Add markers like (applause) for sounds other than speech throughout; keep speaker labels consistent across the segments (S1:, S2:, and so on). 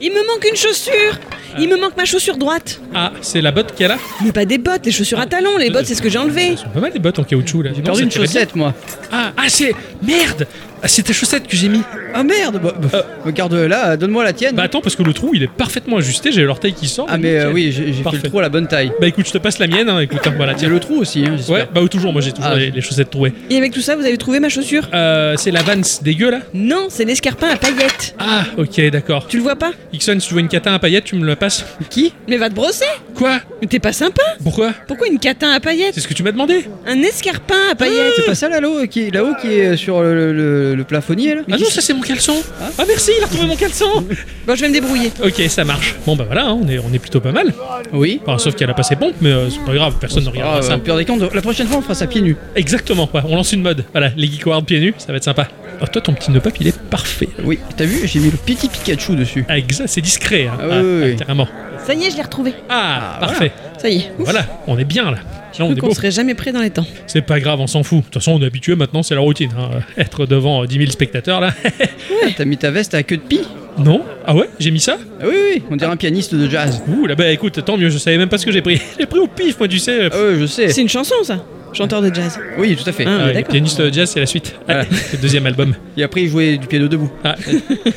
S1: Il me manque une chaussure Il me manque ma chaussure droite
S2: Ah, c'est la botte qu'elle a
S1: Mais pas des bottes, les chaussures à talons, les bottes c'est ce que j'ai enlevé
S2: Elles sont pas mal des bottes en caoutchouc là.
S3: J'ai perdu une chaussette, moi.
S2: Ah, ah c'est. Merde Ah, C'est ta chaussette que j'ai mis.
S3: Ah merde bah, bah, Regarde là, donne-moi la tienne.
S2: Bah attends, parce que le trou il est parfaitement ajusté, j'ai l'orteil qui sort.
S3: ah, mais
S2: nickel.
S3: euh, oui, j'ai j'ai fait
S2: Parfait.
S3: le trou à la bonne taille.
S2: Bah écoute, je te passe la mienne, hein, écoute, hein, voilà,
S3: Il y
S2: tiens.
S3: a le trou aussi, hein,
S2: Ouais,
S3: j'espère.
S2: bah ou toujours, moi j'ai toujours
S3: Ah.
S2: les, les chaussettes trouées.
S1: Et avec tout ça, vous avez trouvé ma chaussure
S2: Euh, c'est la Vance dégueu là
S1: Non, c'est l'escarpin à paillettes
S2: Ah, ok, d'accord.
S1: Tu le vois pas
S2: Ixon, si tu vois une catin à paillettes, tu me la passes
S3: Qui
S1: Mais va te brosser
S2: Quoi
S1: Mais t'es pas sympa
S2: Pourquoi
S1: Pourquoi une catin à paillettes
S2: C'est ce que tu m'as demandé
S1: Un escarpin à paillettes
S3: C'est pas ça là-haut qui, là qui est sur le, le- le plafonnier là
S2: Ah non, ça c'est mon caleçon
S3: Ah.
S2: Ah merci, il a retrouvé mon
S3: (laughs)
S2: caleçon
S1: Bon, je vais me débrouiller.
S2: Ok, ça marche. Bon bah voilà, hein, on, est, on est plutôt pas mal.
S3: Oui.
S2: Enfin, sauf qu'elle a pas ses pompes, mais euh, c'est pas grave, personne ne regardera
S3: Ah,
S2: ça.
S3: euh, pire des camps, la prochaine fois on fera ça pieds nus.
S2: Exactement, ouais, on lance une mode. Voilà, les geek Awards pieds nus, ça va être sympa. Oh, toi, ton petit nœud pape, il est parfait.
S3: Oui, t'as vu, j'ai mis le petit Pikachu dessus.
S2: Avec ça, c'est discret, hein.
S3: Ah, oui, oui, oui.
S2: carrément.
S1: Ça y est, je l'ai retrouvé.
S2: Ah,
S3: Ah,
S2: parfait.
S1: Ça y est. Ouf,
S2: Voilà. on est bien là. Là, on
S1: je
S2: est
S1: crois qu'on
S2: beau.
S1: serait jamais prêt dans les temps.
S2: C'est pas grave, on s'en fout. De toute façon, on est habitué maintenant, c'est la routine. hein. (laughs) Être devant euh, 10 000 spectateurs là. (laughs) Ah
S3: T'as mis ta veste à queue de pie
S2: non Ah ouais J'ai mis ça
S3: Ah oui, oui, on dirait un pianiste de jazz.
S2: Ouh là bah écoute, tant mieux, je savais même pas ce que j'ai pris. (laughs) j'ai pris au pif, moi, tu sais.
S3: Ah oui, je sais.
S1: C'est une chanson, ça Chanteur de (laughs) jazz.
S3: Oui, tout à fait.
S1: Ah,
S2: Ah,
S1: ouais,
S2: les
S1: d'accord.
S2: pianistes de jazz, c'est la suite.
S3: Voilà.
S2: Ah, le deuxième album.
S3: Et après, il jouait du piano debout.
S2: Ah. (laughs)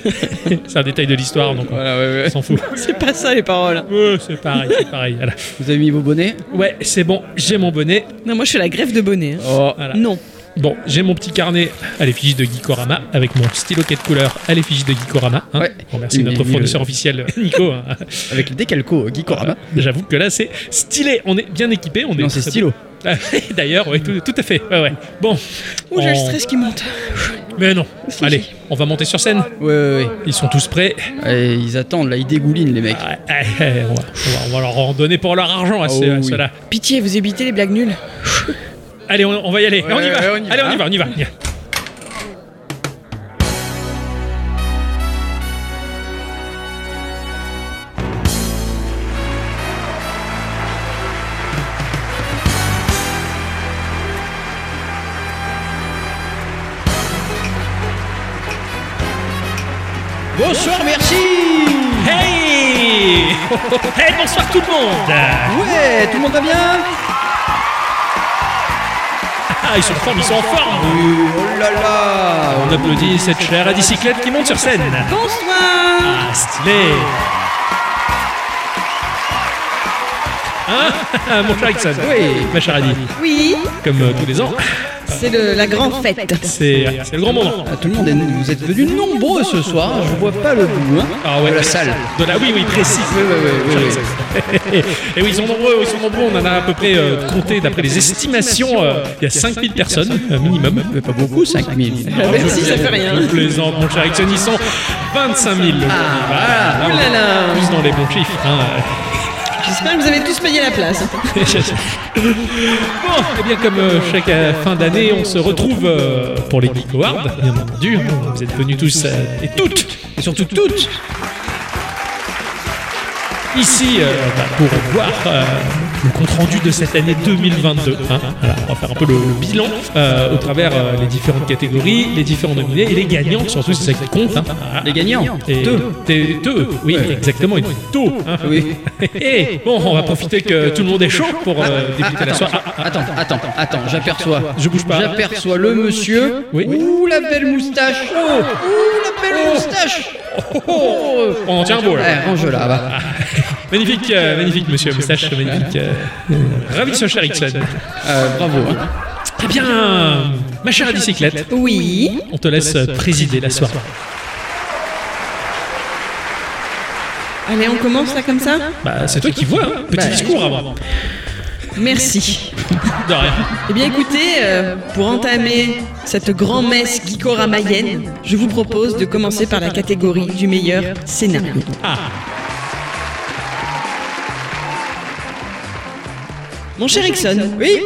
S2: c'est un détail de l'histoire, donc
S3: Voilà, ouais,
S2: on
S3: ouais.
S2: s'en fout.
S1: C'est pas ça, les paroles.
S2: Ouais, c'est pareil, c'est pareil. voilà.
S3: Vous avez mis vos bonnets
S2: Ouais, c'est bon, j'ai mon bonnet.
S1: Non, moi, je fais la grève de bonnet. hein.
S3: Oh.
S2: Voilà.
S1: Non.
S2: Bon, j'ai mon petit carnet à l'effigie de Geekorama avec mon stylo quai de couleur à l'effigie de Geekorama. hein.
S3: Ouais.
S2: On remercie
S3: Il-
S2: notre
S3: il-
S2: fournisseur officiel Nico.
S3: (laughs)
S2: hein.
S3: Avec le décalco, euh, Guy Corama.
S2: J'avoue que là c'est stylé, on est bien équipé, on est.
S3: Non, c'est
S2: Ah. très-
S3: stylo.
S2: Ah, (laughs) D'ailleurs, oui, tout, tout à fait. Ouais, ouais. Bon.
S1: Oh, j'ai le
S2: on-
S1: stress qui monte.
S2: Mais non.
S1: Si,
S2: Allez,
S1: si.
S2: on va monter sur scène.
S3: Ouais, ouais, ouais.
S2: Ils sont tous prêts.
S3: Et ils attendent, là, ils dégoulinent, les mecs.
S2: Ah, ah, ah, on, va, on va- on va leur en donner pour leur argent à,
S3: Oh,
S2: ceux- à
S3: oui.
S2: ceux-là.
S1: Pitié, vous évitez les blagues nulles.
S2: Allez, on, on va y aller.
S3: Ouais,
S2: on y va.
S3: ouais, on y
S2: Allez,
S3: va.
S2: on y va, on y va. on y va.
S3: Bonsoir, merci
S2: Hey Hey, bonsoir tout le monde
S3: Ouais, tout le monde va bien
S2: Ah, ils sont en forme, ils sont en forme
S3: Oui, Oh là là
S2: On applaudit cette chère à bicyclette qui monte sur scène.
S1: Bonsoir
S2: Ah, stylé Hein (laughs) Ah, Mon cher Ixon.
S3: Oui.
S2: Ma chère Adi,
S1: Oui,
S2: comme euh, tous les ans,
S1: c'est le- Ah. la grande fête.
S2: c'est c'est le grand moment.
S3: Ah, tout le monde, est- vous êtes venus nombreux ce soir, je vois pas le bout, hein.
S2: Ah ouais,
S3: de la salle.
S2: De la, oui, oui, précis.
S3: Oui, oui, oui, oui, oui.
S2: Et oui, ils sont nombreux, ils sont nombreux. On en a à peu près euh, compté, d'après les estimations, euh, il y a 5000 personnes euh, minimum.
S3: Mais pas beaucoup, Ah, 5000.
S2: Ah,
S1: Merci, ça fait rien.
S2: Je plaisante, mon cher Ixon, ils sont 25 000. Ah,
S1: Oh là là.
S2: Tous dans les bons chiffres. hein.
S1: J'espère que vous avez tous payé la place. hein.
S2: bon, eh bien comme euh, chaque euh, fin d'année, on se retrouve euh, pour les Geek Awards, bien entendu. Vous êtes venus tous euh, et toutes, et surtout toutes, ici euh, bah, pour voir euh, le compte-rendu de cette année 2022. hein. Voilà, on va faire un peu le, le bilan euh, au travers euh, les différentes catégories, les différents nominés et les gagnants, surtout c'est ça qui compte. hein. Voilà.
S3: Les gagnants
S2: Et
S3: Deux. Ah
S2: t'es- deux, oui, exactement, une taux. hein.
S3: Oui.
S2: Et Eh, bon, on va profiter que tout le monde est chaud pour euh, débuter la soirée. Ah, ah,
S3: Attends, attends, attends, j'aperçois.
S2: Je bouge pas.
S3: J'aperçois le monsieur.
S2: Oui.
S3: Ouh, la belle moustache. Oh, ouh, la belle moustache. Oh,
S2: On en tient un beau
S3: Eh,
S2: là.
S3: range là, va.
S2: Magnifique, euh, magnifique monsieur moustache, magnifique. euh, euh, Ravissant cher Ixon.
S3: Euh, bravo. hein.
S2: Très bien, ma chère bicyclette,
S1: Oui,
S2: on te laisse euh, présider la soirée.
S1: allez, on commence là comme ça
S2: Bah, c'est toi qui vois, hein. petit
S3: Bah,
S2: discours avant.
S1: Merci.
S2: De rien.
S1: Eh bien écoutez, euh, pour entamer cette grand-messe Guicoramaïenne, je vous propose de commencer par la catégorie du meilleur scénario.
S2: Ah,
S1: Mon cher Ixon, oui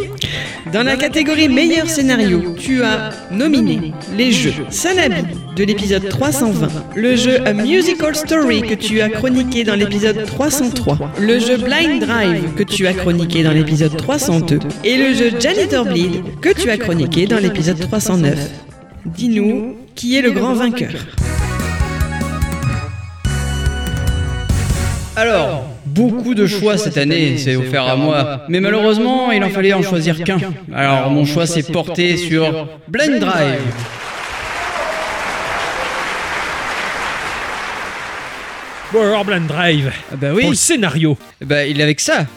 S1: Dans la catégorie meilleur scénario, tu as nominé les jeux Sanabi de l'épisode 320, le jeu A Musical Story que tu as chroniqué dans l'épisode 303, le jeu Blind Drive que tu as chroniqué dans l'épisode 302 et le jeu Janitor Bleed que tu as chroniqué dans l'épisode 309. Dis-nous qui est le grand vainqueur
S3: Alors, beaucoup de choix cette année s'est offert à moi, mais malheureusement, il en fallait en choisir qu'un. Alors, mon choix s'est porté sur Blend Drive.
S2: Warland Drive.
S3: Ah bah
S2: Pour
S3: oui,
S2: le scénario.
S3: bah il est avec ça.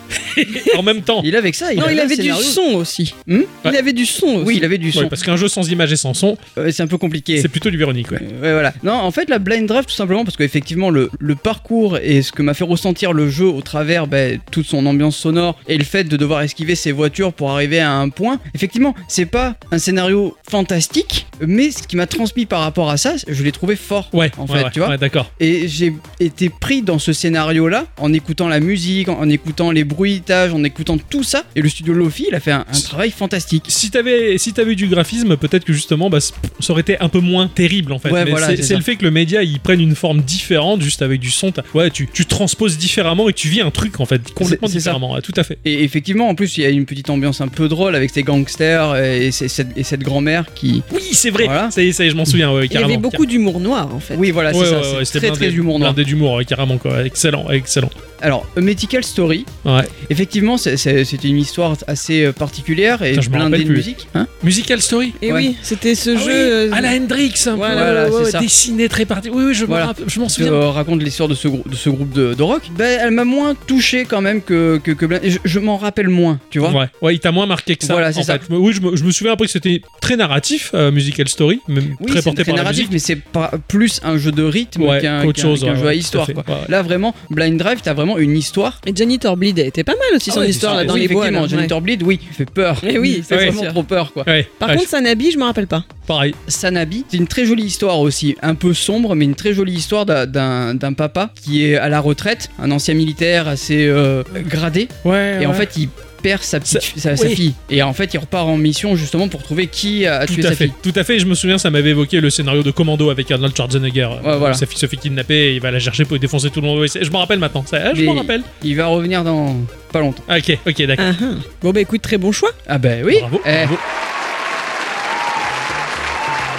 S2: en même temps.
S3: Oh. Il est avec ça.
S1: Non,
S3: a
S1: il
S3: le
S1: avait du
S3: scénario.
S1: son aussi.
S3: Hmm
S1: Il avait du son aussi.
S3: Oui, il avait du son.
S2: Ouais, parce qu'un jeu sans image et sans son,
S3: Euh, c'est un peu compliqué.
S2: c'est plutôt du Véronique. Ouais.
S3: Ouais, voilà. Non, en fait, la blind drive, tout simplement, parce qu'effectivement, le, le parcours et ce que m'a fait ressentir le jeu au travers ben, toute son ambiance sonore et le fait de devoir esquiver ses voitures pour arriver à un point, effectivement, c'est pas un scénario fantastique, mais ce qui m'a transmis par rapport à ça, je l'ai trouvé fort.
S2: Ouais,
S3: En
S2: ouais,
S3: fait,
S2: ouais,
S3: tu vois.
S2: ouais, d'accord.
S3: Et j'ai été pris dans ce scénario-là, en écoutant la musique, en, en écoutant les bruitages, en écoutant tout ça. Et le studio Lofi, il a fait un, un travail fantastique.
S2: Si t'avais si t'avais eu du graphisme, peut-être que justement, bah, c- ça aurait été un peu moins terrible en fait.
S3: Ouais,
S2: Mais
S3: voilà,
S2: c'est
S3: c'est
S2: c'est
S3: ça.
S2: le fait que le média il prenne une forme différente, juste avec du son. t'as- Ouais, tu, tu transposes différemment et tu vis un truc en fait complètement
S3: C'est- c'est ça.
S2: différemment. Ouais, tout à fait.
S3: Et effectivement, en plus, il y a une petite ambiance un peu drôle avec ces gangsters et, ces- cette, et cette grand-mère qui.
S2: Oui, c'est vrai.
S3: Voilà.
S2: Ça y est, ça y est, je m'en souviens. ouais,
S1: Il y
S2: carrément.
S1: avait beaucoup d'humour noir en fait.
S3: Oui, voilà, c'est
S2: Ouais,
S3: ça.
S2: ouais, ouais,
S3: c'est
S2: c'était
S3: très
S2: blindé-
S3: très humour noir.
S2: blindé d'humour, ouais, carrément quoi. Excellent, excellent.
S3: Alors, A Mythical Story,
S2: Ouais.
S3: effectivement, c'est- c'est c'est une histoire assez euh, particulière et
S2: Putain, je me
S3: blindée
S2: rappelle
S3: de
S2: plus.
S3: musique. Hein
S2: Musical Story.
S1: Et
S3: Ouais.
S1: oui, c'était ce
S2: Ah oui,
S1: jeu. euh,
S2: à la Hendrix, un peu,
S1: Voilà,
S2: ouais, ouais,
S3: c'est
S2: ouais,
S3: ça.
S2: dessiné très parti. Oui, oui, je me
S3: Voilà.
S2: rappelle- je m'en
S3: qui,
S2: souviens.
S3: euh, raconte l'histoire de ce, grou- de ce groupe de, de rock, ben, elle m'a moins touché quand même que, que, que Blind- Je, je m'en rappelle moins, tu vois.
S2: Ouais, ouais, il t'a moins marqué que ça.
S3: Voilà, c'est
S2: en
S3: ça.
S2: fait. Oui, je me, je me souviens après que c'était très narratif, euh, Musical Story, même
S3: Oui,
S2: très
S3: c'est
S2: porté
S3: très
S2: par la
S3: narratif,
S2: musique.
S3: mais c'est pas- plus un jeu de rythme
S2: Ouais,
S3: qu'un
S2: qu'autre
S3: qu'un-
S2: chose,
S3: qu'un
S2: ouais,
S3: jeu à
S2: ouais, tout à
S3: histoire.
S2: fait,
S3: quoi.
S2: ouais.
S3: Là, vraiment, Blind Drive, t'as vraiment une histoire.
S1: Et Janitor Bleed était pas mal aussi son
S2: ouais,
S1: histoire
S2: c'est
S1: là
S2: sûr,
S1: dans
S3: oui,
S1: les hein, bois.
S3: effectivement,
S1: là.
S3: Janitor Bleed, oui, il fait peur.
S1: Eh oui,
S3: il
S1: ça,
S3: fait
S1: c'est
S3: vraiment
S1: sûr.
S3: trop peur, quoi.
S2: Ouais,
S1: Par
S2: ouais,
S1: contre, Sanabi, je me rappelle pas.
S2: pareil.
S3: Sanabi, c'est une très jolie histoire aussi, un peu sombre, mais une très jolie histoire d'un- d'un d'un papa qui est à la retraite, un ancien militaire assez euh, gradé,
S2: Ouais.
S3: et en fait, il perd sa, petite- sa, sa
S2: oui.
S3: fille. Et en fait, il repart en mission justement pour trouver qui a, a tué
S2: tout à
S3: sa
S2: fait,
S3: fille.
S2: tout à fait. Je me souviens, ça m'avait évoqué le scénario de Commando avec Arnold Schwarzenegger. euh,
S3: Ouais, voilà.
S2: Sa fille se fait kidnapper, et il va la chercher pour défoncer tout le monde. Ouais, c'est- Je me rappelle maintenant. Ça, je
S3: Mais-
S2: m'en rappelle.
S3: Il va revenir dans pas longtemps.
S2: Ah, ok, ok, d'accord.
S1: Ah, ah. Bon bah écoute, très bon choix.
S3: Ah bah oui
S2: Bravo.
S3: Eh,
S2: bravo.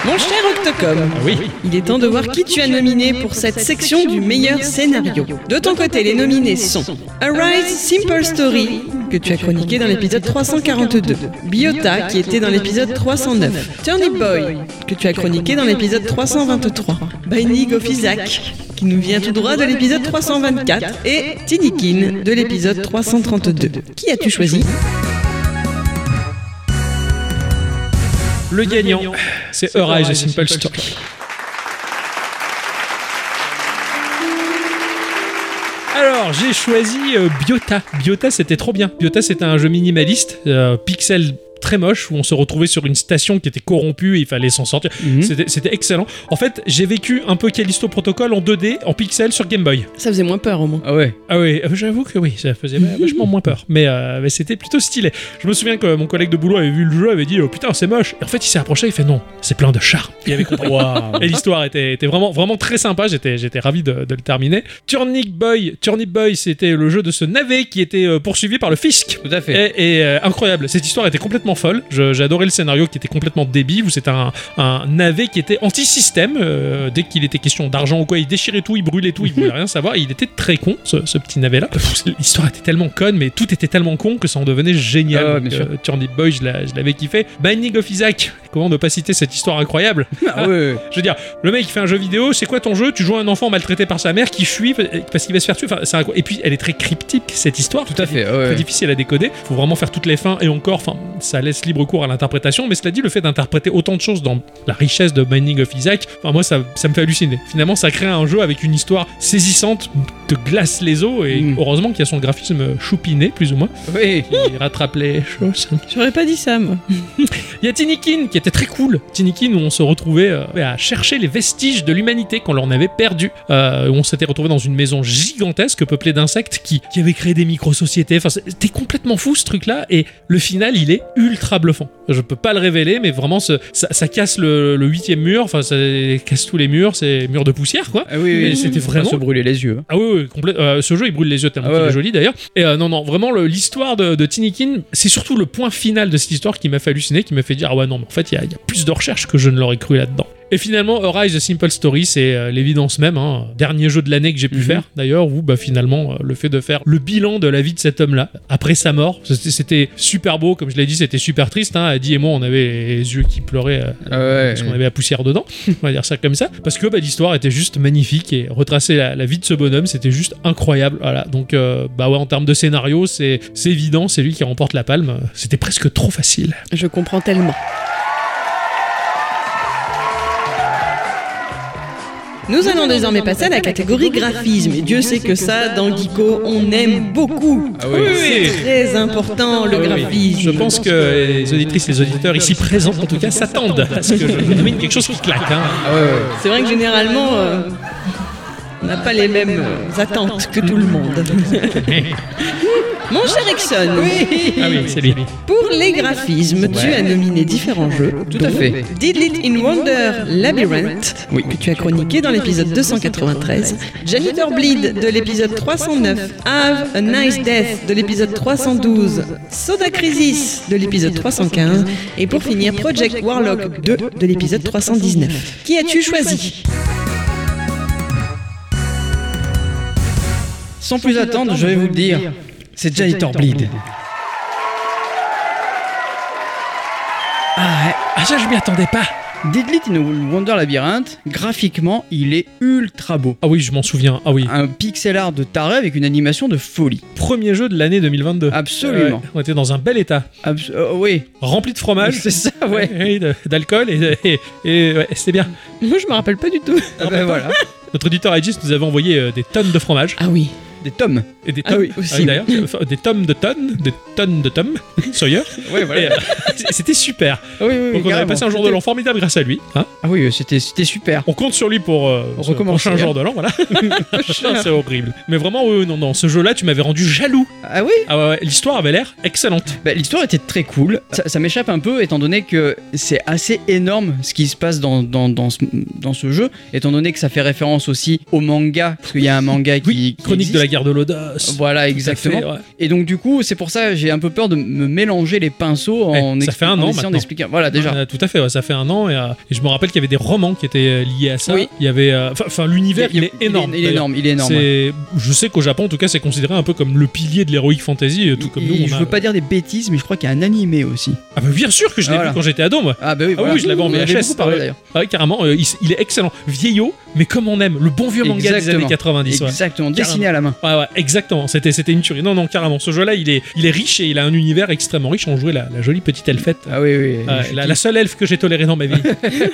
S1: Mon cher Octocom,
S2: Ah oui.
S1: il est temps de voir qui tu as nominé pour cette section du meilleur scénario. De ton côté, les nominés sont Arise Simple Story, que tu as chroniqué dans l'épisode 342, Biota, qui était dans l'épisode 309, Turnip Boy, que tu as chroniqué dans l'épisode 323, Binding of Isaac, qui nous vient tout droit de l'épisode 324, et Tinikin de l'épisode 332. Qui as-tu choisi
S2: Le gagnant, c'est Arise et Simple Story. Alors, j'ai choisi euh, Biota. Biota, c'était trop bien. Biota, c'était un jeu minimaliste, euh, pixel très moche, où on se retrouvait sur une station qui était corrompue et il fallait s'en sortir.
S3: mhm.
S2: C'était- C'était excellent. En fait, j'ai vécu un peu Callisto Protocol en 2D, en pixel sur Game Boy.
S1: Ça faisait moins peur au moins.
S3: Ah ouais.
S2: Ah oui, euh, j'avoue que oui, ça faisait vachement moins peur. Mais, euh, mais c'était plutôt stylé. Je me souviens que mon collègue de boulot avait vu le jeu, avait dit oh, putain c'est moche. Et en fait il s'est approché, il fait non, c'est plein de charme. Il avait (laughs) compris. Et l'histoire était, était vraiment, vraiment très sympa. J'étais, j'étais ravi de, de le terminer. Turnip Boy, Turnip Boy, c'était le jeu de ce navet qui était euh, poursuivi par le fisc.
S3: Tout à fait.
S2: Et, et, euh, incroyable, cette histoire était complètement folle. Je- J'adorais le scénario qui était complètement débile, où c'était un, un navet qui était anti-système. euh, dès qu'il était question d'argent ou quoi, il déchirait tout, il brûlait tout, il
S3: (laughs)
S2: voulait rien savoir. Et il était très con, ce, ce petit navet-là. (laughs) Pff, L'histoire était tellement conne, mais tout était tellement con que ça en devenait génial.
S3: Ah ouais,
S2: Donc,
S3: bien sûr.
S2: euh, Turnip Boy, je l'a- je l'avais kiffé. Binding of Isaac, comment ne pas citer cette histoire incroyable
S3: Ah ouais.
S2: je veux dire, le mec il fait un jeu vidéo, c'est quoi ton jeu Tu joues à un enfant maltraité par sa mère qui fuit euh, parce qu'il va se faire tuer. Enfin, c'est incroyable. Et puis elle est très cryptique cette histoire.
S3: Tout à fait. ah
S2: Très
S3: ouais.
S2: difficile à décoder. Faut vraiment faire toutes les fins et encore. Enfin, ça laisse libre cours à l'interprétation. Mais cela dit, le fait d'interpréter autant de choses dans la richesse de Binding of Isaac, enfin moi ça, ça me fait halluciner. Finalement, ça crée un jeu avec une histoire saisissante, te glace les os et
S3: Mm.
S2: heureusement qu'il y a son graphisme choupiné plus ou moins
S3: Oui.
S2: qui rattrape les choses.
S1: J'aurais pas dit ça moi.
S2: Il y a Tinikin qui était très cool. Tinikin où on se retrouvait euh, à chercher les vestiges de l'humanité quand l'on avait perdu. Euh, où on s'était retrouvé dans une maison gigantesque peuplée d'insectes qui, qui avaient créé des micro-sociétés. Enfin, c'était complètement fou ce truc-là. Et le final, il est ultra bluffant. Je peux pas le révéler, mais vraiment, ce- ça, ça casse le le huitième mur. Enfin, ça casse tous les murs. C'est mur de poussière, quoi.
S3: Ah oui, oui,
S2: Mais
S3: oui.
S2: c'était
S3: Faut pas
S2: vraiment-
S3: se brûler les yeux. hein.
S2: Ah oui, oui, complet- euh, ce jeu il brûle les yeux tellement
S3: Ah
S2: qu'il
S3: ouais.
S2: est joli d'ailleurs. Et euh, non, non, vraiment le- l'histoire de, de Tinikin, c'est surtout le point final de cette histoire qui m'a fait halluciner, qui m'a fait dire ah ouais non, mais en fait il y, a- il y a plus de recherche que je ne l'aurais cru là-dedans. Et finalement, Rise the Simple Story, c'est euh, l'évidence même. hein. Dernier jeu de l'année que j'ai pu
S3: Mhm.
S2: faire, d'ailleurs, où bah, finalement, euh, le fait de faire le bilan de la vie de cet homme-là, après sa mort, c'était- c'était super beau, comme je l'ai dit, c'était super triste. Hein. Adi et moi, on avait les yeux qui pleuraient euh,
S3: Ah ouais,
S2: parce qu'on avait la poussière dedans, on va dire ça comme ça, parce que bah, l'histoire était juste magnifique et retracer la, la vie de ce bonhomme, c'était juste incroyable. Voilà, donc euh, bah ouais, en termes de scénario, c'est c'est évident, c'est lui qui remporte la palme. C'était presque trop facile.
S4: Je comprends tellement.
S1: Nous allons désormais passer à la catégorie graphisme. Et Dieu sait que ça, dans Geeko, on aime beaucoup.
S3: Ah oui.
S2: Oui.
S1: C'est très important le
S2: Ah oui, oui.
S1: graphisme.
S2: Je pense que les auditrices, les auditeurs ici présents, en tout cas, s'attendent à ce que je vous nomine quelque chose qui claque. hein.
S3: Ah ouais, ouais.
S1: C'est vrai que généralement, euh, on n'a pas les mêmes euh, attentes que tout le (laughs) monde. Mon cher Exxon,
S2: Ah oui, c'est lui.
S1: pour les graphismes, tu as nominé différents jeux.
S3: Tout à fait.
S1: Diddle It in Wonder Labyrinth,
S3: Oui.
S1: que tu as chroniqué dans l'épisode 293, Janitor Bleed de l'épisode 309, Have a Nice Death de l'épisode 312, Soda Crisis de l'épisode 315, et pour finir Project Warlock 2 de l'épisode 319. Qui as-tu choisi
S3: Sans plus attendre, je vais vous le dire. C'est Janitor Bleed.
S2: Ah, ouais. Ah, ça, je m'y attendais pas.
S3: Diddlit in Wonder Labyrinth, graphiquement, il est ultra beau.
S2: Ah oui, je m'en souviens. Ah oui,
S3: Un pixel art de taré avec une animation de folie.
S2: premier jeu de l'année 2022.
S3: Absolument.
S2: Ouais, on était dans un bel état,
S3: Abs- euh, oui,
S2: rempli de fromage.
S3: (laughs) c'est ça, ouais.
S2: Oui, de- d'alcool et, et- et- ouais, c'était bien.
S4: Moi, je me rappelle pas du tout.
S3: Ah ben voilà.
S2: Notre auditeur Aegis nous avait envoyé euh, des tonnes de fromage
S4: Ah oui.
S3: Des tomes.
S2: et des
S3: Ah
S2: tonnes
S3: oui, aussi.
S2: d'ailleurs, euh, des tomes de tonnes, des tonnes de tomes, Sawyer.
S3: Ouais, voilà.
S2: Et, euh, c'était super.
S3: Ah oui, oui,
S2: Donc on avait
S3: carrément.
S2: passé un jour de l'an formidable grâce à lui. hein.
S3: Ah oui, c'était c'était super.
S2: On compte sur lui pour euh,
S3: On
S2: ce
S3: recommence,
S2: prochain
S3: hein.
S2: jour de l'an,
S3: (laughs)
S2: voilà. C'est horrible. Mais vraiment, oui, oui, non, non, ce jeu-là, tu m'avais rendu jaloux.
S3: Ah oui
S2: Ah ouais, ouais, l'histoire avait l'air excellente.
S3: Bah, L'histoire était très cool. Ça, ça m'échappe un peu, étant donné que c'est assez énorme ce qui se passe dans, dans, dans, ce, dans ce jeu, étant donné que ça fait référence aussi au manga, parce qu'il y a un manga qui.
S2: Oui,
S3: qui
S2: chronique de la
S3: existe.
S2: guerre de l'audace. Tout
S3: Voilà,
S2: à fait,
S3: exactement.
S2: ouais.
S3: Et donc, du coup, c'est pour ça j'ai un peu peur de me mélanger les pinceaux en,
S2: Ouais, Eh, ça
S3: expli-
S2: fait un
S3: en
S2: an
S3: essayant
S2: maintenant.
S3: d'expliquer. Voilà, Ah, déjà.
S2: Euh, tout à fait, ouais, ça fait un an et, euh, et je me rappelle qu'il y avait des romans qui étaient euh, liés à ça.
S3: Oui.
S2: Il y avait, euh, enfin, enfin, l'univers, il, est énorme.
S3: Il est
S2: d'ailleurs.
S3: énorme, il est énorme. ouais.
S2: C'est- Je sais qu'au Japon, en tout cas, c'est considéré un peu comme le pilier de l'heroic fantasy, euh, tout comme
S3: Et
S2: nous. on
S3: je
S2: a-
S3: veux pas dire des bêtises, mais je crois qu'il y a un animé aussi.
S2: Ah bah bien sûr que je l'ai
S3: Voilà.
S2: vu quand j'étais ado, moi.
S3: Ah, bah oui,
S2: Ah
S3: voilà.
S2: oui, je l'avais en
S3: On avait
S2: VHS,
S3: beaucoup parlé,
S2: ouais.
S3: d'ailleurs.
S2: Ah ouais, carrément, euh, il, s- il est excellent. Vieillot, mais comme on aime, le bon vieux manga des
S3: Exactement.
S2: années 90. ouais.
S3: Exactement,
S2: Carrément.
S3: dessiné à la main.
S2: Ouais, ouais, exactement. C'était, c'était une tuerie. Non, non, carrément. Ce jeu-là, il est, il est riche et il a un univers extrêmement riche. On jouait la, la jolie petite elfette.
S3: Ah oui, oui.
S2: Ouais,
S3: je-
S2: la, la seule elfe que j'ai tolérée dans ma
S3: (laughs)
S2: vie.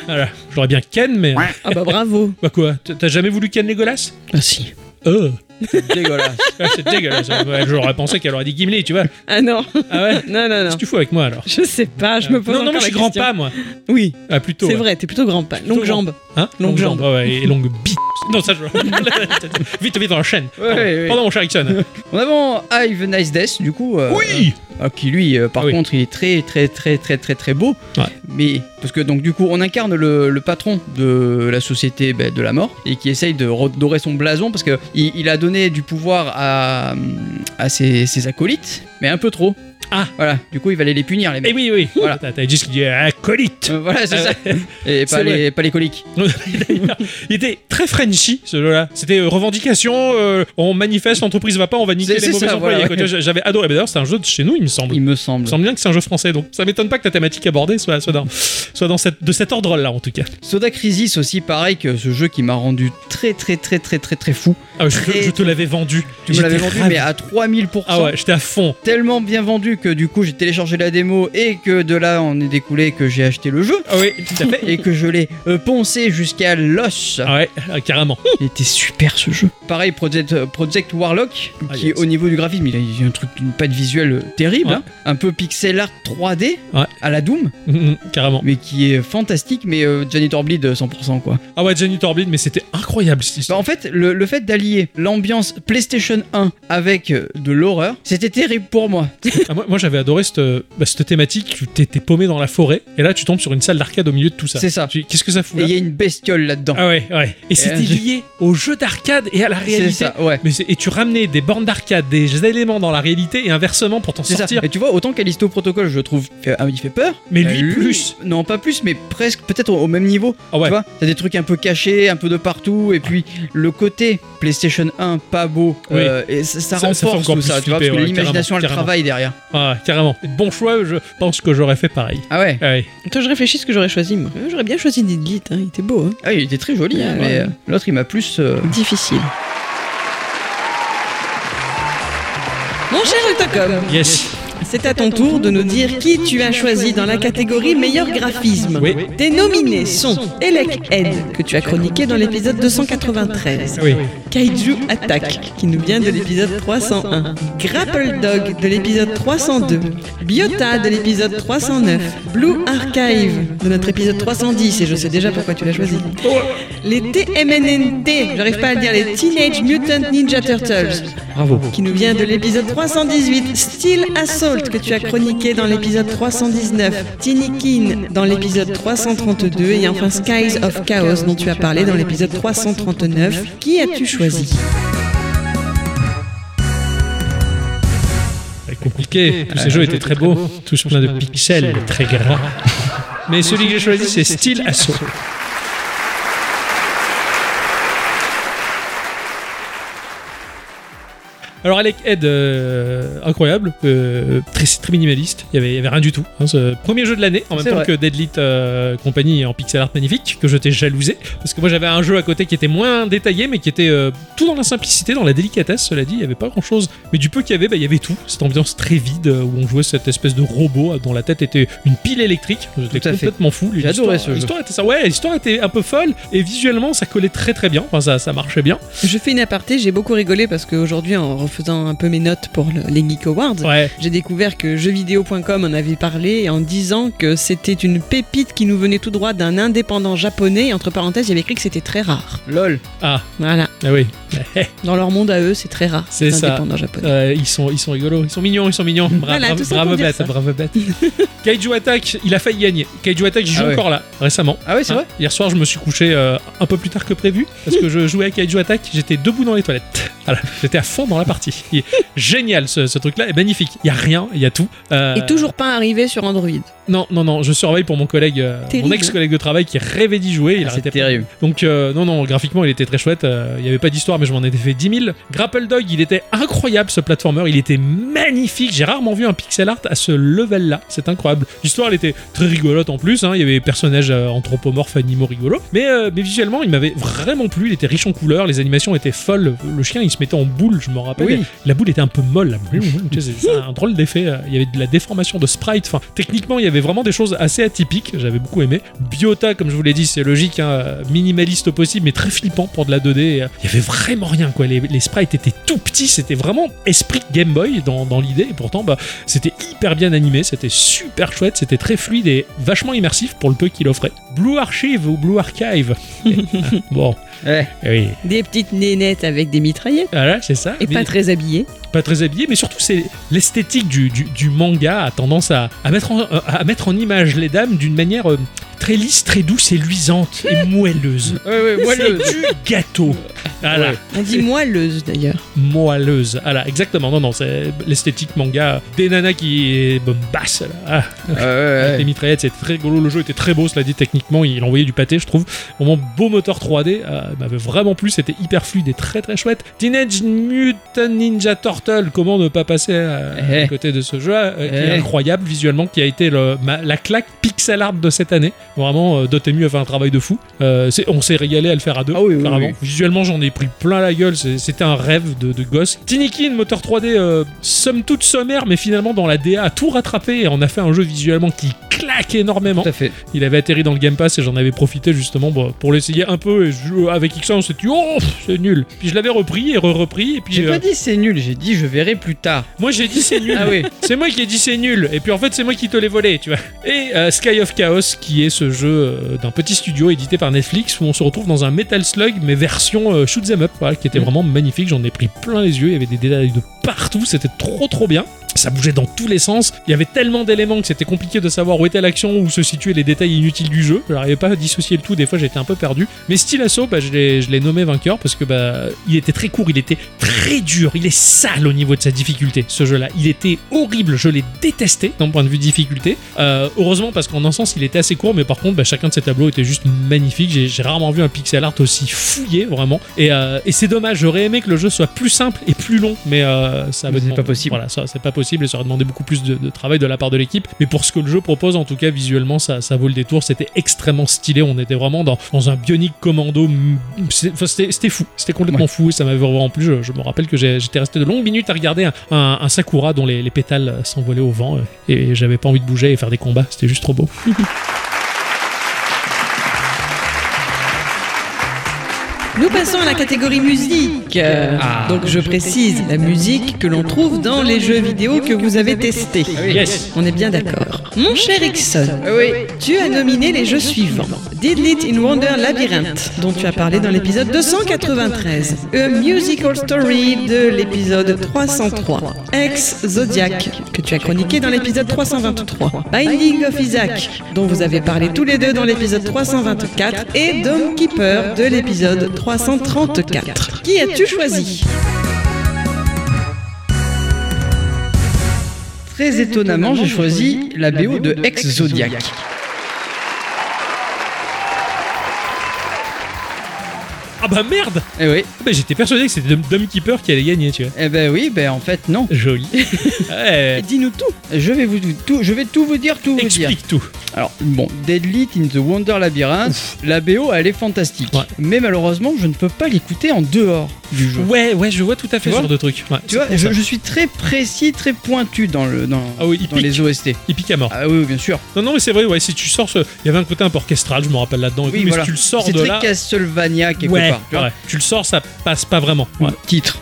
S2: voilà. J'aurais bien Ken, mais.
S4: Ah bah bravo.
S2: Bah quoi t- T'as jamais voulu Ken Legolas
S4: Ah si.
S2: Euh.
S3: (laughs) Dégueulasse.
S2: Ah, c'est dégueulasse. Ouais, J'aurais pensé qu'elle aurait dit Gimli, tu vois.
S4: Ah non.
S2: Ah ouais
S4: Non, non,
S2: Qu'est-ce
S4: non.
S2: que tu fous avec moi alors
S4: Je sais pas, je me pose
S2: Non, non,
S4: encore
S2: moi je
S4: la
S2: suis grand
S4: question.
S2: pas, moi.
S4: Oui,
S2: Ah, plutôt.
S4: c'est
S2: ouais.
S4: vrai, t'es plutôt grand pas.
S2: Plutôt
S4: Longue
S2: grand.
S4: jambe.
S2: Hein
S4: Longue
S2: jambe. Ah ouais, et longue bite. Non, ça, je.
S3: (laughs)
S2: vite, vite, enchaîne.
S3: Ouais,
S2: Pardon.
S3: ouais, ouais.
S2: Pardon, mon cher Ixon.
S3: On avons Ive Nice Death, du coup. euh,
S2: Oui
S3: euh, qui lui, euh, par
S2: Ah oui.
S3: contre, il est très, très, très, très, très, très beau.
S2: Ouais.
S3: Mais parce que donc du coup, on incarne le, le patron de la société bah, de la mort et qui essaye de redorer son blason parce que il, il a donné du pouvoir à, à ses, ses acolytes, mais un peu trop.
S2: Ah.
S3: Voilà. Du coup, il va aller les punir, les
S2: Eh
S3: mecs.
S2: oui, oui.
S3: Voilà.
S2: T'as t'as juste qui dit acolyte.
S3: Euh, voilà, c'est
S2: Ah
S3: ça. Et pas
S2: C'est
S3: les, pas les coliques.
S2: D'ailleurs, il était très Frenchy ce jeu-là. C'était euh, revendication, euh, on manifeste, l'entreprise va pas, on va niquer
S3: C'est-
S2: les
S3: c'est
S2: mauvais
S3: ça,
S2: employés.
S3: voilà,
S2: quoi. Tu vois, J'avais adoré. Mais D'ailleurs, c'est un jeu de chez nous, il me semble.
S3: Il
S2: Il
S3: me semble.
S2: me semble bien que c'est un jeu français, donc ça m'étonne pas que ta thématique abordée soit, soit, dans, soit dans cette, de cet ordre-là, en tout cas.
S3: Soda Crisis aussi, pareil que ce jeu qui m'a rendu très, très, très, très, très, très fou.
S2: Ah, je,
S3: Très-
S2: je te l'avais vendu.
S3: Tu me l'avais
S2: J'étais
S3: vendu,
S2: ravi.
S3: mais à 3000%.
S2: Ah ouais, j'étais à fond.
S3: tellement bien vendu que du coup j'ai téléchargé la démo et que de là on est découlé que j'ai acheté le jeu
S2: Ah oui, tout à fait.
S3: et que je l'ai euh, poncé jusqu'à l'os.
S2: Ah ouais, ah, carrément. (laughs)
S3: Il était super ce jeu. Pareil Project, euh, Project Warlock
S2: Ah,
S3: qui
S2: yes.
S3: au niveau du graphisme il a, il a un truc d'une patte visuelle euh, terrible,
S2: Ouais.
S3: hein. un peu pixel art 3D
S2: Ouais.
S3: à la Doom
S2: Mm, mm, carrément.
S3: mais qui est fantastique mais euh, Janitor Bleed euh, 100% quoi.
S2: Ah ouais, Jenny Torbid, mais c'était incroyable. incroyable cette
S3: Bah,
S2: histoire.
S3: en fait, le, le fait d'allier l'ambiance PlayStation 1 avec euh, de l'horreur, c'était terrible pour moi.
S2: Ah, moi, moi, j'avais adoré cette, bah, cette thématique. Tu t'es t'es paumé dans la forêt et là tu tombes sur une salle d'arcade au milieu de tout ça.
S3: (laughs) C'est ça.
S2: Tu dis, Qu'est-ce que ça fout
S3: Et
S2: là
S3: il y a une bestiole là-dedans.
S2: Ah ouais, ouais. Et c'était
S3: j'ai-
S2: lié au jeu d'arcade et à la
S3: c'est
S2: réalité.
S3: ça, ouais.
S2: Mais c'est- et tu ramenais des bornes d'arcade, des éléments dans la réalité et inversement pour t'en
S3: C'est ça.
S2: sortir.
S3: Et tu vois, autant qu'Alisto Protocol, je trouve, fait- ah, il fait peur.
S2: Mais
S3: euh,
S2: lui, plus.
S3: Non, pas plus, mais presque, peut-être au, au même niveau.
S2: Ah ouais.
S3: Tu vois, t'as des trucs un peu cachés, un peu de partout. Et puis, le côté PlayStation 1, pas beau,
S2: Oui.
S3: euh, et ça, ça
S2: Ça- ça fait
S3: renforce
S2: encore plus
S3: tout ça, tu vois,
S2: flipper,
S3: parce que
S2: ouais,
S3: l'imagination, elle
S2: carrément,
S3: travaille derrière.
S2: Ah, carrément. Bon choix, je pense que j'aurais fait pareil.
S3: Ah ouais.
S2: Ah ouais.
S4: Attends, je réfléchis ce que j'aurais choisi. moi. Euh, J'aurais bien choisi Didlit, hein, il était beau. Hein.
S3: Ah, il était très joli, hein,
S4: Ouais,
S3: mais
S4: ouais.
S3: euh, l'autre, il m'a plus. euh,
S4: Difficile. Mon cher Utacom,
S2: Yes.
S1: C'est à ton tour de nous dire qui tu as choisi dans la catégorie meilleur graphisme.
S2: Oui.
S1: Tes nominés sont Elec N, que tu as chroniqué dans l'épisode 293.
S2: Ah oui.
S1: Kaiju Attack, qui nous vient de l'épisode 301. Grapple Dog de l'épisode 302. Biota de l'épisode 309. Blue Archive de notre épisode 310, et je sais déjà pourquoi tu l'as choisi. Les TMNNT, j'arrive pas à le dire, les Teenage Mutant Ninja Turtles,
S3: Ah
S2: Bravo.
S1: qui nous vient de l'épisode 318. Steel Assault, que tu as chroniqué dans l'épisode 319. Tinikin dans l'épisode 332. Et enfin Skies of Chaos, dont tu as parlé dans l'épisode 339. Qui as-tu choisi
S2: C'est compliqué. Tous ces jeux étaient très beaux, tous pleins de pixels, très gras. Mais celui que j'ai choisi, c'est Steel Assault. Alors Alec Head, euh, incroyable, euh, très, très minimaliste, il y avait, il y avait rien du tout. hein, ce premier jeu de l'année, en même
S3: C'est
S2: temps
S3: vrai.
S2: que Deadlit euh, Company en pixel art magnifique, que je t'ai jalousé, parce que moi j'avais un jeu à côté qui était moins détaillé, mais qui était euh, tout dans la simplicité, dans la délicatesse, cela dit, il n'y avait pas grand-chose. Mais du peu qu'il y avait, bah, il y avait tout, cette ambiance très vide, euh, où on jouait cette espèce de robot euh, dont la tête était une pile électrique, j'étais
S3: à fait.
S2: complètement fou.
S3: J'ai adoré ce jeu.
S2: L'histoire était ça, ouais, l'histoire était un peu folle, et visuellement ça collait très très bien, enfin ça, ça marchait bien.
S4: je fais une aparté, j'ai beaucoup rigolé parce qu'aujourd'hui, en refaisant un peu mes notes pour le- les Geek Awards,
S2: Ouais.
S4: J'ai découvert que jeuxvideo.com en avait parlé en disant que c'était une pépite qui nous venait tout droit d'un indépendant japonais. Et entre parenthèses, il y avait écrit que c'était très rare.
S3: LOL.
S2: Ah,
S4: Voilà.
S2: ah oui.
S4: Dans leur monde à eux, c'est très rare.
S2: C'est ça.
S4: indépendant japonais.
S2: Euh, ils, sont, ils sont rigolos, ils sont mignons, ils sont
S3: (laughs)
S2: mignons. Bra-
S4: Voilà,
S2: bra-
S4: tout ça pour
S2: bravo
S4: dire
S2: bête,
S4: ça.
S2: bravo bête. Kaiju Attack, il a failli gagner. Kaiju Attack, j'y joue
S3: Ah ouais.
S2: encore là, récemment.
S3: Ah ouais, c'est
S2: Hein,
S3: vrai
S2: Hier soir, je me suis couché euh, un peu plus tard que prévu parce que je jouais à Kaiju Attack. J'étais debout dans les toilettes. (laughs) Voilà, j'étais à fond dans la partie. Il est Génial, ce, ce truc-là est magnifique. Il y a rien, il y a tout. Euh,
S4: Et toujours pas arrivé sur Android.
S2: Non, non, non. Je surveille pour mon collègue, euh, mon
S4: Terrible.
S2: ex-collègue de travail qui rêvait d'y jouer. Il
S3: Ah,
S2: arrêtait
S3: C'est
S2: pas.
S3: terrible.
S2: Donc euh, non, non, graphiquement il était très chouette, euh, il n'y avait pas d'histoire mais je m'en étais fait 10 000. Grapple Dog, il était incroyable ce platformer, il était magnifique, j'ai rarement vu un pixel art à ce level là, c'est incroyable. L'histoire elle était très rigolote en plus, hein, il y avait des personnages euh, anthropomorphes, animaux rigolos, mais, euh, mais visuellement il m'avait vraiment plu, il était riche en couleurs, les animations étaient folles, le chien il se mettait en boule, je m'en rappelle,
S3: Oui.
S2: la boule était un peu molle, là. Tu sais, c'est- c'est un drôle d'effet, euh, il y avait de la déformation de sprite, enfin techniquement il y avait vraiment des choses assez atypiques, j'avais beaucoup aimé. Biota, comme je vous l'ai dit, c'est logique, hein, minimaliste au possible, mais très flippant pour de la 2D. et, euh, Il y avait vraiment rien, quoi. Les, les sprites étaient tout petits, c'était vraiment esprit Game Boy dans, dans l'idée, et pourtant, bah, c'était hyper bien animé, c'était super chouette, c'était très fluide et vachement immersif pour le peu qu'il offrait. Blue Archive ou Blue
S4: (laughs)
S2: Archive. Eh, ah, bon,
S3: Ouais.
S2: eh oui,
S4: Des petites nénettes avec des mitraillettes.
S2: voilà, c'est ça.
S4: Et
S2: Mais-
S4: pas
S2: (laughs)
S4: très habillées.
S2: pas très habillé, mais surtout c'est l'esthétique du, du- du manga a tendance à, à mettre en, euh, à mettre en image les dames d'une manière euh, très lisse, très douce et luisante (laughs) et moelleuse.
S3: Ouais, ouais, moi,
S2: C'est
S3: le.
S2: du gâteau. Voilà,
S3: Ouais.
S4: On dit moelleuse d'ailleurs.
S2: moelleuse. Voilà, exactement. Non, non, c'est l'esthétique manga des nanas qui est basse. Là. Ah,
S3: Ah (laughs) ouais,
S2: avec les
S3: ouais.
S2: mitraillettes, c'était très rigolo. Le jeu était très beau, cela dit, techniquement, il envoyait du pâté, je trouve. Mon beau moteur 3D euh, m'avait vraiment plu, c'était hyper fluide et très très chouette. Teenage Mutant Ninja Turtle, comment ne pas passer à,
S3: Eh.
S2: à côté de ce jeu euh, qui est
S3: Eh.
S2: incroyable visuellement, qui a été le- ma- la claque pixel art de cette année. Vraiment, euh, Dotemu a fait un travail de fou. Euh, c'est- on s'est régalé à le faire à deux,
S3: Ah oui, oui,
S2: clairement.
S3: oui.
S2: Visuellement, j'en ai pris plein la gueule. C'est- C'était un rêve de, de gosse. Tinikin, moteur 3D, euh, somme toute sommaire, mais finalement dans la DA, a tout rattrapé et on a fait un jeu visuellement qui claque énormément.
S3: Tout à fait.
S2: Il avait atterri dans le Game Pass et j'en avais profité justement bon, pour l'essayer un peu. Et je- avec X1, on s'est dit, oh, pff, c'est nul. Puis je l'avais repris et re-repris. Et puis
S3: J'ai
S2: euh,
S3: pas dit c'est nul, j'ai dit je verrai
S2: (laughs)
S3: plus tard.
S2: moi, j'ai dit, c'est nul.
S3: Ah oui.
S2: C'est moi qui ai dit c'est nul, et puis en fait c'est moi qui te l'ai volé, tu vois. Et euh, Sky of Chaos, qui est ce jeu euh, d'un petit studio édité par Netflix, où on se retrouve dans un Metal Slug, mais version euh, shoot 'em up, voilà, qui était
S3: Mm.
S2: vraiment magnifique, j'en ai pris plein les yeux, il y avait des détails de partout, c'était trop trop bien. Ça bougeait dans tous les sens, il y avait tellement d'éléments que c'était compliqué de savoir où était l'action, où se situaient les détails inutiles du jeu, je n'arrivais pas à dissocier le tout, des fois j'étais un peu perdu. Mais Steel Assault, bah, je l'ai je l'ai nommé vainqueur parce que bah, il était très court, il était très dur, il est sale au niveau de sa difficulté, ce jeu-là. Il était horrible, je l'ai détesté d'un point de vue difficulté. Euh, heureusement, parce qu'en un sens, il était assez court, mais par contre, bah, chacun de ces tableaux était juste magnifique. J'ai j'ai rarement vu un pixel art aussi fouillé, vraiment. Et, euh, et c'est dommage, j'aurais aimé que le jeu soit plus simple et plus long, mais euh, ça
S3: Mais c'est
S2: demand-
S3: pas possible.
S2: Voilà, ça, c'est pas possible et ça aurait demandé beaucoup plus de, de travail de la part de l'équipe. Mais pour ce que le jeu propose, en tout cas, visuellement, ça, ça vaut le détour. C'était extrêmement stylé. On était vraiment dans, dans un bionic commando. mm, c'est- enfin, C'était c'était fou. C'était complètement
S3: Ouais.
S2: fou. Ça m'avait en plus. Je, je me rappelle que j'ai- j'étais resté de longues minutes à regarder un, un- un sakura dont les, les pétales euh, s'envolaient au vent euh, et j'avais pas envie de bouger et faire des combats. C'était juste trop beau.
S4: Nous passons à la catégorie musique. Euh,
S2: Ah.
S4: Donc je précise la musique que l'on trouve dans les jeux vidéo que vous avez testés.
S2: Yes.
S4: On est bien d'accord. Mon cher Ixon,
S1: Oui.
S4: tu as nominé les jeux suivants. Diddle It in Wonder Labyrinth, dont tu as parlé dans l'épisode 293. A Musical Story de l'épisode 303. Ex Zodiac, que tu as chroniqué dans l'épisode 323. Binding of Isaac, dont vous avez parlé tous les deux dans l'épisode 324. Et Dome Keeper de l'épisode 334. Qui as-tu choisi
S3: Très étonnamment, j'ai choisi la BO de Ex Zodiac.
S2: Ah bah merde
S3: Eh oui,
S2: Ah bah, J'étais persuadé que c'était Dum- Dumb Keeper qui allait gagner, tu vois.
S3: eh ben oui, ben en fait non.
S2: Joli. Ouais.
S4: Dis-nous tout.
S3: Je vais vous tout, je vais tout vous dire, tout vous dire.
S2: Explique tout.
S3: Alors bon, Deadly in the Wonder Labyrinth, la BO elle est fantastique.
S2: Ouais.
S3: Mais malheureusement, je ne peux pas l'écouter en dehors du jeu.
S2: Ouais, ouais, je vois tout à fait ce
S3: Tu vois
S2: genre de truc. Ouais,
S3: Tu vois,
S2: c'est pour
S3: je,
S2: ça.
S3: je suis très précis, très pointu dans le dans,
S2: Ah oui, il
S3: dans les
S2: pique.
S3: OST.
S2: Il pique à mort.
S3: Ah oui, bien sûr.
S2: Non, non, mais c'est vrai, ouais, si tu sors ce. Il y avait un côté un peu orchestral, je me rappelle là-dedans. et tout,
S3: Oui,
S2: mais
S3: voilà.
S2: si tu le sors
S3: C'est
S2: de
S3: très
S2: là.
S3: Castlevania quelque
S2: ouais,
S3: part. Tu vois
S2: ouais. tu le sors, ça passe pas
S3: (laughs)
S2: vraiment. Ouais.
S3: Titre.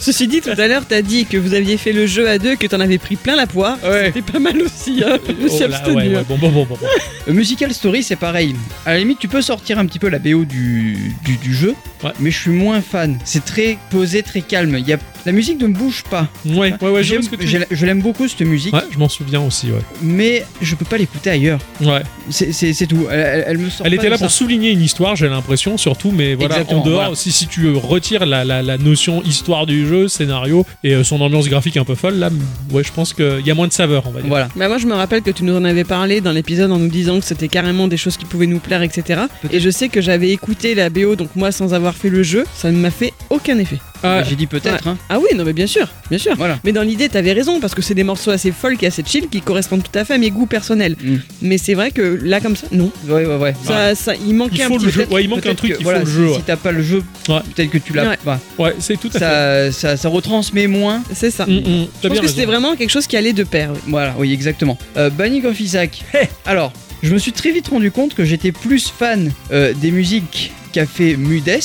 S4: Ceci dit, tout à l'heure, t'as dit que vous aviez fait le jeu à deux, que t'en avais pris plein la poire.
S3: Ouais.
S4: C'était pas mal aussi, hein. Je me suis
S2: Oh là,
S4: abstenu,
S2: ouais,
S4: hein.
S2: ouais, bon, bon, bon, bon, bon.
S3: Euh, Musical Story, c'est pareil. À la limite, tu peux sortir un petit peu la BO du, du, du jeu,
S2: Ouais.
S3: mais je suis moins fan. C'est très posé, très calme. Il Y a, la musique ne bouge pas.
S2: Ouais, ouais, ouais, je
S3: J'aime-
S2: vois ce que tu
S3: j'ai- je l'aime beaucoup cette musique,
S2: Ouais, je m'en souviens aussi, ouais.
S3: mais je peux pas l'écouter ailleurs.
S2: Ouais.
S3: C'est- C'est c'est tout. Elle, elle- elle me sort.
S2: Elle
S3: pas
S2: était
S3: de
S2: là
S3: ça.
S2: pour souligner une histoire, j'ai l'impression, surtout, mais voilà,
S3: Exactement,
S2: en dehors,
S3: voilà.
S2: Si, si tu euh, retires la, la- la notion histoire du jeu, scénario et euh, son ambiance graphique un peu folle, là, m- ouais, je pense qu'il y a moins de saveur, on va dire.
S3: Voilà.
S4: Bah moi je me rappelle que tu nous en avais parlé dans l'épisode en nous disant que c'était carrément des choses qui pouvaient nous plaire, etc. Et je sais que j'avais écouté la BO, donc moi sans avoir fait le jeu, ça ne m'a fait aucun effet.
S2: Ah,
S3: J'ai dit peut-être. hein.
S4: Ah oui, non mais bien sûr, bien sûr.
S3: Voilà.
S4: Mais dans l'idée, t'avais raison, parce que c'est des morceaux assez folk et assez chill qui correspondent tout à fait à mes goûts personnels.
S3: Mm.
S4: Mais c'est vrai que là comme ça, non.
S3: Ouais, ouais, ouais.
S4: Ça, ça, il manquait
S2: Ah. Il
S4: un
S2: faut
S4: petit
S2: le jeu.
S4: peut-être-
S2: Ouais, il manque
S3: Peut-être
S2: un truc,
S3: que,
S2: il
S3: voilà,
S2: faut le
S3: si-
S2: jeu.
S3: Si t'as pas le jeu,
S2: Ouais.
S3: peut-être que tu l'as
S4: Ouais.
S3: pas.
S2: Ouais, Ouais, c'est tout à fait.
S3: Ça, ça, ça retransmet moins.
S4: C'est ça.
S2: Mm, mm,
S4: Je
S2: t'as
S4: pense
S2: bien
S4: que c'était
S2: raison.
S4: vraiment quelque chose qui allait de pair. oui.
S3: Voilà, oui, exactement. Euh, Banning of Isaac. Alors, je me suis très vite rendu compte que j'étais plus fan euh, des musiques qu'a fait Mudes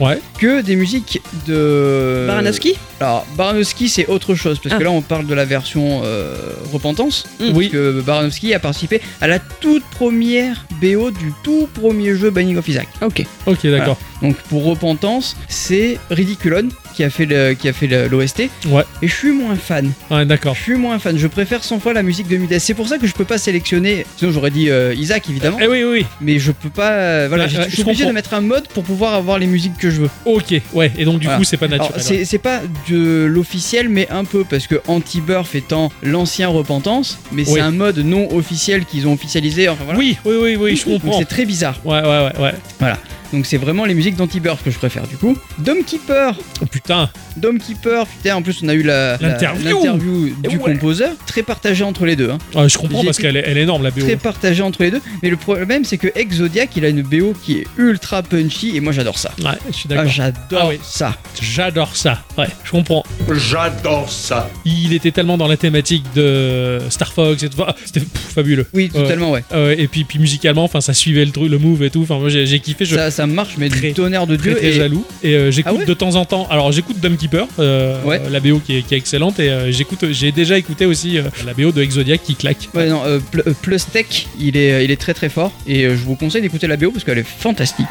S2: Ouais.
S3: que des musiques
S2: Euh.
S3: de.
S4: Baranowski
S3: Alors, Baranowski, c'est autre chose, parce
S4: Ah.
S3: que là, on parle de la version euh, Repentance.
S4: Mm.
S2: Oui.
S3: Parce que Baranowski a participé à la toute première BO du tout premier jeu Banning of Isaac.
S4: Ok.
S2: Ok, d'accord.
S3: Donc, pour Repentance, c'est Ridiculon qui a fait le- qui a fait le- l'OST.
S2: Ouais.
S3: Et je suis moins fan.
S2: Ouais, d'accord.
S3: Je suis moins fan, je préfère 100 fois la musique de Midas. C'est pour ça que je peux pas sélectionner. Sinon, j'aurais dit euh, Isaac évidemment,
S2: Eh oui, oui, oui.
S3: mais je peux pas. euh, voilà,
S2: Ouais,
S3: j'ai-
S2: ouais,
S3: je
S2: Bah, je
S3: suis obligé
S2: comprends.
S3: de mettre un mode pour pouvoir avoir les musiques que je veux.
S2: Ok, ouais. Et donc, du
S3: Voilà.
S2: coup, c'est pas
S3: Alors,
S2: naturel.
S3: c'est c'est pas de l'officiel, mais un peu, parce que Anti-Burf étant l'ancien Repentance, mais
S2: Oui.
S3: c'est un mode non officiel qu'ils ont officialisé. Enfin voilà.
S2: Oui, oui, oui, oui, je
S3: Donc,
S2: comprends.
S3: C'est très bizarre.
S2: Ouais, ouais, ouais, ouais.
S3: Voilà. Donc c'est vraiment les musiques d'Anti-Bird que je préfère du coup. Dome Keeper,
S2: Oh putain,
S3: Dome Keeper, putain, en plus on a eu la, la-
S2: L'interview.
S3: l'interview
S2: Et
S3: du
S2: ouais.
S3: composeur, très partagé entre les deux. hein.
S2: Ah, je comprends
S3: J'ai
S2: parce
S3: écouté-
S2: qu'elle est, elle est énorme la BO.
S3: Très partagé entre les deux. Mais le problème, c'est que Exodiac, il a une BO qui est ultra punchy et moi j'adore ça.
S2: Ouais, je suis
S3: Ah,
S2: d'accord.
S3: j'adore
S2: Ah oui.
S3: ça.
S2: J'adore ça. Ouais, je comprends.
S5: J'adore ça.
S2: Il était tellement dans la thématique de Star Fox et tout. Ah, (laughs) C'était pff, fabuleux.
S3: Oui, totalement, ouais.
S2: Euh, et puis, puis musicalement, enfin, ça suivait le truc, le move et tout. Enfin, moi, j'ai j'ai kiffé. Je
S3: Ça, ça marche, mais
S2: Très,
S3: du tonnerre de
S2: suis
S3: Dieu.
S2: très, très
S3: et-
S2: jaloux. Et euh, j'écoute
S3: Ah ouais
S2: de temps en temps. Alors, j'écoute Dumb Keeper, euh,
S3: Ouais.
S2: la BO qui est, qui est excellente. Et euh, j'écoute, j'ai déjà écouté aussi euh, la BO de Exodiac qui claque.
S3: Ouais, non, euh, Pl- euh, Plus Tech, il est, euh, il est très très fort et euh, je vous conseille d'écouter la BO parce qu'elle est fantastique.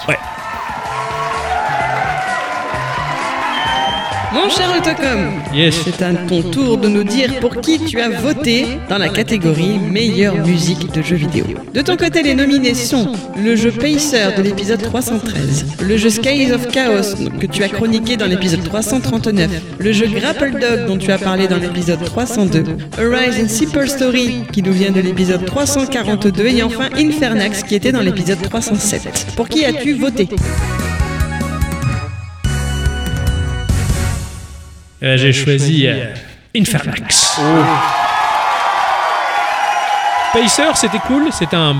S1: Mon cher Autocom,
S2: Yes.
S1: c'est à ton tour de nous dire pour qui tu as voté dans la catégorie meilleure musique de jeux vidéo. De ton côté, les nominés sont le jeu Pacer de l'épisode 313, le jeu Skies of Chaos que tu as chroniqué dans l'épisode 339, le jeu Grapple Dog dont tu as parlé dans l'épisode 302, Arise and Super Story qui nous vient de l'épisode 342 et enfin Infernax qui était dans l'épisode 307. Pour qui as-tu voté
S2: Et là, Eh ben, j'ai choisi euh, Infernax. Pacer, c'était cool, c'était un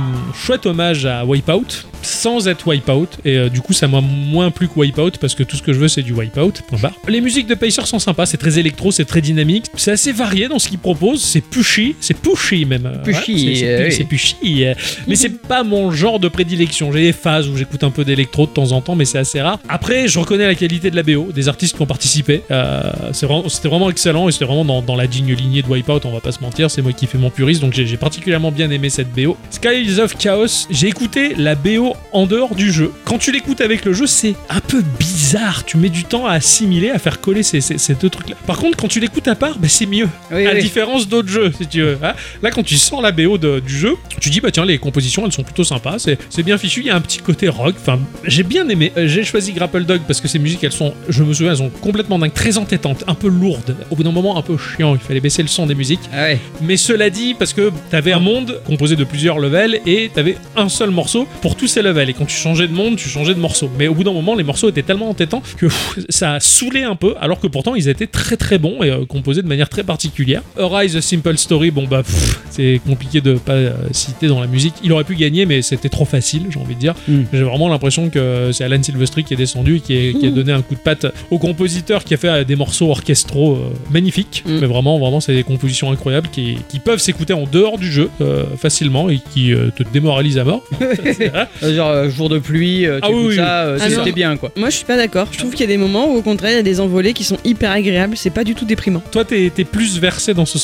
S2: chouette hommage à Wipeout, sans être Wipeout, et euh, du coup ça m'a moins plu que Wipeout, parce que tout ce que je veux c'est du Wipeout, point barre. Les musiques de Pacer sont sympas, c'est très électro, c'est très dynamique, c'est assez varié dans ce qu'ils proposent, c'est pushy, c'est pushy même. euh,
S3: Pushy,
S2: ouais, c'est- c'est
S3: euh,
S2: pu-
S3: oui.
S2: c'est pushy, euh, mais c'est pas mon genre de prédilection, j'ai des phases où j'écoute un peu d'électro de temps en temps, mais c'est assez rare. Après, je reconnais la qualité de la BO, des artistes qui ont participé, euh, c'est vraiment- c'était vraiment excellent, et c'était vraiment dans, dans la digne lignée de Wipeout, on va pas se mentir, c'est moi qui fais mon puriste, donc j'ai j'ai particulièrement bien aimé cette BO. Skies of Chaos, j'ai écouté la BO en dehors du jeu. Quand tu l'écoutes avec le jeu, c'est un peu bizarre, tu mets du temps à assimiler, à faire coller ces, ces- ces deux trucs-là. Par contre, quand tu l'écoutes à part, bah, c'est mieux
S3: Oui,
S2: à
S3: oui.
S2: différence d'autres jeux, si tu veux. hein. Là, quand tu sors la BO de- du jeu, tu dis, bah tiens, les compositions, elles sont plutôt sympas, c'est c'est bien fichu, il y a un petit côté rock. Enfin, j'ai bien aimé. Euh, J'ai choisi Grapple Dog parce que ces musiques, elles sont, je me souviens, elles sont complètement dingues, très entêtantes, un peu lourdes. Au bout d'un moment, un peu chiant, il fallait baisser le son des musiques.
S3: Ah ouais.
S2: Mais cela dit, parce que t'avais un monde composé de plusieurs levels et t'avais un seul morceau pour tous ces levels. Et quand tu changeais de monde, tu changeais de morceau. Mais au bout d'un moment, les morceaux étaient tellement entêtants que pff, ça saoulait un peu, alors que pourtant ils étaient très très bons et euh, composés de manière très particulière. Arise a Simple Story, bon bah pff, c'est compliqué de pas euh, citer dans la musique. Il aurait pu gagner, mais c'était trop facile, j'ai envie de dire.
S3: Mm.
S2: J'ai vraiment l'impression que c'est Alan Silvestri qui est descendu, et qui, est- qui a donné un coup de patte au compositeur, qui a fait euh, des morceaux orchestraux euh, magnifiques.
S1: Mm.
S2: Mais vraiment, vraiment, c'est des compositions incroyables qui, qui peuvent s'écouter en dehors du jeu euh, facilement et qui euh, te démoralisent à
S3: (laughs)
S2: mort. (laughs)
S3: Euh, Genre euh, jour de pluie, euh,
S2: Ah
S3: t'écoutes
S2: oui, oui.
S3: ça, euh,
S1: Ah
S3: c'était
S1: non.
S3: bien quoi.
S1: Moi, je suis pas d'accord. Je trouve qu'il y a des moments où, au contraire, il y a des envolées qui sont hyper agréables. C'est pas du tout déprimant.
S2: Toi, t'es t'es plus versé dans ce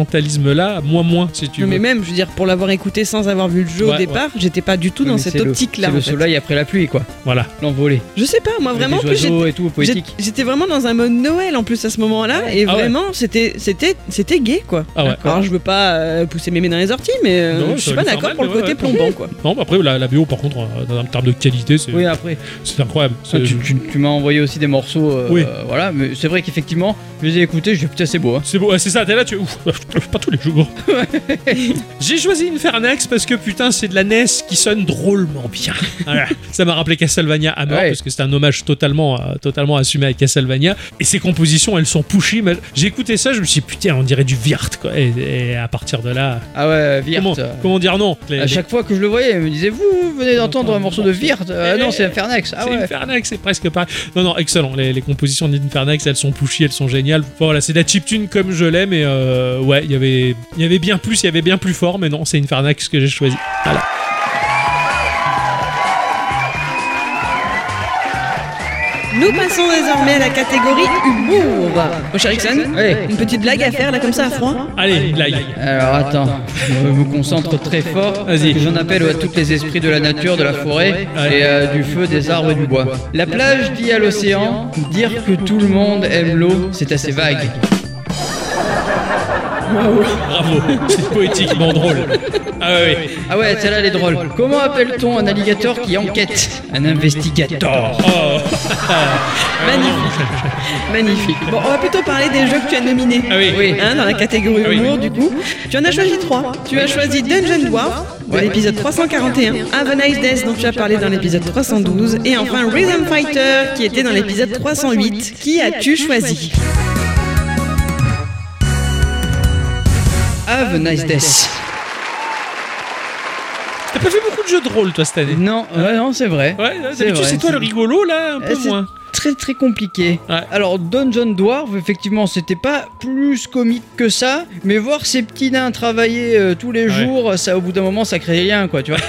S2: sentimentalisme-là, moi moins, si tu
S1: Non,
S2: veux.
S1: mais même, je veux dire, pour l'avoir écouté sans avoir vu le jeu
S2: Ouais,
S1: au départ, j'étais pas du tout
S3: Mais
S1: dans
S3: c'est
S1: cette
S3: le-
S1: optique-là.
S3: C'est
S1: en
S3: le
S1: fait.
S3: soleil après la pluie quoi,
S2: Voilà.
S3: l'envolée.
S1: Je sais pas, moi vraiment, en
S3: les
S1: plus j'étais-
S3: oiseaux et tout, poétique.
S1: j'étais- j'étais vraiment dans un mode Noël en plus à ce moment-là, et
S2: Ah ouais.
S1: vraiment, c'était, c'était, c'était gay quoi.
S2: Ah ouais.
S1: Alors, je veux pas euh, pousser mes mains dans les orties, mais euh,
S2: Non, ça
S1: je suis
S2: va
S1: pas
S2: lui faire
S1: d'accord
S2: mal,
S1: pour le
S2: mais ouais,
S1: côté
S2: ouais.
S1: plombant quoi.
S2: Non, mais après, la, la BO, par contre, euh, en termes de qualité, c'est
S3: Oui, après,
S2: c'est incroyable.
S3: tu,
S2: C'est-
S3: tu- tu m'as envoyé aussi des morceaux, euh,
S2: Euh, Oui.
S3: voilà, mais c'est vrai qu'effectivement, je les ai écoutés, je dis putain, c'est beau. hein.
S2: C'est beau, ouais, c'est ça, t'es là, tu. Ouf, bah, pas tous les
S3: (laughs)
S2: jours. J'ai choisi Infernax parce que putain, c'est de la NES qui sonne drôlement
S3: (laughs)
S2: bien. Voilà. Ça m'a rappelé Castlevania à mort
S3: Ouais.
S2: parce que c'est un hommage totalement, euh, totalement assumé à Castlevania. Et ses compositions, elles sont pushy. mais J'ai écouté ça, je me suis dit putain, on dirait du Virt quoi. Et, et à partir de là.
S3: Ah ouais, Virt.
S2: Comment,
S3: euh,
S2: comment dire non Les-
S3: À
S2: les-
S3: chaque fois que je le voyais, il me disait Vous venez d'entendre un morceau de Virt Ah
S2: Eh,
S3: non, c'est Infernax. Ah
S2: c'est
S3: ouais.
S2: Infernax, c'est presque pareil. Non, non, excellent. Les, les compositions d'Infernax, elles sont pushy, elles sont géniales. Enfin, voilà, c'est de la chiptune comme je l'aime. Et euh, ouais, il y avait- il y avait bien plus, il y avait bien plus fort. Mais non, c'est Infernax que j'ai choisi. Voilà.
S1: Nous passons désormais à la catégorie humour. Mon cher Ixon,
S3: Ouais.
S1: une petite blague à faire là comme ça à froid
S2: Allez, blague.
S3: Alors attends, je me concentre très fort.
S2: Vas-y.
S3: J'en appelle à tous les esprits de la nature, de la forêt,
S2: Ouais.
S3: et euh, du feu, des arbres et du bois. La plage dit à l'océan Dire que tout le monde aime l'eau, c'est assez vague.
S2: Bravo. C'est poétiquement drôle. (laughs) Ah ouais, ouais.
S3: Ah ouais, celle-là elle est drôle. Comment appelle-t-on un alligator qui enquête Un investigateur.
S2: Oh. (laughs)
S1: Magnifique, magnifique. Bon, on va plutôt parler des jeux que tu as nominés.
S2: Ah oui.
S1: Hein, dans la catégorie
S2: Ah oui.
S1: humour, du coup. Tu en as choisi trois. Tu as choisi Dungeon Dwarf, de l'épisode 341, Have a Nice Death dont tu as parlé dans l'épisode 312, et enfin Rhythm Fighter qui était dans l'épisode 308. Qui as-tu choisi
S3: Have a nice death.
S2: T'as pas fait beaucoup de jeux de rôle, toi, cette année
S3: Non, Ah ouais, non, c'est vrai.
S2: Ouais,
S3: C'est
S2: d'habitude,
S3: vrai,
S2: c'est Eh, toi
S3: c'est-
S2: le rigolo, là, un peu
S3: Euh, c'est-
S2: moins.
S3: Très très compliqué.
S2: Ouais.
S3: Alors Dungeon Dwarf, effectivement, c'était pas plus comique que ça, mais voir ces petits nains travailler euh, tous les
S2: Ouais.
S3: jours, ça au bout d'un moment, ça crée des liens, quoi, tu (laughs) vois.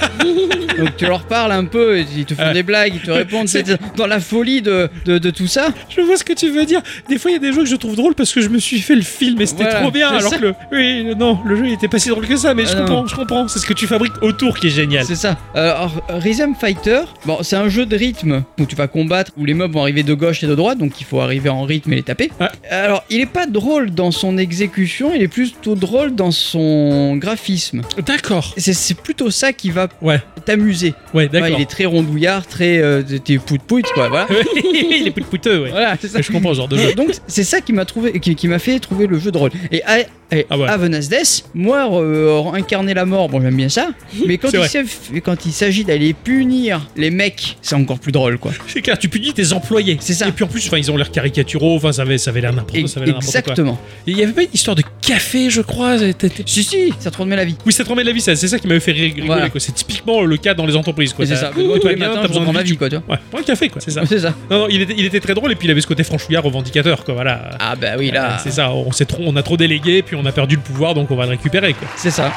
S3: Donc tu leur parles un peu, ils te font
S2: Ouais.
S3: des blagues, ils te répondent, c'est dans la folie de, de, de tout ça.
S2: Je vois ce que tu veux dire. Des fois, il y a des jeux que je trouve drôles parce que je me suis fait le film et c'était
S3: Voilà,
S2: trop bien.
S3: c'est
S2: Alors
S3: ça.
S2: que, le- oui, le- non, le jeu il était pas si drôle que ça, mais je
S3: Ah non.
S2: comprends, je comprends. C'est ce que tu fabriques autour qui est génial.
S3: C'est ça. Euh, alors, Rhythm Fighter, bon, c'est un jeu de rythme où tu vas combattre, où les mobs vont arriver de gauche et de droite, donc il faut arriver en rythme et les taper.
S2: Ouais.
S3: Alors, il est pas drôle dans son exécution, il est plutôt drôle dans son graphisme.
S2: D'accord.
S3: C'est- C'est plutôt ça qui va
S2: Ouais,
S3: t'amuser.
S2: ouais,
S3: Ouais,
S2: d'accord.
S3: il est très rondouillard, très euh, t'es pout-pout,
S2: (laughs)
S3: quoi. Voilà.
S2: il est pouteux, ouais.
S3: voilà, c'est ça.
S2: Je comprends ce genre de jeu.
S3: Et Donc c'est ça qui m'a trouvé, qui, qui m'a fait trouver le jeu drôle. Et à, et
S2: Ah ouais.
S3: à Venice Death, moi euh, incarner la mort, bon j'aime
S2: (laughs)
S3: bien ça, mais quand
S2: C'est
S3: il
S2: vrai.
S3: s'aff- mais quand il s'agit d'aller punir les mecs, c'est encore plus drôle quoi.
S2: (laughs) C'est clair, tu punis tes employés.
S3: C'est ça.
S2: Et puis en plus, enfin, ils ont l'air caricaturaux, enfin, ça avait, ça avait l'air n'importe ça avait l'air n'importe quoi.
S3: Exactement.
S2: Et Il y avait pas une histoire de café, je crois. t'étais- t'étais-
S3: Si si, ça te remet la vie.
S2: Oui, ça te remet de la vie, ça- c'est ça qui m'avait fait rig- rigoler.
S3: Voilà.
S2: quoi. C'est typiquement le cas dans les entreprises. Quoi.
S3: Mais c'est
S2: T'as-
S3: ça. Mais moi,
S2: tout
S3: tous
S2: va
S3: les
S2: bien,
S3: matins,
S2: t'as
S3: je
S2: besoin
S3: prends
S2: de
S3: ma
S2: vie.
S3: vie quoi, tu vois.
S2: Ouais, pour un café, quoi, c'est
S3: (laughs)
S2: ça.
S3: C'est ça.
S2: Non, non, il était, il était très drôle et puis il avait ce côté franchouillard revendicateur, quoi, voilà.
S3: Ah bah oui
S2: Euh,
S3: là,
S2: C'est ça, on, s'est trop, on a trop délégué, puis on a perdu le pouvoir, donc on va le récupérer. Quoi.
S3: c'est ça.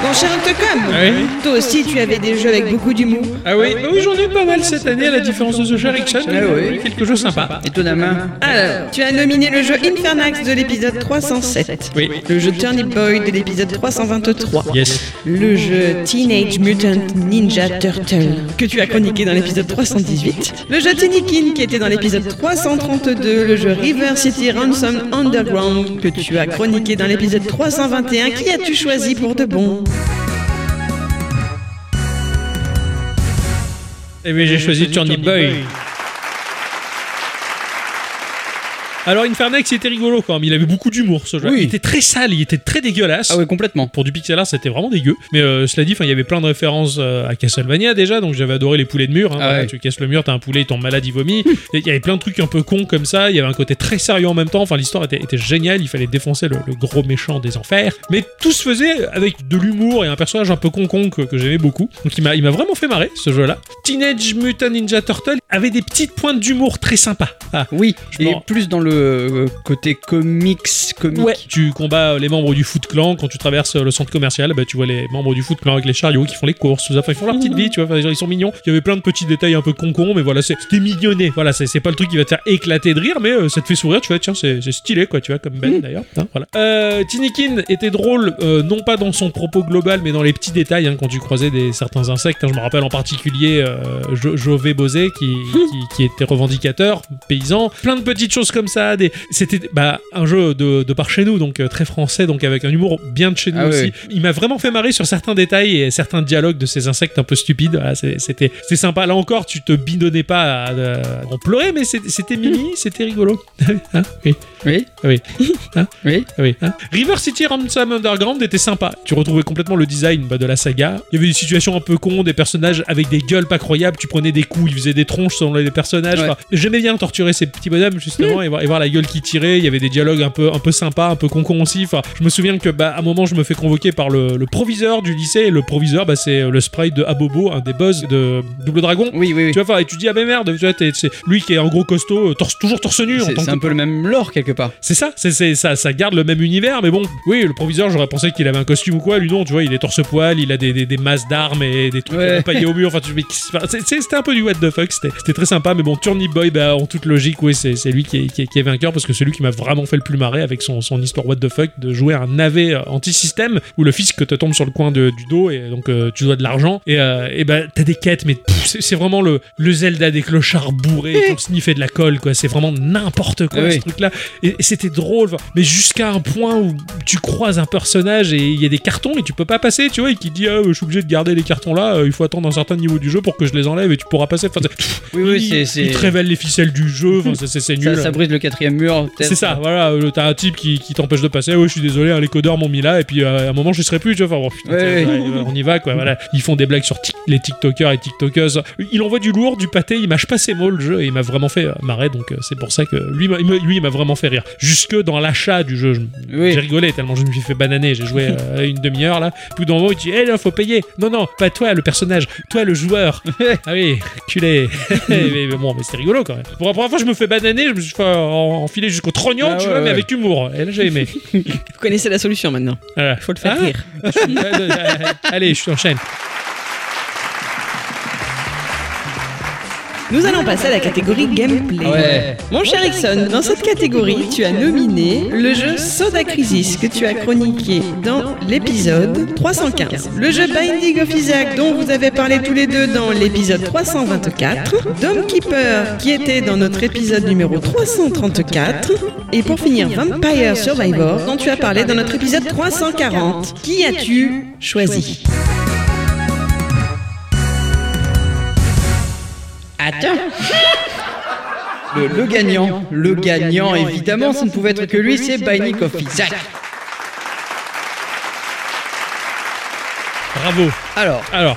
S1: Dans Sherlock Holmes
S2: Ah oui,
S1: Toi aussi, tu avais des jeux avec beaucoup d'humour.
S2: ah oui. Bah oui, j'en ai pas mal cette année, à la différence de The Direction.
S3: Ah oui.
S2: Quelques jeux sympas.
S3: Étonnamment.
S1: Alors, tu as nominé le jeu Infernax de l'épisode 307,
S2: Oui.
S1: le jeu Turnip Boy de l'épisode 323,
S2: Yes.
S1: le jeu Teenage Mutant Ninja Turtle que tu as chroniqué dans l'épisode 318, le jeu Tinikin qui était dans l'épisode 332, le jeu River City Ransom Underground que tu as chroniqué dans l'épisode 321. Qui as-tu choisi pour de bon
S2: Et Eh bien, j'ai choisi Turnip Boy. Alors, Infernax, il était rigolo quand même. Il avait beaucoup d'humour, ce jeu.
S3: Oui.
S2: Il était très sale, il était très dégueulasse.
S3: Ah oui complètement.
S2: Pour du pixel art, c'était vraiment dégueu. Mais euh, cela dit, 'fin, il y avait plein de références euh, à Castlevania déjà, donc j'avais adoré les poulets de mur. hein.
S3: Ah
S2: Voilà,
S3: ouais.
S2: Tu casses le mur, t'as un poulet, il tombe malade, il
S3: (laughs)
S2: vomit. Et Il y avait plein de trucs un peu cons comme ça. Il y avait un côté très sérieux en même temps. Enfin, l'histoire était, était géniale. Il fallait défoncer le, le gros méchant des enfers. Mais tout se faisait avec de l'humour et un personnage un peu con-con que, que j'aimais beaucoup. Donc il m'a il m'a vraiment fait marrer ce jeu-là. Teenage Mutant Ninja Turtle avait des petites pointes d'humour très sympas. Ah,
S3: Oui,
S2: Je
S3: et
S2: m'en-
S3: plus dans le euh, côté comics, comique.
S2: Ouais. Tu combats euh, les membres du Foot Clan quand tu traverses euh, le centre commercial. Bah, tu vois les membres du Foot Clan avec les chariots qui font les courses. Enfin, ils font leur petite vie, tu vois. enfin, ils sont mignons. Il y avait plein de petits détails un peu con-con, mais voilà, c'est- c'était mignonné. Voilà, c'est c'est pas le truc qui va te faire éclater de rire, mais euh, ça te fait sourire. Tu vois, tiens, c'est c'est stylé, quoi. Tu vois, comme Ben d'ailleurs. hein, voilà. Euh, Tinikin était drôle, euh, non pas dans son propos global, mais dans les petits détails. hein, quand tu croisais des, certains insectes, hein. je me rappelle en particulier euh, Jo- Jové Bosé qui, qui, qui était revendicateur, paysan. Plein de petites choses comme ça. Des... C'était bah, un jeu de, de par chez nous, donc euh, très français, donc avec un humour bien de chez nous
S3: Ah oui,
S2: aussi.
S3: oui.
S2: Il m'a vraiment fait marrer sur certains détails et certains dialogues de ces insectes un peu stupides. Voilà, c'est- c'était c'est sympa. Là encore, tu te bidonnais pas à, à- en pleurer, mais c'était- c'était mimi, c'était rigolo. Hein oui.
S3: Oui.
S2: Oui. Hein
S3: (laughs) oui.
S2: Ah oui. hein. River City Ransom Underground était sympa. Tu retrouvais complètement le design bah, de la saga. Il y avait des situations un peu cons, des personnages avec des gueules pas croyables. Tu prenais des coups, ils faisaient des tronches selon les personnages.
S3: Ouais.
S2: Enfin, J'aimais bien torturer ces petits bonhommes justement et, voir, et voir la gueule qui tirait. Il y avait des dialogues un peu un peu sympas, un peu con aussi. Enfin, je me souviens que bah, à un moment je me fais convoquer par le, le proviseur du lycée. Et le proviseur, bah, c'est euh, le sprite de Abobo, un des boss de Double Dragon.
S3: Oui, oui, oui.
S2: Tu vois, enfin, et tu te dis ah mais merde, tu vois, t'es- c'est lui qui est en gros costaud, euh, torse- toujours torse nu. en
S3: C'est
S2: tant
S3: c'est
S2: que-
S3: un peu le même lore quelque part.
S2: c'est ça, c'est, c'est- ça, ça garde le même univers, mais bon, oui, le proviseur, j'aurais pensé qu'il avait un costume ou quoi, lui non, tu vois, il est torse-poil, il a des, des- des masses d'armes et des trucs
S3: Ouais.
S2: paillés au mur, enfin, tu, mais, qu'est-ce- enfin, c'est- c'est- c'était un peu du what the fuck, c'était, c'était très sympa, mais bon, Turnip Boy, bah, en toute logique, oui, c'est, c'est lui qui est, qui est- qui est vainqueur, parce que c'est lui qui m'a vraiment fait le plus marrer avec son, son histoire what the fuck, de jouer un navet euh, anti-système, où le fisc te tombe sur le coin de- du dos, et donc euh, tu dois de l'argent, et, euh, et bah, t'as des quêtes, mais pff, c'est, c'est vraiment le, le Zelda des clochards
S3: (laughs)
S2: bourrés, qui ont sniffé de la colle, quoi, c'est vraiment n'importe quoi,
S3: Ah oui.
S2: ce truc-là, et et c'était drôle enfin, mais jusqu'à un point où tu croises un personnage et il y a des cartons et tu peux pas passer tu vois et qui dit ah, euh, je suis obligé de garder les cartons là euh, il faut attendre un certain niveau du jeu pour que je les enlève et tu pourras passer. Enfin, pff,
S3: Oui, oui,
S2: ils-
S3: c'est- c'est-
S2: Ils te révèlent les ficelles du jeu, enfin, c'est- c'est c'est
S3: Ça,
S2: nul.
S3: ça brise le quatrième mur. peut-être.
S2: C'est ça, voilà, euh, t'as un type qui, qui t'empêche de passer, ouais, je suis désolé, hein, les codeurs m'ont mis là, et puis euh, à un moment, je serai plus, tu vois, enfin, bon, putain,
S3: Ouais,
S2: c'est-
S3: ouais.
S2: ouais, on y va, quoi, voilà. Ils font des blagues sur tic- les TikTokers et TikTokeuses. Il envoie du lourd, du pâté, il mâche pas ses mots, le jeu, et il m'a vraiment fait euh, marrer, donc euh, c'est pour ça que lui, m'a- il m'a- lui, il m'a vraiment fait rire. Jusque dans l'achat du jeu, je m-
S3: Oui.
S2: j'ai rigolé tellement je me suis fait bananer, j'ai joué euh, une demi-heure, là. Puis d'un moment, il dit, hé, là, faut payer. Non, non, pas toi, le personnage, toi, le joueur. ah oui, culé. (laughs) mais, mais bon, mais c'est rigolo quand même. Pour la première fois, je me fais bananer, je me suis fait en- enfiler jusqu'au trognon,
S3: Ah
S2: tu
S3: ouais,
S2: vois, mais
S3: ouais.
S2: avec humour. Et là, j'ai (laughs) aimé.
S1: Vous connaissez la solution maintenant.
S2: Voilà.
S1: Faut le faire
S2: Ah,
S1: rire.
S2: Allez, je suis en chaîne.
S1: Nous allons passer à la catégorie gameplay.
S3: Ah Ouais.
S1: Mon cher Ixon, dans cette catégorie, tu as nominé le jeu Soda Crisis que tu as chroniqué dans l'épisode 315, le jeu Binding of Isaac dont vous avez parlé tous les deux dans l'épisode 324, Dome Keeper qui était dans notre épisode numéro 334, et pour finir Vampire Survivor dont tu as parlé dans notre épisode 340. Qui as-tu choisi
S3: (laughs)
S6: Attends,
S3: Le, le gagnant, le gagnant, évidemment, ça ne pouvait être que lui, c'est Binding of Isaac.
S2: Bravo.
S3: Alors,
S2: Alors,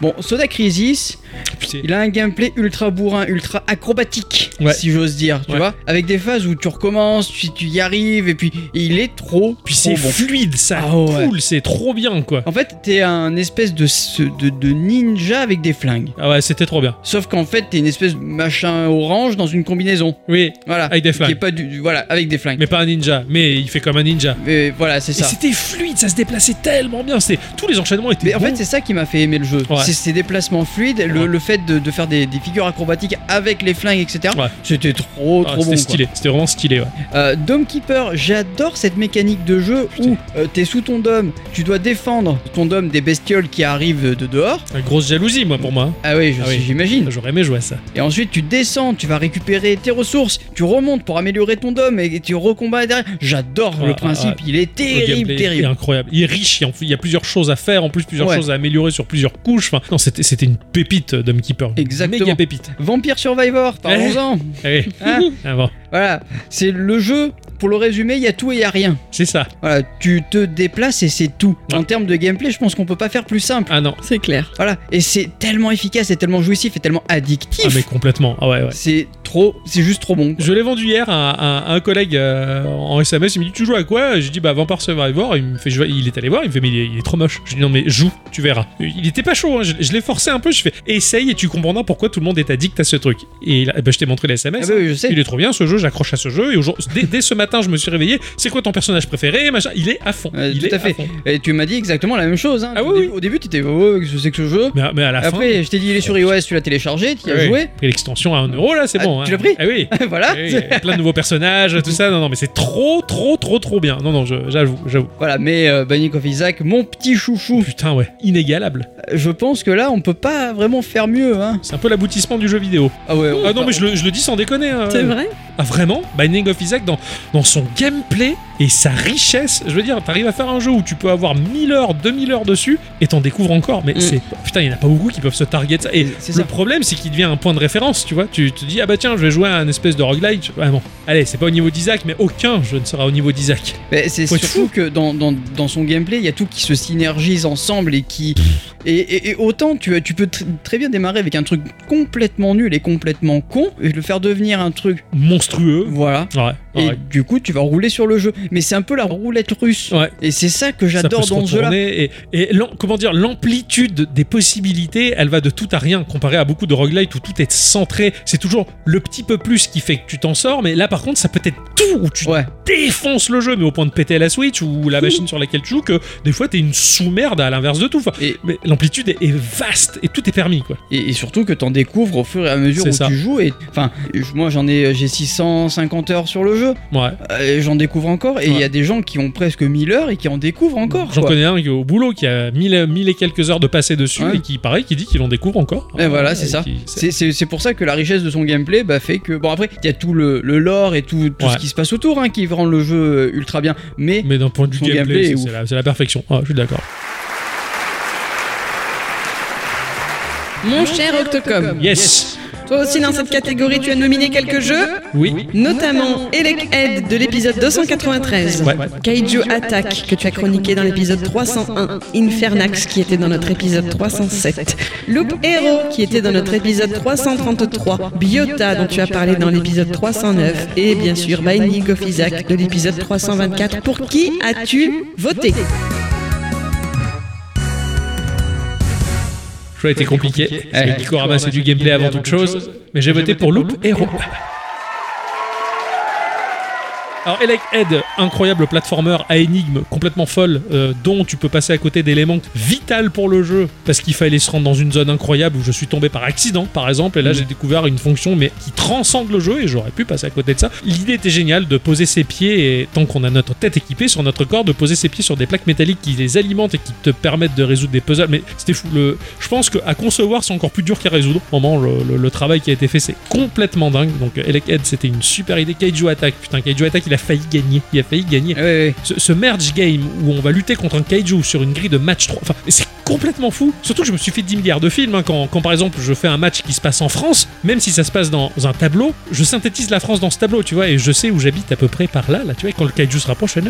S3: bon, Soda Crisis,
S2: putain,
S3: il a un gameplay ultra bourrin, ultra acrobatique,
S2: Ouais.
S3: si j'ose dire, tu
S2: Ouais.
S3: vois, avec des phases où tu recommences, tu, tu y arrives, et puis il est trop,
S2: puis c'est
S3: trop bon.
S2: fluide, ça
S3: Ah ouais.
S2: coule, c'est trop bien, quoi.
S3: En fait, t'es un espèce de, ce- de, de ninja avec des flingues.
S2: Ah ouais, c'était trop bien.
S3: Sauf qu'en fait, t'es une espèce de machin orange dans une combinaison.
S2: Oui,
S3: Voilà.
S2: Avec des
S3: Qui est
S2: flingues.
S3: pas du, du- voilà, avec des flingues.
S2: mais pas un ninja. Mais il fait comme un ninja.
S3: Mais voilà, c'est
S2: Et
S3: ça.
S2: c'était fluide, ça se déplaçait tellement bien. C'était tous les enchaînements étaient.
S3: Mais en
S2: bons.
S3: fait, c'est ça qui m'a fait aimer le jeu.
S2: Ouais.
S3: C'est ces déplacements fluides, le,
S2: Ouais.
S3: le fait de, de faire des, des figures acrobatiques avec les flingues, etc.
S2: Ouais.
S3: C'était trop,
S2: Ah,
S3: trop
S2: c'était
S3: bon. quoi.
S2: stylé, c'était vraiment stylé. Ouais.
S3: Euh, Dome Keeper, j'adore cette mécanique de jeu où euh, t'es sous ton dôme, tu dois défendre ton dôme des bestioles qui arrivent de dehors.
S2: Une grosse jalousie, moi, pour moi. hein.
S3: Ah oui, je-
S2: Ah oui.
S3: j'imagine.
S2: J'aurais aimé jouer à ça.
S3: Et ensuite tu descends, tu vas récupérer tes ressources, tu remontes pour améliorer ton dôme et tu recombats derrière. J'adore
S2: Ouais,
S3: le principe, il est
S2: Ah, Le
S3: terrible,
S2: gameplay est
S3: terrible.
S2: incroyable. Il est riche, il y a- il y a plusieurs choses à faire, en plus plusieurs
S3: Ouais.
S2: choses à améliorer sur plusieurs couches. Enfin, non, c'était c'était une pépite, euh, Dome Keeper. Une
S3: Exactement.
S2: Méga
S3: (laughs)
S2: pépite.
S3: Vampire Survivor,
S2: (laughs)
S3: parlons-en.
S2: Ah oui.
S3: Hein
S2: Ah bon,
S3: voilà, c'est le jeu. Pour le résumer, il y a tout et il y a rien.
S2: c'est ça.
S3: Voilà, tu te déplaces et c'est tout.
S2: Ouais.
S3: En termes de gameplay, je pense qu'on peut pas faire plus simple.
S2: Ah non.
S1: C'est clair.
S3: Voilà, et c'est tellement efficace, et tellement jouissif, et tellement addictif.
S2: Ah mais complètement. Ah ouais ouais.
S3: C'est trop, c'est juste trop bon. quoi.
S2: Je l'ai vendu hier à, à- à un collègue euh, en SMS. Il me dit Tu joues à quoi J'ai dit Bah Vampire Survivor. Il, me fait, je vais- il est allé voir. Il me fait Mais il est, il est trop moche. Je lui dis Non, mais joue, tu verras. Il était pas chaud. hein. Je, je l'ai forcé un peu. Je fais Essaye et tu comprendras pourquoi tout le monde est addict à ce truc. Et il a- bah, je t'ai montré les
S3: Ah
S2: SMS.
S3: bah oui, je sais.
S2: Il est trop bien ce jeu, j'accroche à ce jeu. Et aujourd'hui- dès, dès ce matin, je me suis réveillé. C'est quoi ton personnage préféré machin Il est à fond.
S3: Ouais,
S2: il
S3: tout
S2: est
S3: à fait.
S2: fond.
S3: Et tu m'as dit exactement la même chose. hein.
S2: Ah
S3: au,
S2: oui,
S3: début,
S2: oui.
S3: au début, tu étais, oh, qu'est-ce que c'est que ce jeu
S2: Mais, mais à la
S3: Après, je t'ai dit, il est sur iOS, tu l'as téléchargé, tu
S2: fin,
S3: y as
S2: ouais,
S3: joué. (laughs)
S2: j'ai pris l'extension à 1€ euro là, c'est
S3: Ah,
S2: bon.
S3: tu
S2: hein.
S3: l'as pris
S2: Ah oui.
S3: voilà.
S2: Oui, il y a plein de nouveaux personnages, tout ça. Non, non, mais c'est trop, trop, trop, trop bien. Non, non, je- j'avoue, j'avoue.
S3: Voilà, mais euh, Banning of Isaac, mon petit chouchou,
S2: Putain, ouais, inégalable.
S3: je pense que là, on peut pas vraiment faire mieux. Hein.
S2: C'est un peu l'aboutissement du jeu vidéo.
S3: Ah ouais. on-
S2: Ah non, mais je le, je le dis sans déconner. hein.
S1: C'est vrai
S2: Ah vraiment Binding of Isaac, dans, dans son gameplay et sa richesse, je veux dire, t'arrives à faire un jeu où tu peux avoir 1000 heures, 2000 heures dessus et t'en découvres encore. Mais
S3: Mm.
S2: c'est. Putain, il y en a pas beaucoup qui peuvent se target ça. Et
S3: C'est
S2: le
S3: ça.
S2: problème, c'est qu'il devient un point de référence, tu vois. Tu te dis, ah bah tiens, je vais jouer à un espèce de roguelite. Ah bon, allez, c'est pas au niveau d'Isaac, mais aucun jeu ne sera au niveau d'Isaac.
S3: Mais c'est
S2: Faut être
S3: surtout que dans, dans, dans son gameplay, il y a tout qui se synergise ensemble et qui. Et, et- et autant tu, tu peux tr- très bien démarrer avec un truc complètement nul et complètement con et le faire devenir un truc.
S2: Monstrueux.
S3: Voilà.
S2: Ouais,
S3: Et
S2: ouais.
S3: du coup, tu vas rouler sur le jeu. Mais c'est un peu la roulette russe.
S2: Ouais.
S3: Et c'est ça que
S2: Ça
S3: j'adore
S2: peut se
S3: dans ce jeu-là.
S2: retourner Et, et l'am- comment dire, l'amplitude des possibilités, elle va de tout à rien comparé à beaucoup de roguelites où tout est centré. C'est toujours le petit peu plus qui fait que tu t'en sors, mais là par contre, ça peut être tout où tu
S3: Ouais.
S2: défonces le jeu, mais au point de péter la Switch ou la machine sur laquelle tu joues, que des fois t'es une sous-merde à l'inverse de tout. Enfin,
S3: Et-
S2: mais l'amplitude est, est vaste et tout est permis quoi.
S3: Et, et surtout que t'en découvres au fur et à mesure
S2: C'est
S3: où
S2: ça.
S3: tu joues. Et enfin, je- moi j'en ai, j'ai 650 heures sur le jeu.
S2: Ouais.
S3: Euh, j'en découvre encore. Et il
S2: Ouais.
S3: y a des gens qui ont presque 1000 heures et qui en découvrent encore.
S2: J'en
S3: quoi.
S2: connais un qui est au boulot qui a mille, mille et quelques heures de passé dessus
S3: Ouais.
S2: et qui pareil qui dit qu'il en découvre encore.
S3: Et voilà, c'est
S2: Et
S3: ça.
S2: qui-
S3: C'est- C'est c'est pour ça que la richesse de son gameplay bah, fait que. Bon, après, il y a tout le, le lore et tout, tout
S2: Ouais.
S3: ce qui se passe autour hein, qui rend le jeu euh, ultra bien. Mais
S2: Mais d'un point de vue
S3: Son
S2: gameplay,
S3: gameplay est
S2: c'est-
S3: ouf.
S2: c'est la, c'est la perfection. Ah, je suis d'accord.
S1: Mon cher Octocom.
S2: Yes.
S1: Toi aussi, dans cette catégorie, tu as nominé quelques jeux,
S2: Oui.
S1: notamment Elec Head de l'épisode 293,
S2: Ouais.
S1: Kaiju Attack que tu as chroniqué dans l'épisode 301, Infernax qui était dans notre épisode 307, Loop Hero qui était dans notre épisode 333, Biota dont tu as parlé dans l'épisode 309 et bien sûr Binding of Isaac de l'épisode 324. Pour qui as-tu voté
S2: Le choix était compliqué. Parce
S3: Ouais.
S2: que Gikorama, c'est du gameplay avant toute chose. Mais j'ai voté pour Loop Hero. Alors, Elec Head, incroyable platformer à énigmes complètement folle, euh, dont tu peux passer à côté d'éléments vitaux pour le jeu, parce qu'il fallait se rendre dans une zone incroyable où je suis tombé par accident, par exemple, et là j'ai découvert une fonction mais qui transcende le jeu et j'aurais pu passer à côté de ça. L'idée était géniale de poser ses pieds, et tant qu'on a notre tête équipée sur notre corps, de poser ses pieds sur des plaques métalliques qui les alimentent et qui te permettent de résoudre des puzzles. Mais c'était fou. Le... Je pense qu'à concevoir, c'est encore plus dur qu'à résoudre. Vraiment, le, le- le travail qui a été fait, c'est complètement dingue. Donc, Elec Head, c'était une super idée. Kaiju Attack, putain, Kaiju Attack, il a failli gagner. Il a failli gagner
S3: Ouais, ouais.
S2: ce, ce merge game où on va lutter contre un kaiju sur une grille de match 3, enfin, c'est complètement fou. Surtout que je me suis fait 10 milliards de films. hein, quand, quand, par exemple je fais un match qui se passe en France, même si ça se passe dans un tableau, je synthétise la France dans ce tableau, tu vois, et je sais où j'habite à peu près par là. là tu vois, et quand le kaiju se rapproche, je fais,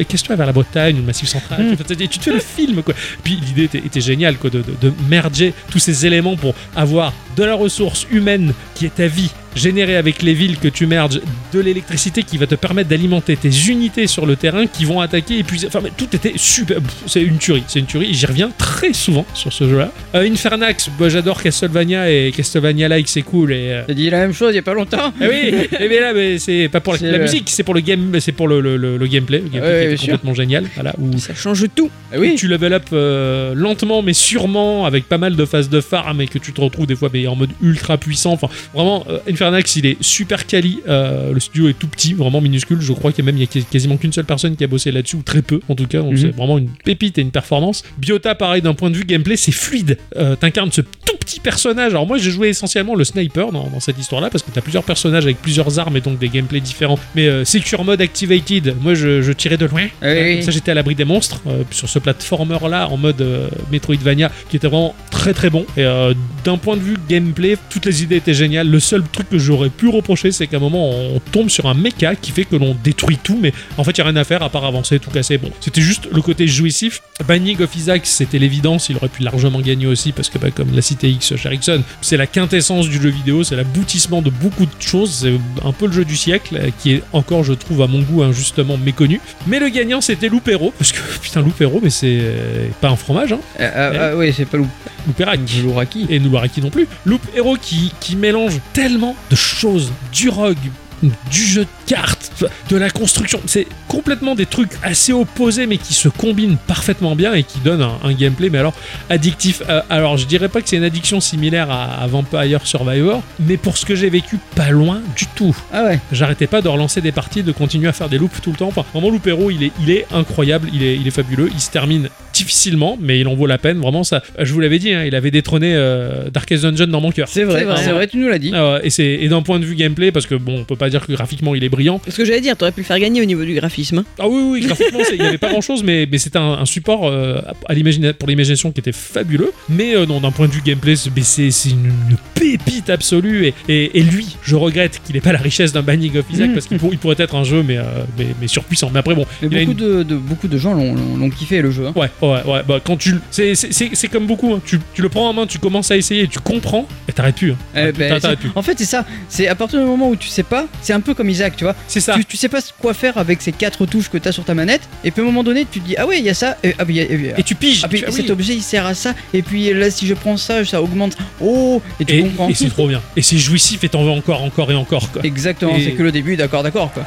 S2: euh, qu'est-ce que tu as vers la Bretagne ou le Massif Central Tu vois, et Tu te fais le film, quoi. Puis l'idée était, était géniale, quoi, de, de- de merger tous ces éléments pour avoir de la ressource humaine qui est ta vie générée avec les villes que tu merges, de l'électricité qui va te permettre d'alimenter tes unités sur le terrain qui vont attaquer, épuiser. Enfin, mais tout était super. Pff, C'est une tuerie, c'est une tuerie. J'y reviens très souvent sur ce jeu-là. Euh, Infernax, bah, j'adore Castlevania et Castlevania-like, c'est cool. Et, euh,
S3: T'as dit la même chose il y a pas longtemps
S2: ah oui, (laughs) eh bien là, mais c'est pas pour la,
S3: C'est
S2: la
S3: le-
S2: musique, c'est pour le game, c'est pour le, le- le- le gameplay, le gameplay
S3: Ouais,
S2: qui
S3: bien
S2: était
S3: sûr.
S2: complètement génial. Voilà, où
S1: Ça change tout.
S3: Ah Oui.
S2: tu level up euh, lentement mais sûrement avec pas mal de phases de farm et que tu te retrouves des fois mais en mode ultra puissant. Enfin, vraiment, euh, Infernax il est super quali. Euh, le studio est tout petit, vraiment minuscule. Je crois qu'il y a même il y a quas- quasiment qu'une seule personne qui a bossé là-dessus ou très peu en tout cas. Donc
S3: Mhm.
S2: c'est vraiment une pépite et une performance. Biota, pareil d'un point de vue gameplay, c'est fluide. Euh, T'incarnes ce tout petit personnage. Alors moi j'ai joué essentiellement le sniper dans, dans cette histoire-là parce que t'as plusieurs personnages avec plusieurs armes et donc des gameplays différents. Mais euh, secure mode activated, moi je, je tirais de loin.
S3: Ah oui,
S2: Euh,
S3: oui.
S2: comme ça, j'étais à l'abri des monstres euh, sur ce platformer là en mode euh, Metroidvania qui était vraiment très très bon et euh, d'un point de vue gameplay toutes les idées étaient géniales le seul truc que j'aurais pu reprocher c'est qu'à un moment on tombe sur un mecha qui fait que l'on détruit tout mais en fait il y a rien à faire à part avancer tout casser bon c'était juste le côté jouissif Binding of Isaac c'était l'évidence il aurait pu largement gagner aussi parce que bah, comme la cité X chez Ericsson c'est la quintessence du jeu vidéo c'est l'aboutissement de beaucoup de choses c'est un peu le jeu du siècle euh, qui est encore je trouve à mon goût injustement méconnu mais le gagnant c'était Loupéro, parce que (laughs) putain Loupéro, mais c'est euh, pas un fromage, hein,
S3: Ah, ah, ah, oui, c'est pas loup.
S2: Loupérac.
S3: Louraki.
S2: Et Nouraki non plus. Loop Hero qui, qui mélange tellement de choses, du rogue, du jeu de cartes, de la construction. C'est complètement des trucs assez opposés mais qui se combinent parfaitement bien et qui donnent un, un gameplay, mais alors addictif. Euh, alors je dirais pas que c'est une addiction similaire à, à Vampire Survivor, mais pour ce que j'ai vécu, pas loin du tout.
S3: Ah ouais.
S2: J'arrêtais pas de relancer des parties, de continuer à faire des loops tout le temps. Enfin, vraiment, Loupero, il est, il est incroyable, il est, il est fabuleux. Il se termine difficilement, mais il en vaut la peine. Vraiment, ça, je vous l'avais dit, hein, il avait détrôné euh, Darkest Dungeon dans mon cœur.
S3: C'est vrai,
S1: C'est vrai.
S3: c'est vrai, tu nous l'as dit.
S2: Ah ouais, et c'est et d'un point de vue gameplay, parce que bon, on peut pas dire que graphiquement il est brillant.
S1: Parce que j'allais dire, t'aurais pu le faire gagner au niveau du graphisme. hein.
S2: Ah oui, oui, graphiquement, c'est- il n'y avait pas grand chose, mais, mais c'était un, un support euh, à l'imagina- pour l'imagination qui était fabuleux. Mais euh, non, d'un point de vue gameplay, c'est- mais c'est c'est une, une pépite absolue. Et, et- et lui, je regrette qu'il n'ait pas la richesse d'un Banning of Isaac
S3: Mm.
S2: parce qu'il pour- il pourrait être un jeu, mais, euh, mais, mais surpuissant. Mais après, bon,
S3: Mais
S2: Ah, il a
S3: beaucoup, de, de- beaucoup de gens l'ont- l'ont l'ont kiffé le jeu. hein.
S2: Ouais, ouais, ouais. Bah, quand tu. le- C'est, c'est, c'est, c'est comme beaucoup. hein. Tu, tu le prends en main, tu commences à essayer, tu comprends, et t'arrêtes plus. hein.
S3: Eh ben,
S2: t'arrêtes- t'arrêtes
S3: c'est-
S2: plus.
S3: en fait, c'est ça. C'est à partir du moment où tu sais pas, c'est un peu comme Isaac, tu vois.
S2: C'est ça.
S3: Tu, tu sais pas quoi faire avec ces quatre touches que t'as sur ta manette, et puis à un moment donné, tu te dis ah ouais, il y a ça, et, ah, puis il y a- et puis-
S2: Et tu piges.
S3: ah, puis
S2: tu- ah oui.
S3: cet objet il sert à ça, et puis euh, là si je prends ça, ça augmente. Oh, et tu
S2: Et,
S3: comprends.
S2: et c'est trop bien. Et c'est jouissif et t'en veux encore, encore et encore. Quoi.
S3: Exactement,
S2: et-
S3: c'est que le début, d'accord, d'accord quoi.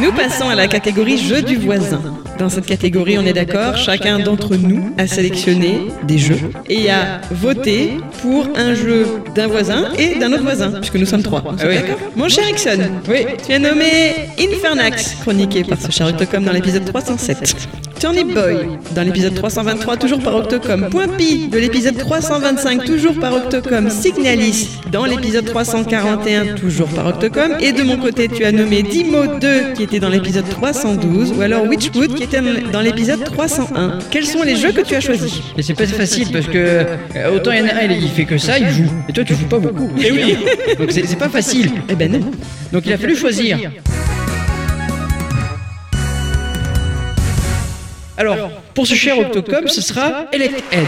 S1: Nous passons à la catégorie jeux du voisin. Dans cette catégorie, on est d'accord, chacun d'entre nous a sélectionné des jeux et a voté pour un jeu d'un voisin et d'un autre voisin, puisque nous sommes trois. Nous sommes
S3: oui.
S1: d'accord Mon cher Ixon, tu as nommé Infernax, chroniqué par ce cher Octocom dans l'épisode 307. Tony Boy, dans l'épisode 323 toujours par Octocom, Point Pi, de l'épisode 325 toujours par Octocom, Signalis, dans l'épisode 341 toujours par Octocom, et de mon côté tu as nommé Dimo 2 qui était dans l'épisode 312, ou alors Witchwood qui était dans l'épisode 301. Quels sont les jeux que tu as choisis
S3: Et c'est pas facile parce que euh, autant il y en a un, il, il fait que ça, il joue. Et toi tu joues pas beaucoup.
S2: Et Eh oui
S3: Donc c'est c'est pas facile.
S1: Eh ben non.
S3: Donc il a fallu choisir. Alors, pour ce cher Octocom, ce sera Elect Head.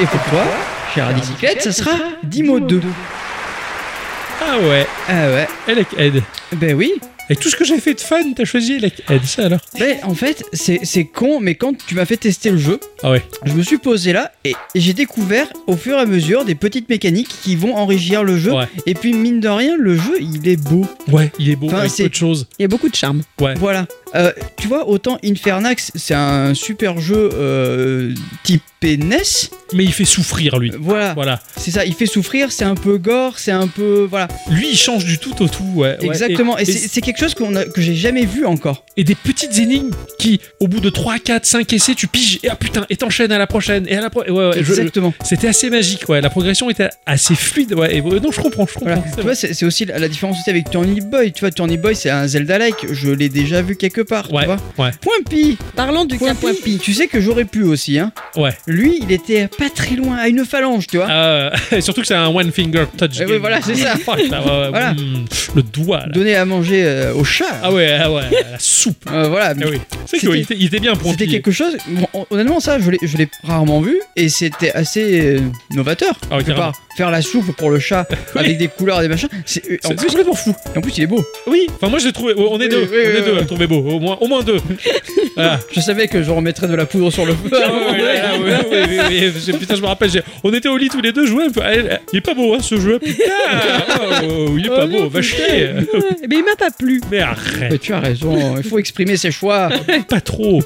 S3: Et pour toi, cher bicyclette, ce sera Dimo 2.
S2: Ah ouais,
S3: Ah ouais,
S2: Elec Head.
S3: ben oui.
S2: Avec tout ce que j'ai fait de fun, t'as choisi Elec Head, ça alors
S3: Ben en fait, c'est c'est con, mais quand tu m'as fait tester le jeu,
S2: Ah ouais.
S3: je me suis posé là et j'ai découvert au fur et à mesure des petites mécaniques qui vont enrichir le jeu.
S2: Ouais.
S3: Et puis, mine de rien, le jeu, il est beau.
S2: Hein Ouais, il est beau,
S3: Enfin,
S2: avec
S3: c'est-
S2: peu de choses.
S1: Il y a beaucoup de charme.
S2: Ouais.
S3: Voilà. Euh, tu vois, autant Infernax, c'est un super jeu euh, type NES.
S2: Mais il fait souffrir, lui.
S3: Voilà,
S2: Voilà.
S3: c'est ça, il fait souffrir, c'est un peu gore, c'est un peu... Voilà,
S2: Lui, il change du tout au tout, ouais. ouais.
S3: exactement. Et,
S2: et-
S3: c'est c'est quelque chose qu'on a, que j'ai jamais vu encore.
S2: Et des petites énigmes qui, au bout de 3, 4, 5 essais, tu piges, et ah putain, et t'enchaînes à la prochaine, et à la prochaine. Ouais, ouais, je-
S3: exactement.
S2: C'était assez magique, ouais. La progression était assez fluide, ouais. Et, euh, non, je comprends, je comprends.
S3: Voilà.
S2: c'est
S3: Tu
S2: vrai.
S3: vois, c'est c'est aussi la, la différence aussi avec Tony Boy. Tu vois, Tony Boy, c'est un Zelda-like. Je l'ai déjà vu quelque part.
S2: Ouais,
S3: Tu vois
S2: ouais.
S3: Point pi.
S1: Parlons du
S3: Point,
S1: cas Point
S3: pi.
S1: Pi.
S3: Tu sais que j'aurais pu aussi. Hein.
S2: Ouais.
S3: Lui, il était pas très loin, à une phalange, tu vois.
S2: Euh, (laughs) et surtout que c'est un one finger touch.
S3: Eh oui,
S2: game.
S3: voilà, c'est ça.
S2: Fuck, là, (laughs) ouais, ouais,
S3: Voilà.
S2: mm, le doigt, là.
S3: Donner à manger euh, au chat.
S2: Ah ouais, ah ouais, la
S3: (laughs)
S2: soupe.
S3: Euh, voilà.
S2: Ah oui. C'est que
S3: C'était-
S2: ouais, il était- il était bien pour
S3: C'était quelque chose. bon, honnêtement, ça, je l'ai- je l'ai rarement vu. Et c'était assez euh, novateur.
S2: Ah oui,
S3: quelque part. Faire la soupe pour
S2: (laughs)
S3: le chat avec des couleurs, des machins. c'est- euh, En
S2: C'est
S3: plus,
S2: c'est complètement fou.
S3: en plus, il est beau.
S2: Oui. Enfin, moi, je l'ai trouvé. On est
S3: Oui,
S2: deux.
S3: oui,
S2: on est
S3: oui,
S2: deux
S3: oui.
S2: à le trouver beau. Au moins, au moins (laughs) deux. Ah. Voilà.
S3: Je savais que je remettrais de la poudre sur le feu.
S2: Ah ouais, ouais, là, ouais, ouais, ouais, ouais, ouais. Putain, je me rappelle, j'ai- on était au lit tous les deux, jouer. Ah, Il est pas beau, hein, ce jeu. (laughs) Putain, oh, il est pas beau, va chier.
S1: Mais il m'a pas plu.
S2: Mais arrête,
S3: Mais tu as raison, il faut exprimer ses choix.
S2: pas trop.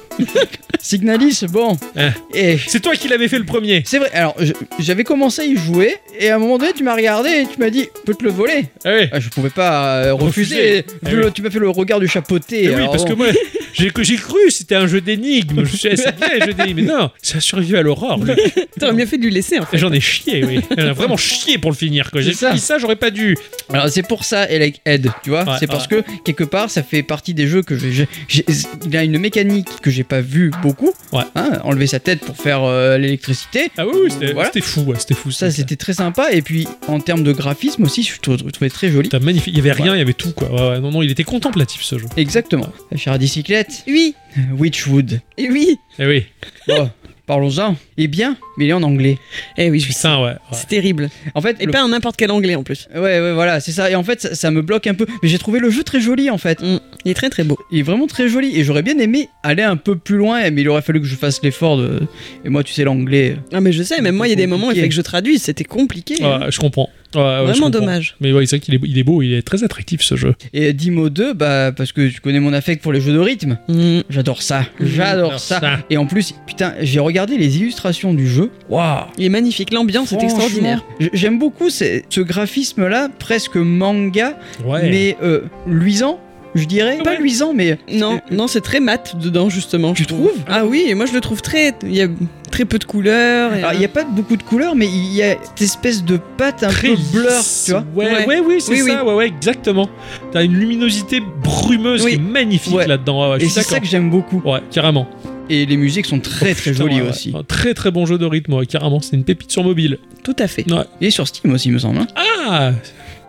S3: Signalis, bon.
S2: Hein.
S3: Et
S2: C'est toi qui l'avais fait le premier.
S3: c'est vrai, alors je- j'avais commencé à y jouer, et à un moment donné, tu m'as regardé et tu m'as dit, peux te le voler.
S2: Ah ouais.
S3: Ah, je pouvais pas euh, refuser.
S2: Refuser. Eh
S3: vu
S2: oui.
S3: le- tu m'as fait le regard du chapeauté.
S2: Eh oui,
S3: alors
S2: parce que
S3: bon.
S2: moi, j'ai que j'ai cru que c'était un jeu d'énigmes. Je me suis dit, ah, c'est bien un jeu d'énigmes. Mais non, ça a survécu à l'aurore. (laughs) lui.
S1: T'aurais mieux fait de lui laisser en fait.
S2: Et J'en ai chié, oui. J'en ai vraiment chié pour le finir. Quand j'ai
S3: C'est ça.
S2: dit ça, j'aurais pas dû.
S3: Alors c'est pour ça Elec Head, tu vois,
S2: Ouais,
S3: c'est parce que quelque part ça fait partie des jeux que j'ai, j'ai- j'ai- il a une mécanique que j'ai pas vue beaucoup,
S2: Ouais.
S3: hein, enlever sa tête pour faire euh, l'électricité,
S2: Ah oui, oui, c'était
S3: Voilà.
S2: c'était fou, ouais, c'était fou.
S3: ça
S2: c'était-
S3: c'était très sympa et puis en termes de graphisme aussi je trou- trouvais très joli.
S2: Putain, magnifique. Il y avait rien, il y avait tout, quoi. Ouais, ouais, non, non, il était contemplatif ce jeu.
S3: Exactement. Chère bicyclette,
S1: Oui,
S3: Witchwood.
S1: et oui.
S2: Eh oui,
S3: Oh, parlons-en. Eh bien, mais il est en anglais.
S1: Eh oui, je suis
S2: putain, ouais. ouais.
S1: C'est terrible.
S3: En fait,
S2: Eh
S1: Et
S3: le-
S1: pas en n'importe quel anglais en plus.
S3: ouais, ouais, voilà, c'est ça. Et en fait, ça, ça me bloque un peu. Mais j'ai trouvé le jeu très joli en fait.
S1: Il est très très beau.
S3: Il est vraiment très joli. Et j'aurais bien aimé aller un peu plus loin, mais il aurait fallu que je fasse l'effort de. Et moi, tu sais, l'anglais.
S1: Ah mais je sais, même moi il y a des moments où il fallait que je traduise, c'était compliqué. hein.
S2: Ouais, je comprends. Ouais, ouais, je
S1: Vraiment
S2: comprends.
S1: dommage.
S2: Mais ouais, c'est vrai qu'il est, il est beau, il est très attractif ce jeu.
S3: Et Dimo 2, bah, parce que tu connais mon affect pour les jeux de rythme.
S1: Mm.
S3: J'adore ça. J'adore
S2: Alors,
S3: ça. Et en plus, putain, j'ai regardé les illustrations du jeu. Waouh!
S1: Il est magnifique, l'ambiance est
S3: Franchement,
S1: extraordinaire.
S3: j- J'aime beaucoup ce, ce graphisme-là, presque manga,
S2: Ouais.
S3: mais euh, luisant, je dirais. Pas
S2: Ouais.
S3: luisant, mais
S1: Non, non, c'est très mat dedans justement.
S3: Tu
S1: je trouve.
S3: trouves
S1: Ah oui, et moi je le trouve très. Il y a très peu de couleurs. et-
S3: alors, Ah, il n'y a pas beaucoup de couleurs, mais il y a cette espèce de pâte un
S2: Très
S3: peu blur,
S2: lisse.
S3: tu vois.
S2: Ouais, ouais,
S1: Ouais.
S2: ouais, oui, c'est
S1: Oui,
S2: ça, ouais, ouais, exactement. T'as une luminosité brumeuse
S3: Oui.
S2: qui est magnifique
S3: Ouais.
S2: là-dedans. ouais, ouais, je
S3: Et
S2: suis
S3: c'est ça que
S2: d'accord.
S3: j'aime beaucoup. Oh,
S2: Ouais, carrément.
S3: Et les musiques sont très très
S2: Putain,
S3: jolies
S2: ouais, ouais.
S3: aussi.
S2: Un très très bon jeu de rythme, ouais, carrément. C'est une pépite sur mobile.
S1: Tout à fait.
S3: Et sur Steam aussi, il me semble. hein.
S2: Ah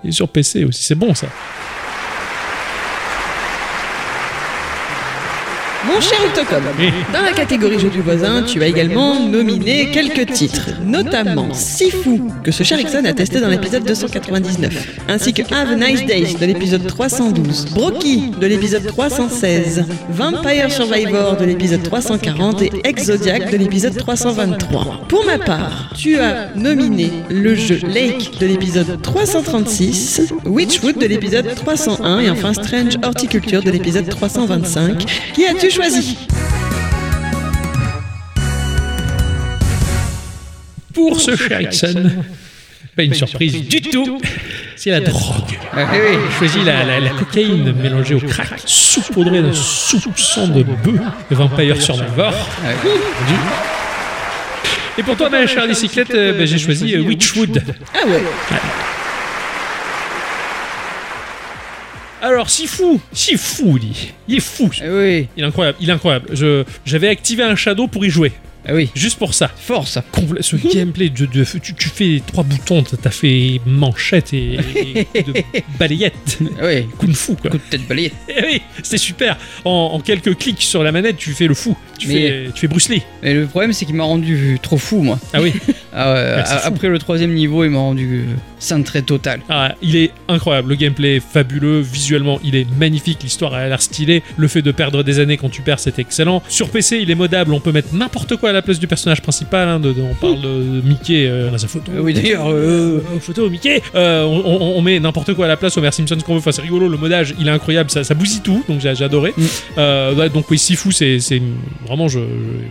S2: Il est sur PC aussi, c'est bon ça.
S1: Mon cher Octocom,
S2: Oui.
S1: dans la catégorie jeu du voisin, tu as également nominé quelques titres, notamment Sifu, que ce cher Ixon a testé dans l'épisode 299, ainsi que Have a Nice Days de l'épisode 312, Brocky de l'épisode 316, Vampire Survivor de l'épisode 340 et Exodiac de l'épisode 323. Pour ma part, tu as nominé le jeu Lake de l'épisode 336, Witchwood de l'épisode 301 et enfin Strange Horticulture de l'épisode 325. Qui as-tu choisi
S2: Pour ce Sherrickson, pas une surprise du tout, c'est la drogue.
S3: Ah, eh oui.
S2: choisi la, la- la cocaïne mélangée au crack, saupoudrée d'un soupçon de bœuf, de Vampire Survivor.
S3: Ah, eh
S2: Et pour toi, ma chère bicyclette, euh, ben, j'ai choisi euh, Witchwood.
S1: Ah ouais.
S2: Alors, si fou, si fou, lui. Il est fou.
S3: Ah oui,
S2: Il est incroyable, il est incroyable. Je- J'avais activé un shadow pour y jouer,
S3: ah oui,
S2: juste pour ça.
S3: force.
S2: Compl- ce gameplay de, de- tu, tu fais trois boutons, t'as t'as fait manchette et, et (laughs) coup de balayette,
S3: Ah oui,
S2: kung fu quoi.
S3: coup de tête balayé.
S2: Eh oui, c'est super. En, en quelques clics sur la manette, tu fais le fou. Tu
S3: Mais-
S2: fais, tu fais Bruce Lee.
S3: Mais le problème, c'est qu'il m'a rendu trop fou, moi.
S2: Ah
S3: (laughs)
S2: oui.
S3: Ah ouais,
S2: Ah, c'est
S3: a-
S2: fou.
S3: après le troisième niveau, il m'a rendu euh, cintré total.
S2: Ah, il est incroyable, le gameplay est fabuleux, visuellement il est magnifique, l'histoire a l'air stylée, le fait de perdre des années quand tu perds c'est excellent. Sur PC il est modable, on peut mettre n'importe quoi à la place du personnage principal, hein, de- de- on parle de Mickey, euh, on a sa photo.
S3: Ah oui, d'ailleurs, euh,
S2: Euh, photo Mickey, euh, on, on- on met n'importe quoi à la place, on met Simpson ce qu'on veut, enfin c'est rigolo, le modage il est incroyable, ça, ça bousille tout, donc j'ai j'ai adoré.
S3: Mm.
S2: Euh, bah, donc oui, Sifu c'est c'est vraiment je, je-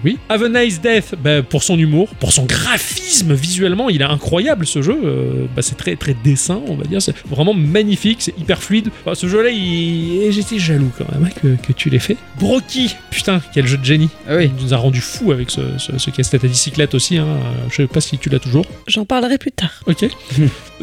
S2: oui. Have a Nice Death, bah, pour son humour, pour son graphisme visuellement, il est incroyable ce jeu, Euh, bah, c'est très très dessin on va dire, c'est vraiment magnifique, c'est hyper fluide. Enfin, ce jeu-là, il- et j'étais jaloux quand même hein, que, que tu l'aies fait. Brocky, putain quel jeu de génie,
S3: ah oui.
S2: il nous a rendu fou avec ce, ce- ce casse-tête à bicyclette aussi, hein. Euh, je sais pas si tu l'as toujours.
S4: J'en parlerai plus tard. (laughs)
S2: Ok.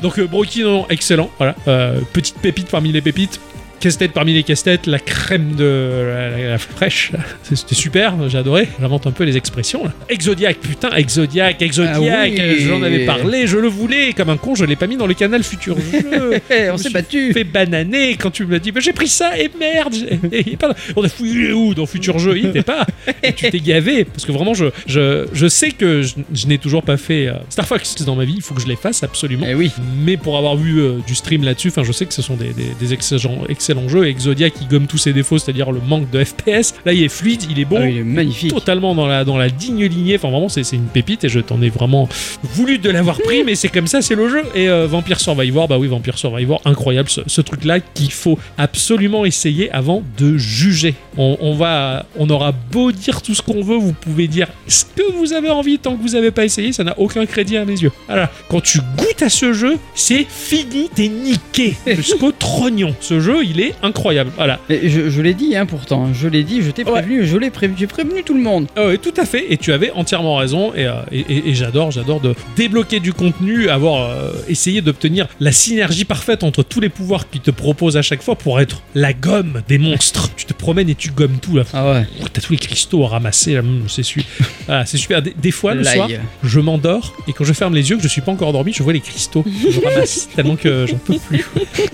S2: Donc euh, Brocky, non, excellent. Voilà. Euh, petite pépite parmi les pépites. Casse-tête parmi les casse-têtes, la crème de la, la- la fraîche, (laughs) là. c'était super, j'ai adoré, j'invente un peu les expressions. Là. Exodiac, putain, Exodiac, Exodiac,
S3: Ah oui.
S2: euh, j'en avais parlé, je le voulais, comme un con, je l'ai pas mis dans le canal futur jeu.
S3: Eh, (laughs) on
S2: Je
S3: s'est
S2: me
S3: battu.
S2: fait bananer quand tu me l'as dit, mais j'ai pris ça et merde, j'ai- et il est pas là. on a fouillé il est où dans futur jeu, il était pas, et tu t'es gavé parce que vraiment je je, je sais que je, je n'ai toujours pas fait euh, Star Fox dans ma vie, il faut que je les fasse absolument.
S3: Eh oui.
S2: Mais pour avoir vu euh, du stream là-dessus, enfin, je sais que ce sont des, des- des excellents, excellents jeux. Et Exodia qui gomme tous ses défauts, c'est-à-dire le manque de FPS. Là, il est fluide, il est bon.
S3: Ah oui, il est magnifique.
S2: Totalement dans la, dans la digne lignée, enfin vraiment c'est c'est une pépite et je t'en ai vraiment voulu de l'avoir pris, mais c'est comme ça, c'est le jeu. Et euh, Vampire Survivor, bah oui, Vampire Survivor, incroyable ce, ce truc-là qu'il faut absolument essayer avant de juger. On, on va, on aura beau dire tout ce qu'on veut, vous pouvez dire ce que vous avez envie tant que vous n'avez pas essayé, ça n'a aucun crédit à mes yeux. Voilà, quand tu goûtes à ce jeu, c'est fini, t'es niqué jusqu'au trognon. Ce jeu, il est incroyable. Voilà,
S3: Mais je, je l'ai dit, hein, pourtant. Je l'ai dit, je t'ai prévenu, je l'ai prévenu, j'ai prévenu tout le monde.
S2: Euh, tout à fait, et tu avais entièrement raison, et, euh, et- et- et j'adore, j'adore de débloquer du contenu, avoir euh, essayé d'obtenir la synergie parfaite entre tous les pouvoirs qu'ils te proposent à chaque fois pour être la gomme des monstres. tu te promènes et tu gommes tout là.
S3: Ah ouais.
S2: Ouh, T'as tous les cristaux à ramasser, là. Mmh, c'est su- (laughs) Ah, c'est super. Des, des fois, le
S3: L'ail.
S2: soir, je m'endors et quand je ferme les yeux, que je suis pas encore endormi, je vois les cristaux. que Je ramasse tellement que j'en peux plus. (laughs)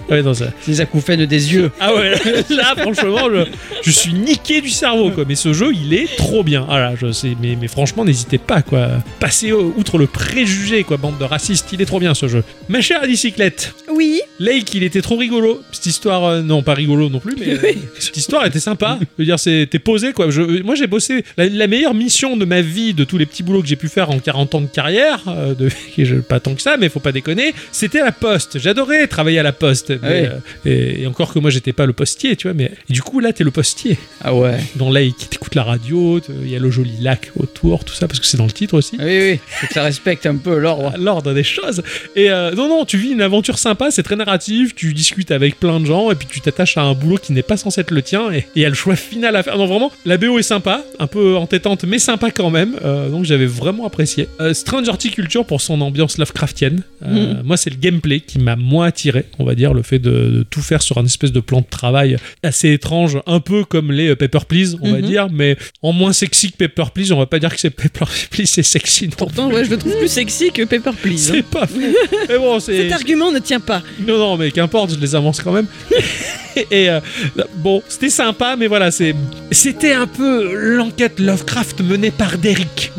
S2: Ah ouais, non, ça,
S3: Les acouphènes des yeux.
S2: ah ouais, (laughs) là franchement, je, je suis niqué du cerveau quoi. Mais ce jeu, il est trop bien. Ah là, je sais, mais, mais franchement, n'hésitez pas quoi. Passez au- outre le préjugé quoi, bande de racistes. Il est trop bien ce jeu. Ma chère bicyclette,
S4: Oui,
S2: Lake, il était trop rigolo. Cette histoire, euh, non pas rigolo non plus, mais euh, cette histoire était sympa. Je veux dire, c'est- t'es posé quoi. Je, moi, j'ai bossé la, la meilleure mission de ma vie, de tous les petits boulots que j'ai pu faire en 40 ans de carrière, euh, de, (laughs) et je- pas tant que ça, mais faut pas déconner. C'était la poste. J'adorais travailler à la poste. mais,
S3: Ouais.
S2: euh, et, et encore que moi, j'étais pas le postier, tu vois. Mais et du coup, là, t'es le postier.
S3: Ah ouais.
S2: Dans Lake, t'écoutes la radio, te- il y a le joli lac autour, tout ça, parce que c'est dans le titre aussi.
S3: Ah Oui, oui. Faut que ça respecte un peu l'ordre.
S2: à l'ordre des choses. Et euh, non, non, tu vis une aventure sympa, c'est très narratif, tu discutes avec plein de gens, et puis tu t'attaches à un boulot qui n'est pas censé être le tien, et et il y a le choix final à faire. Non, vraiment, la BO est sympa, un peu entêtante, mais sympa quand même, euh, donc j'avais vraiment apprécié. Euh, Strange Horticulture pour son ambiance Lovecraftienne, Euh, moi c'est le gameplay qui m'a moins attiré, on va dire, le fait de, de tout faire sur un espèce de plan de travail assez étrange, un peu comme les euh, Paper Please, on va
S4: Mhm.
S2: dire, mais en moins sexy que Paper Please, on va pas dire que c'est Paper (laughs) Please, c'est sexy. non
S4: pourtant, ouais, je le trouve plus sexy que Paper Please. hein.
S2: c'est pas fou. Mais bon, c'est.
S4: Cet argument ne tient pas.
S2: Non, non, mais qu'importe, je les avance quand même. (laughs) Et euh, bon, c'était sympa, mais voilà, c'est. C'était un peu l'enquête Lovecraft menée par Derrick.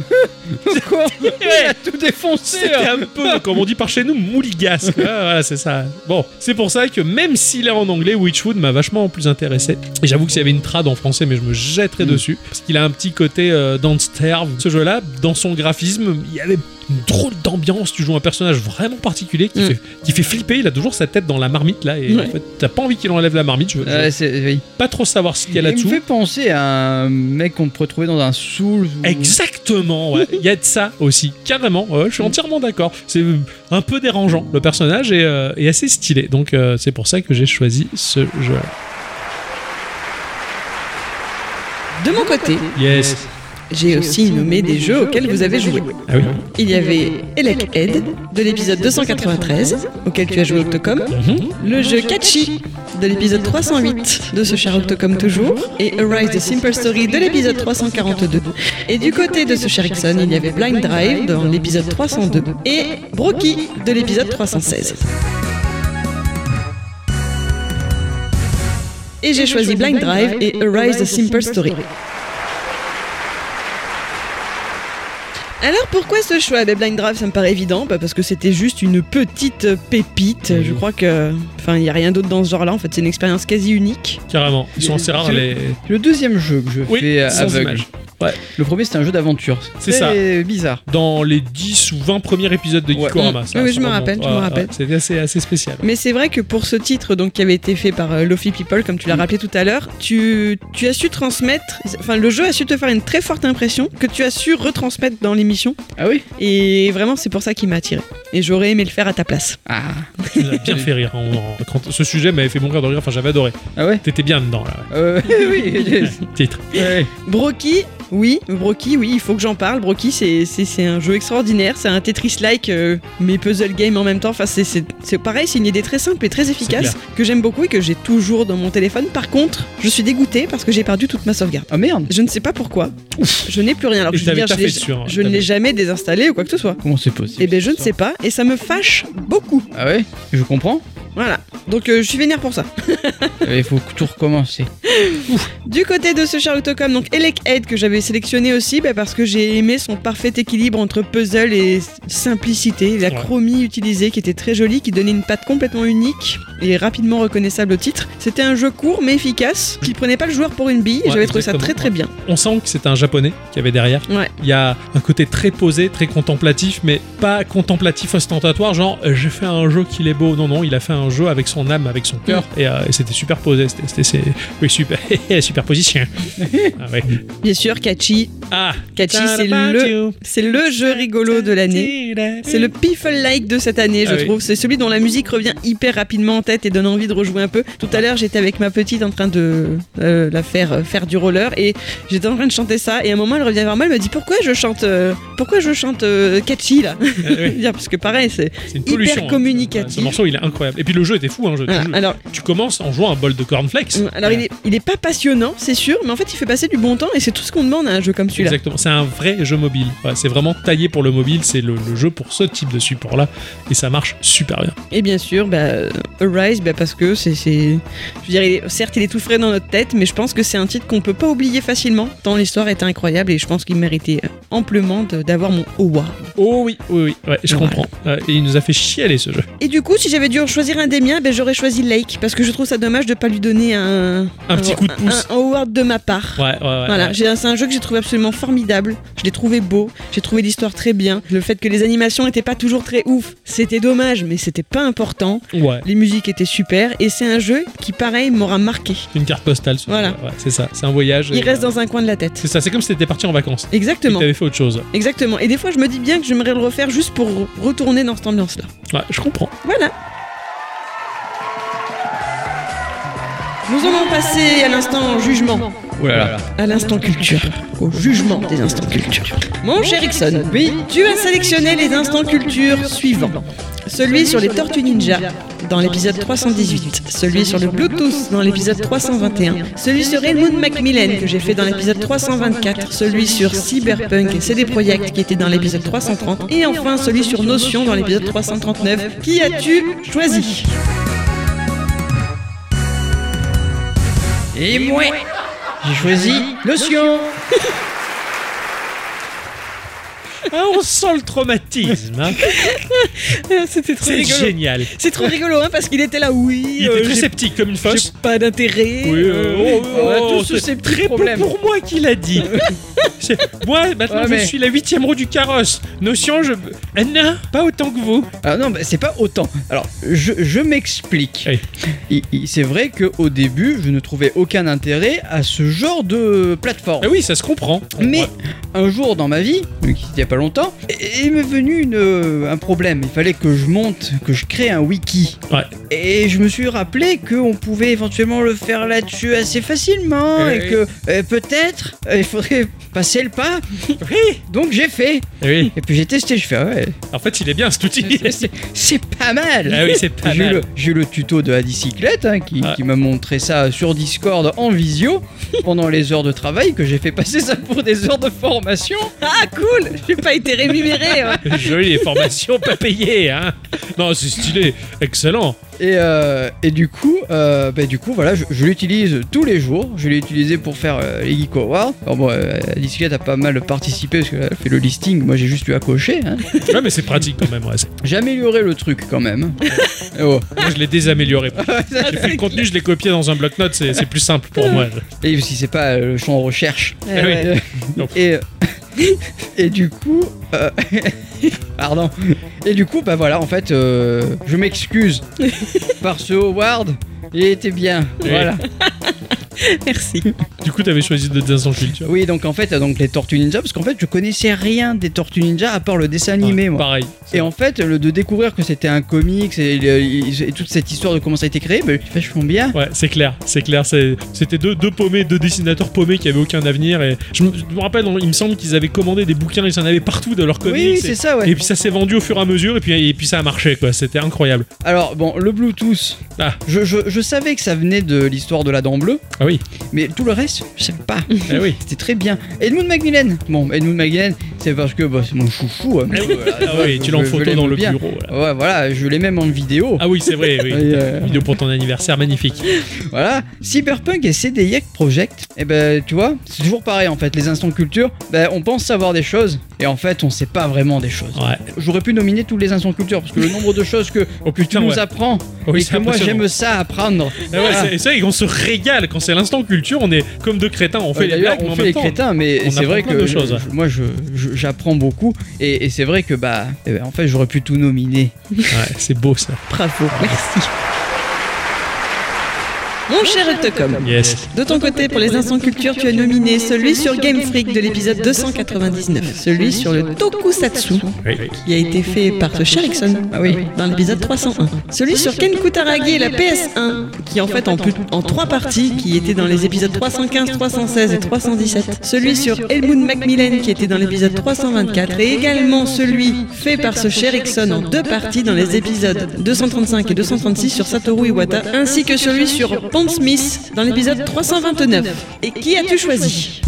S3: Quoi
S2: Ouais.
S3: Il a tout défoncé. hein.
S2: C'était un peu, comme on dit par chez nous, mouligasque. Ouais, voilà, c'est ça. Bon, c'est pour ça que même s'il est en anglais, Witchwood m'a vachement plus intéressé. Et j'avoue que s'il y avait une trad en français, mais je me jetterais
S3: Mm.
S2: dessus. Parce qu'il a un petit côté euh, Don't Starve. Ce jeu-là, dans son graphisme, il y avait une drôle d'ambiance. Tu joues un personnage vraiment particulier qui,
S1: Mm.
S2: fait, qui fait flipper. Il a toujours sa tête dans la marmite là. Et
S1: Ouais.
S2: en fait, t'as pas envie qu'il enlève la marmite. Je, je
S3: Ouais, Ah, c'est- oui.
S2: veux pas trop savoir ce qu'il y a
S3: Il me
S2: là-dessous.
S3: fait penser à un mec qu'on pourrait trouver dans un
S1: Mm.
S3: soul. ou-
S1: (laughs)
S2: Exactement, ouais. il y a de ça aussi, carrément, ouais, je suis entièrement d'accord. C'est un peu dérangeant, le personnage est, euh, est assez stylé, donc euh, c'est pour ça que j'ai choisi ce jeu.
S1: De mon côté,
S2: Yes.
S1: j'ai aussi nommé des jeux auxquels vous avez joué.
S2: Ah oui.
S1: Il y avait Elec Head de l'épisode 293, auquel tu as joué Octocom,
S2: Mhm.
S1: le jeu Catchy de l'épisode 308 de ce cher Octocom toujours, et Arise the Simple Story de l'épisode 342. Et du côté de ce cher Ixon, il y avait Blind Drive dans l'épisode 302 et Brocky de l'épisode 316. Et j'ai choisi Blind Drive et Arise the Simple Story. Alors pourquoi ce choix Ben, Blind Drive, ça me paraît évident, bah, parce que c'était juste une petite euh, pépite. Je crois que, enfin, il y a rien d'autre dans ce genre-là. En fait, c'est une expérience quasi unique.
S2: Carrément, ils sont assez rares les.
S3: Le deuxième jeu que je
S2: Oui,
S3: fais euh,
S2: sans
S3: aveugle.
S2: images.
S3: Le premier, c'était un jeu d'aventure.
S2: C'est
S3: Très bizarre.
S2: Dans les 10 ou 20 premiers épisodes de
S3: Ouais.
S2: Gikorama, ça.
S1: Oui, oui,
S2: ça
S1: je me
S2: remonte.
S1: rappelle, je
S2: Ouais,
S1: me
S2: ouais,
S1: rappelle.
S2: C'était assez, assez spécial.
S1: Mais c'est vrai que pour ce titre, donc qui avait été fait par euh, Lofi People, comme tu l'as rappelé tout à l'heure, tu, tu as su transmettre, enfin, le jeu a su te faire une très forte impression que tu as su retransmettre dans l'émission.
S3: Ah oui
S1: Et vraiment, c'est pour ça qu'il m'a attiré. Et j'aurais aimé le faire à ta place.
S3: Ah,
S2: Tu nous as bien fait rire. hein, on- quand ce sujet m'avait fait mourir de rire, enfin j'avais adoré.
S3: ah ouais
S2: T'étais bien dedans là.
S3: Euh, (laughs) Oui,
S2: ouais. Titre.
S3: Ouais.
S1: Brocky, oui, Brocky, oui, il faut que j'en parle. Brocky, c'est- c'est c'est un jeu extraordinaire, c'est un Tetris-like, euh, mais puzzle game en même temps. Enfin, c'est- c'est c'est pareil, c'est une idée très simple et très efficace que j'aime beaucoup et que j'ai toujours dans mon téléphone. Par contre, je suis dégoûtée parce que j'ai perdu toute ma sauvegarde.
S3: Oh merde
S1: Je ne sais pas pourquoi. Je n'ai plus rien. Alors
S2: Et
S1: que Ah, je, veux
S2: t'avais
S1: dire, je
S2: taffé
S1: l'ai-
S2: dessus, hein,
S1: je ne
S2: t'avais-
S1: l'ai jamais désinstallé ou quoi que ce soit.
S3: Comment c'est possible
S1: Eh bien, je ne sais pas, et ça me fâche beaucoup.
S3: Ah ouais Je comprends. Eh,
S1: Voilà. Donc, euh, je suis vénère pour ça.
S3: Il faut que tout recommencer.
S1: Du côté de ce Charlotte Ockham, donc Elec Head que j'avais sélectionné aussi bah, parce que j'ai aimé son parfait équilibre entre puzzle et s- simplicité, la
S2: Ouais.
S1: chromie utilisée qui était très jolie, qui donnait une patte complètement unique et rapidement reconnaissable au titre. C'était un jeu court mais efficace qui prenait pas le joueur pour une bille et
S2: Ouais,
S1: j'avais trouvé ça très
S2: exactement,
S1: très bien.
S2: On sent que c'est un japonais qui avait derrière.
S1: Ouais.
S2: Il y a un côté très posé, très contemplatif, mais pas contemplatif ostentatoire, genre euh, j'ai fait un jeu qu'il est beau. Non, non, il a fait un jeu avec son âme, avec son cœur, et, euh, et c'était super posé. C'était, c'était- c'est- oui, super, superposition. ah, ouais.
S1: Bien sûr, Catchy,
S2: ah
S1: Catchy c'est le, c'est le jeu rigolo de l'année. C'est le piffle-like de cette année, je
S2: Ah oui.
S1: trouve. C'est celui dont la musique revient hyper rapidement en tête et donne envie de rejouer un peu. Tout à l'heure, j'étais avec ma petite en train de euh, la faire euh, faire du roller et j'étais en train de chanter ça. Et à un moment, elle revient vers moi, elle me dit Pourquoi je chante, euh, pourquoi je chante euh, catchy là (laughs)
S2: Ah oui,
S1: Dire, Parce que pareil, c'est.
S2: c'est une pollution. hein.
S1: communicatif.
S2: Ce morceau, il est incroyable. Et puis le jeu était fou. Hein, je-
S1: Voilà.
S2: tu,
S1: Alors,
S2: tu commences en jouant un bol de cornflakes.
S1: alors il, est, il est pas passionnant, c'est sûr, mais en fait, il fait passer du bon temps et c'est tout ce qu'on demande à un jeu comme celui-là.
S2: Exactement, c'est un vrai jeu mobile. Ouais, c'est vraiment taillé pour le mobile, c'est le, le jeu pour ce type de support-là, et ça marche super bien.
S1: Et bien sûr, bah, euh, Arise, bah, parce que c'est. c'est- Je veux dire, il est- certes, il est tout frais dans notre tête, mais je pense que c'est un titre qu'on peut pas oublier facilement, tant l'histoire est incroyable et je pense qu'il méritait euh, amplement de- d'avoir mon award.
S2: Oh oui, oui, oui, ouais, je
S1: Voilà.
S2: comprends. Ouais, et il nous a fait chialer ce jeu.
S1: Et du coup, si j'avais dû en choisir un des miens, bah, j'aurais choisi Lake, parce que je trouve ça dommage de pas lui donner un.
S2: Un petit coup de pouce.
S1: Un, un award de ma part.
S2: Ouais, ouais, ouais.
S1: Voilà,
S2: ouais.
S1: j'ai- c'est un jeu que j'ai trouvé absolument formidable. Je l'ai trouvé beau, j'ai trouvé l'histoire très bien. Le fait que les animations étaient pas toujours très ouf, c'était dommage, mais c'était pas important.
S2: Ouais,
S1: Les musiques étaient super et c'est un jeu qui, pareil, m'aura marqué.
S2: une carte postale. ce jeu.
S1: Voilà.
S2: Ouais, c'est ça, c'est un voyage.
S1: Il
S2: et,
S1: reste
S2: euh,
S1: dans un coin de la tête.
S2: C'est ça, c'est comme si t'étais parti en vacances. Tu
S1: Exactement,
S2: t'avais fait autre chose.
S1: exactement. Et des fois, je me dis bien que j'aimerais le refaire juste pour retourner dans cette ambiance-là.
S2: Ouais, je comprends.
S1: Voilà. Nous allons passer à l'instant jugement,
S3: Oh là là.
S1: à l'instant culture, au jugement des instants culture. Mon cher Ixon, oui, tu as sélectionné les instants culture suivants. Celui sur les Tortues Ninja dans l'épisode 318, celui sur le Bluetooth dans l'épisode 321, celui sur Edmund Macmillan que j'ai fait dans l'épisode 324, celui sur Cyberpunk et CD Projekt qui était dans l'épisode 330, et enfin celui sur Notion dans l'épisode 339. Qui as-tu
S2: (laughs)
S1: choisi
S3: Et moi J'ai choisi Notion
S2: Ah, on sent le traumatisme. hein. Ah,
S1: C'était trop
S2: (laughs) c'est
S1: rigolo.
S2: génial.
S1: C'est trop rigolo hein, parce qu'il était là, oui,
S2: Il
S1: euh,
S2: était très
S1: j'ai-
S2: sceptique comme une
S1: j'ai
S2: fosse.
S1: pas d'intérêt.
S2: Oui, euh,
S1: euh,
S2: oh,
S3: on a
S2: oh,
S3: Ah, tous
S2: c'est
S3: ces petits
S2: très beau
S3: problèmes. (laughs)
S2: pour moi qu'il a dit. C'est- Moi, maintenant,
S3: Ouais,
S2: je
S3: mais-
S2: suis la huitième roue du carrosse. Notion, je. Ah non, pas autant que vous.
S3: Ah non, bah, c'est pas autant. Alors, je, je m'explique.
S2: Oui.
S3: Il- il- C'est vrai qu'au début, je ne trouvais aucun intérêt à ce genre de plateforme.
S2: Ah oui, ça se comprend.
S3: Mais
S2: Ouais.
S3: un jour dans ma vie, donc il y a pas longtemps, est est m'est venu une, euh, un problème. Il fallait que je monte, que je crée un wiki.
S2: Ouais.
S3: Et je me suis rappelé qu'on pouvait éventuellement le faire là-dessus assez facilement
S2: Eh
S3: et
S2: oui.
S3: que euh, peut-être euh, il faudrait passer le pas.
S2: Oui.
S3: Donc j'ai fait.
S2: Ah oui.
S3: Et puis j'ai testé, je fais ah ouais,
S2: (laughs) En fait, il est bien cet outil.
S3: c'est- c'est pas mal.
S2: (laughs) ah oui, c'est pas
S3: J'ai eu,
S2: mal.
S3: le, j'ai eu le tuto de la bicyclette hein, qui,
S2: Ouais.
S3: qui m'a montré ça sur Discord en
S2: (laughs)
S3: visio pendant les heures de travail que j'ai fait passer ça pour des heures de formation.
S1: Ah, cool J'ai pas été rémunéré. hein. ouais.
S2: Joli, les formations pas payées, hein. Non, c'est stylé. Excellent.
S3: Et, euh, et du coup, euh, bah, du coup, voilà, je, je l'utilise tous les jours. Je l'ai utilisé pour faire euh, les Geek Awards. Alors bon, euh, la bicyclette a pas mal participé parce qu'elle fait le listing. Moi, j'ai juste eu à cocher. hein.
S2: Ouais, mais c'est pratique quand même. ouais.
S3: J'ai amélioré le truc
S2: (laughs)
S3: quand même. Et oh.
S2: Moi, je l'ai désamélioré.
S3: Ah,
S2: J'ai fait le contenu, je l'ai copié dans un bloc-notes. C'est c'est plus simple pour
S3: (laughs)
S2: moi.
S3: Et si c'est pas euh, le champ recherche.
S1: Eh
S2: Ah oui.
S1: ouais.
S2: Non.
S3: Et, euh, (laughs) et du coup. euh, (laughs) pardon. Et du coup, bah voilà, en fait, euh, je m'excuse par ce Howard. Il était bien.
S2: Oui.
S3: Voilà.
S1: Merci.
S2: Du coup, t'avais choisi de désinsulter. tu vois.
S3: Oui, donc en fait, donc les Tortues Ninja, parce qu'en fait, je connaissais rien des Tortues Ninja à part le dessin animé,
S2: Ouais,
S3: moi.
S2: Pareil.
S3: Et en fait, le, de découvrir que c'était un comics et, le- et toute cette histoire de comment ça a été créé, bah, je fais vachement bien.
S2: Ouais, c'est clair, c'est clair. c'est- C'était deux, deux paumés, deux dessinateurs paumés qui avaient aucun avenir. Et je me, je me rappelle, il me semble qu'ils avaient commandé des bouquins, ils en avaient partout dans leur comics.
S3: oui,
S2: et-
S3: c'est ça, ouais.
S2: Et puis ça s'est vendu au fur et à mesure, et puis, et puis ça a marché, quoi. C'était incroyable.
S3: Alors, bon, le Bluetooth,
S2: Ah.
S3: je, je- je savais que ça venait de l'histoire de la dent bleue,
S2: Ah oui,
S3: mais tout le reste, je savais pas.
S2: ah oui.
S3: C'était très bien. Edmund Macmillan Bon, Edmund Macmillan, c'est parce que bah, c'est mon chouchou. hein, mais voilà,
S2: Ah oui, tu l'as en
S3: je- je
S2: photo
S3: l'aime
S2: dans le
S3: bien.
S2: bureau. voilà.
S3: Ouais, voilà, je l'ai même en vidéo.
S2: Ah oui, c'est vrai,
S3: (laughs)
S2: oui.
S3: Et, euh,
S2: Vidéo pour ton anniversaire, magnifique.
S3: Voilà, Cyberpunk et CDIEC E Project, et ben tu vois, c'est toujours pareil en fait, les instants culture, ben on pense savoir des choses, et en fait on sait pas vraiment des choses.
S2: Ouais.
S3: J'aurais pu nominer tous les instants culture, parce que le nombre de choses que
S2: Oh
S3: tu
S2: putain,
S3: nous
S2: ouais.
S3: apprends,
S2: Oui,
S3: et
S2: c'est
S3: que moi
S2: impressionnant.
S3: j'aime ça apprendre.
S2: Ah ouais, c'est- c'est vrai qu'on se régale quand c'est l'instant culture, on est comme deux crétins, on fait
S3: Ouais,
S2: les
S3: D'ailleurs,
S2: blagues, mais
S3: on
S2: en
S3: fait
S2: même
S3: les
S2: temps,
S3: crétins, mais
S2: on
S3: c'est vrai
S2: apprend
S3: que
S2: plein de
S3: je-
S2: choses, ouais.
S3: je- moi je- je- j'apprends beaucoup, et, et c'est vrai que bah, eh ben, en fait j'aurais pu tout nominer.
S2: Ouais, c'est beau ça.
S1: Bravo. Merci. Mon cher Octocom,
S2: Yes.
S1: de ton côté, pour les instants culture, tu as nominé celui sur Game Freak de l'épisode 299, celui sur le Tokusatsu,
S2: Oui, oui.
S1: qui a été fait par ce cher Ericsson
S3: Ah oui,
S1: dans l'épisode 301, celui sur Ken Kutaragi et la PS1, qui en fait en, plus- en trois parties, qui était dans les épisodes 315, 316 et 317, celui sur Helmut Macmillan, qui était dans l'épisode 324, et également celui fait par ce cher Ericsson en deux parties dans les épisodes 235 et 236 sur Satoru Iwata, ainsi que celui sur Pond Smith dans l'épisode 329. Et qui as-tu choisi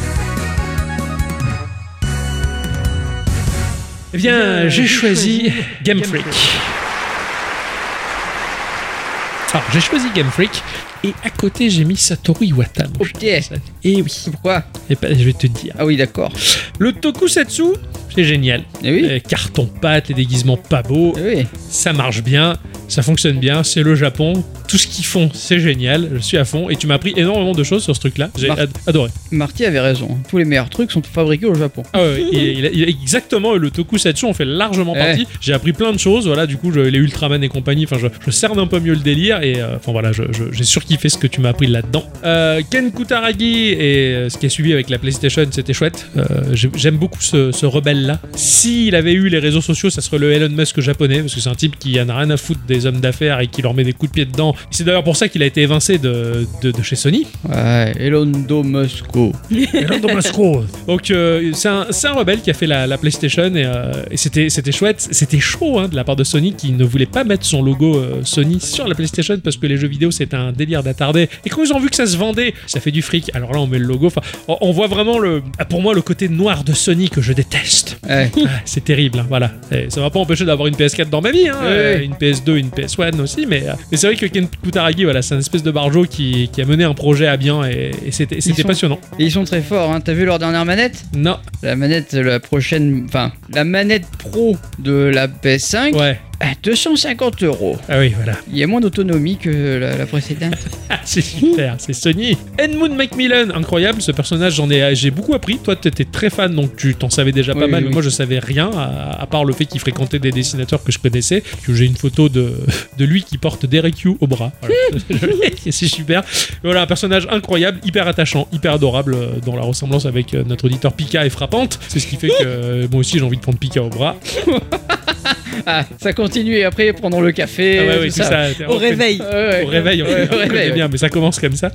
S2: Eh bien, j'ai choisi Game Freak. Alors, Ah, j'ai choisi Game Freak et à côté, j'ai mis Satoru Iwata. mon
S3: Oh,
S2: cher
S3: pièce.
S2: Hassan. Eh oui,
S3: (laughs) pourquoi
S2: Eh ben, je vais te dire.
S3: Ah oui, d'accord.
S2: Le tokusatsu, c'est génial.
S3: Eh oui.
S2: Euh, carton pâte, les déguisements pas beaux,
S3: Eh oui.
S2: ça marche bien, ça fonctionne bien, c'est le Japon. Tout ce qu'ils font, c'est génial, je suis à fond. Et tu m'as appris énormément de choses sur ce truc-là. J'ai
S3: Mar-
S2: ad- adoré.
S3: Marty avait raison, tous les meilleurs trucs sont fabriqués au Japon.
S2: Ah ouais, il, il a- il a exactement le tokusatsu en fait largement
S3: Eh.
S2: partie. J'ai appris plein de choses, voilà, du coup, je- les Ultraman et compagnie, enfin, je, je cerne un peu mieux le délire et euh, enfin voilà, je- je- j'ai surkiffé ce que tu m'as appris là-dedans. Euh, Ken Kutaragi et euh, ce qui a suivi avec la PlayStation, c'était chouette. Euh, j'ai- J'aime beaucoup ce, ce rebelle-là. S'il avait eu les réseaux sociaux, ça serait le Elon Musk japonais, parce que c'est un type qui en a rien à foutre des hommes d'affaires et qui leur met des coups de pied dedans. C'est d'ailleurs pour ça qu'il a été évincé de- de- de chez Sony.
S3: Ouais, Elondo Musco.
S2: (laughs) Donc euh, c'est un, c'est un rebelle qui a fait la, la PlayStation et, euh, et c'était c'était chouette, c'était chaud hein, de la part de Sony qui ne voulait pas mettre son logo euh, Sony sur la PlayStation parce que les jeux vidéo c'est un délire d'attardé et quand ils ont vu que ça se vendait, ça fait du fric. Alors là on met le logo, enfin on, on voit vraiment le ah, pour moi le côté noir de Sony que je déteste.
S3: (laughs) Ouais.
S2: Ah, c'est terrible, hein, voilà. Et ça m'a pas empêché d'avoir une PS4 dans ma vie, hein,
S3: Ouais,
S2: euh,
S3: ouais.
S2: une PS2, une PS1 aussi, mais, euh, mais c'est vrai que Ken Kutaragi, voilà, c'est un espèce de barjo qui, qui a mené un projet à bien et, et c'était c'était
S3: sont-
S2: passionnant.
S3: Et ils sont très forts, hein. T'as vu leur dernière manette
S2: Non,
S3: La manette, la prochaine. Enfin, la manette pro de la PS5.
S2: ouais.
S3: à 250 euros.
S2: Ah oui, voilà. (laughs)
S3: Il y a moins d'autonomie que la, la précédente.
S2: Ah, c'est super, c'est Sony. Edmund Macmillan, incroyable, ce personnage, j'en ai, j'ai beaucoup appris. Toi, t'étais très fan, donc tu t'en savais déjà pas
S3: Oui,
S2: mal.
S3: oui,
S2: mais Moi, je savais rien, à, à part le fait qu'il fréquentait des dessinateurs que je connaissais. J'ai une photo de, (laughs) de lui qui porte Derek Yu au bras. Voilà.
S3: (laughs)
S2: (laughs) c'est super. Voilà, un personnage incroyable, hyper attachant, hyper adorable, euh, dont la ressemblance avec euh, notre auditeur Pika est frappante. C'est ce qui fait que euh, moi aussi, j'ai envie de prendre Pika au bras.
S3: Ah, ça continue et après prendre le café.
S2: Ah ouais,
S3: tout
S2: oui,
S3: ça.
S2: tout ça.
S4: Au réveil.
S3: Ouais, ouais.
S2: Au réveil, on
S3: Ouais,
S2: on
S3: au
S2: connaît
S3: réveil,
S2: bien, mais ça commence comme
S3: (laughs)
S2: ça.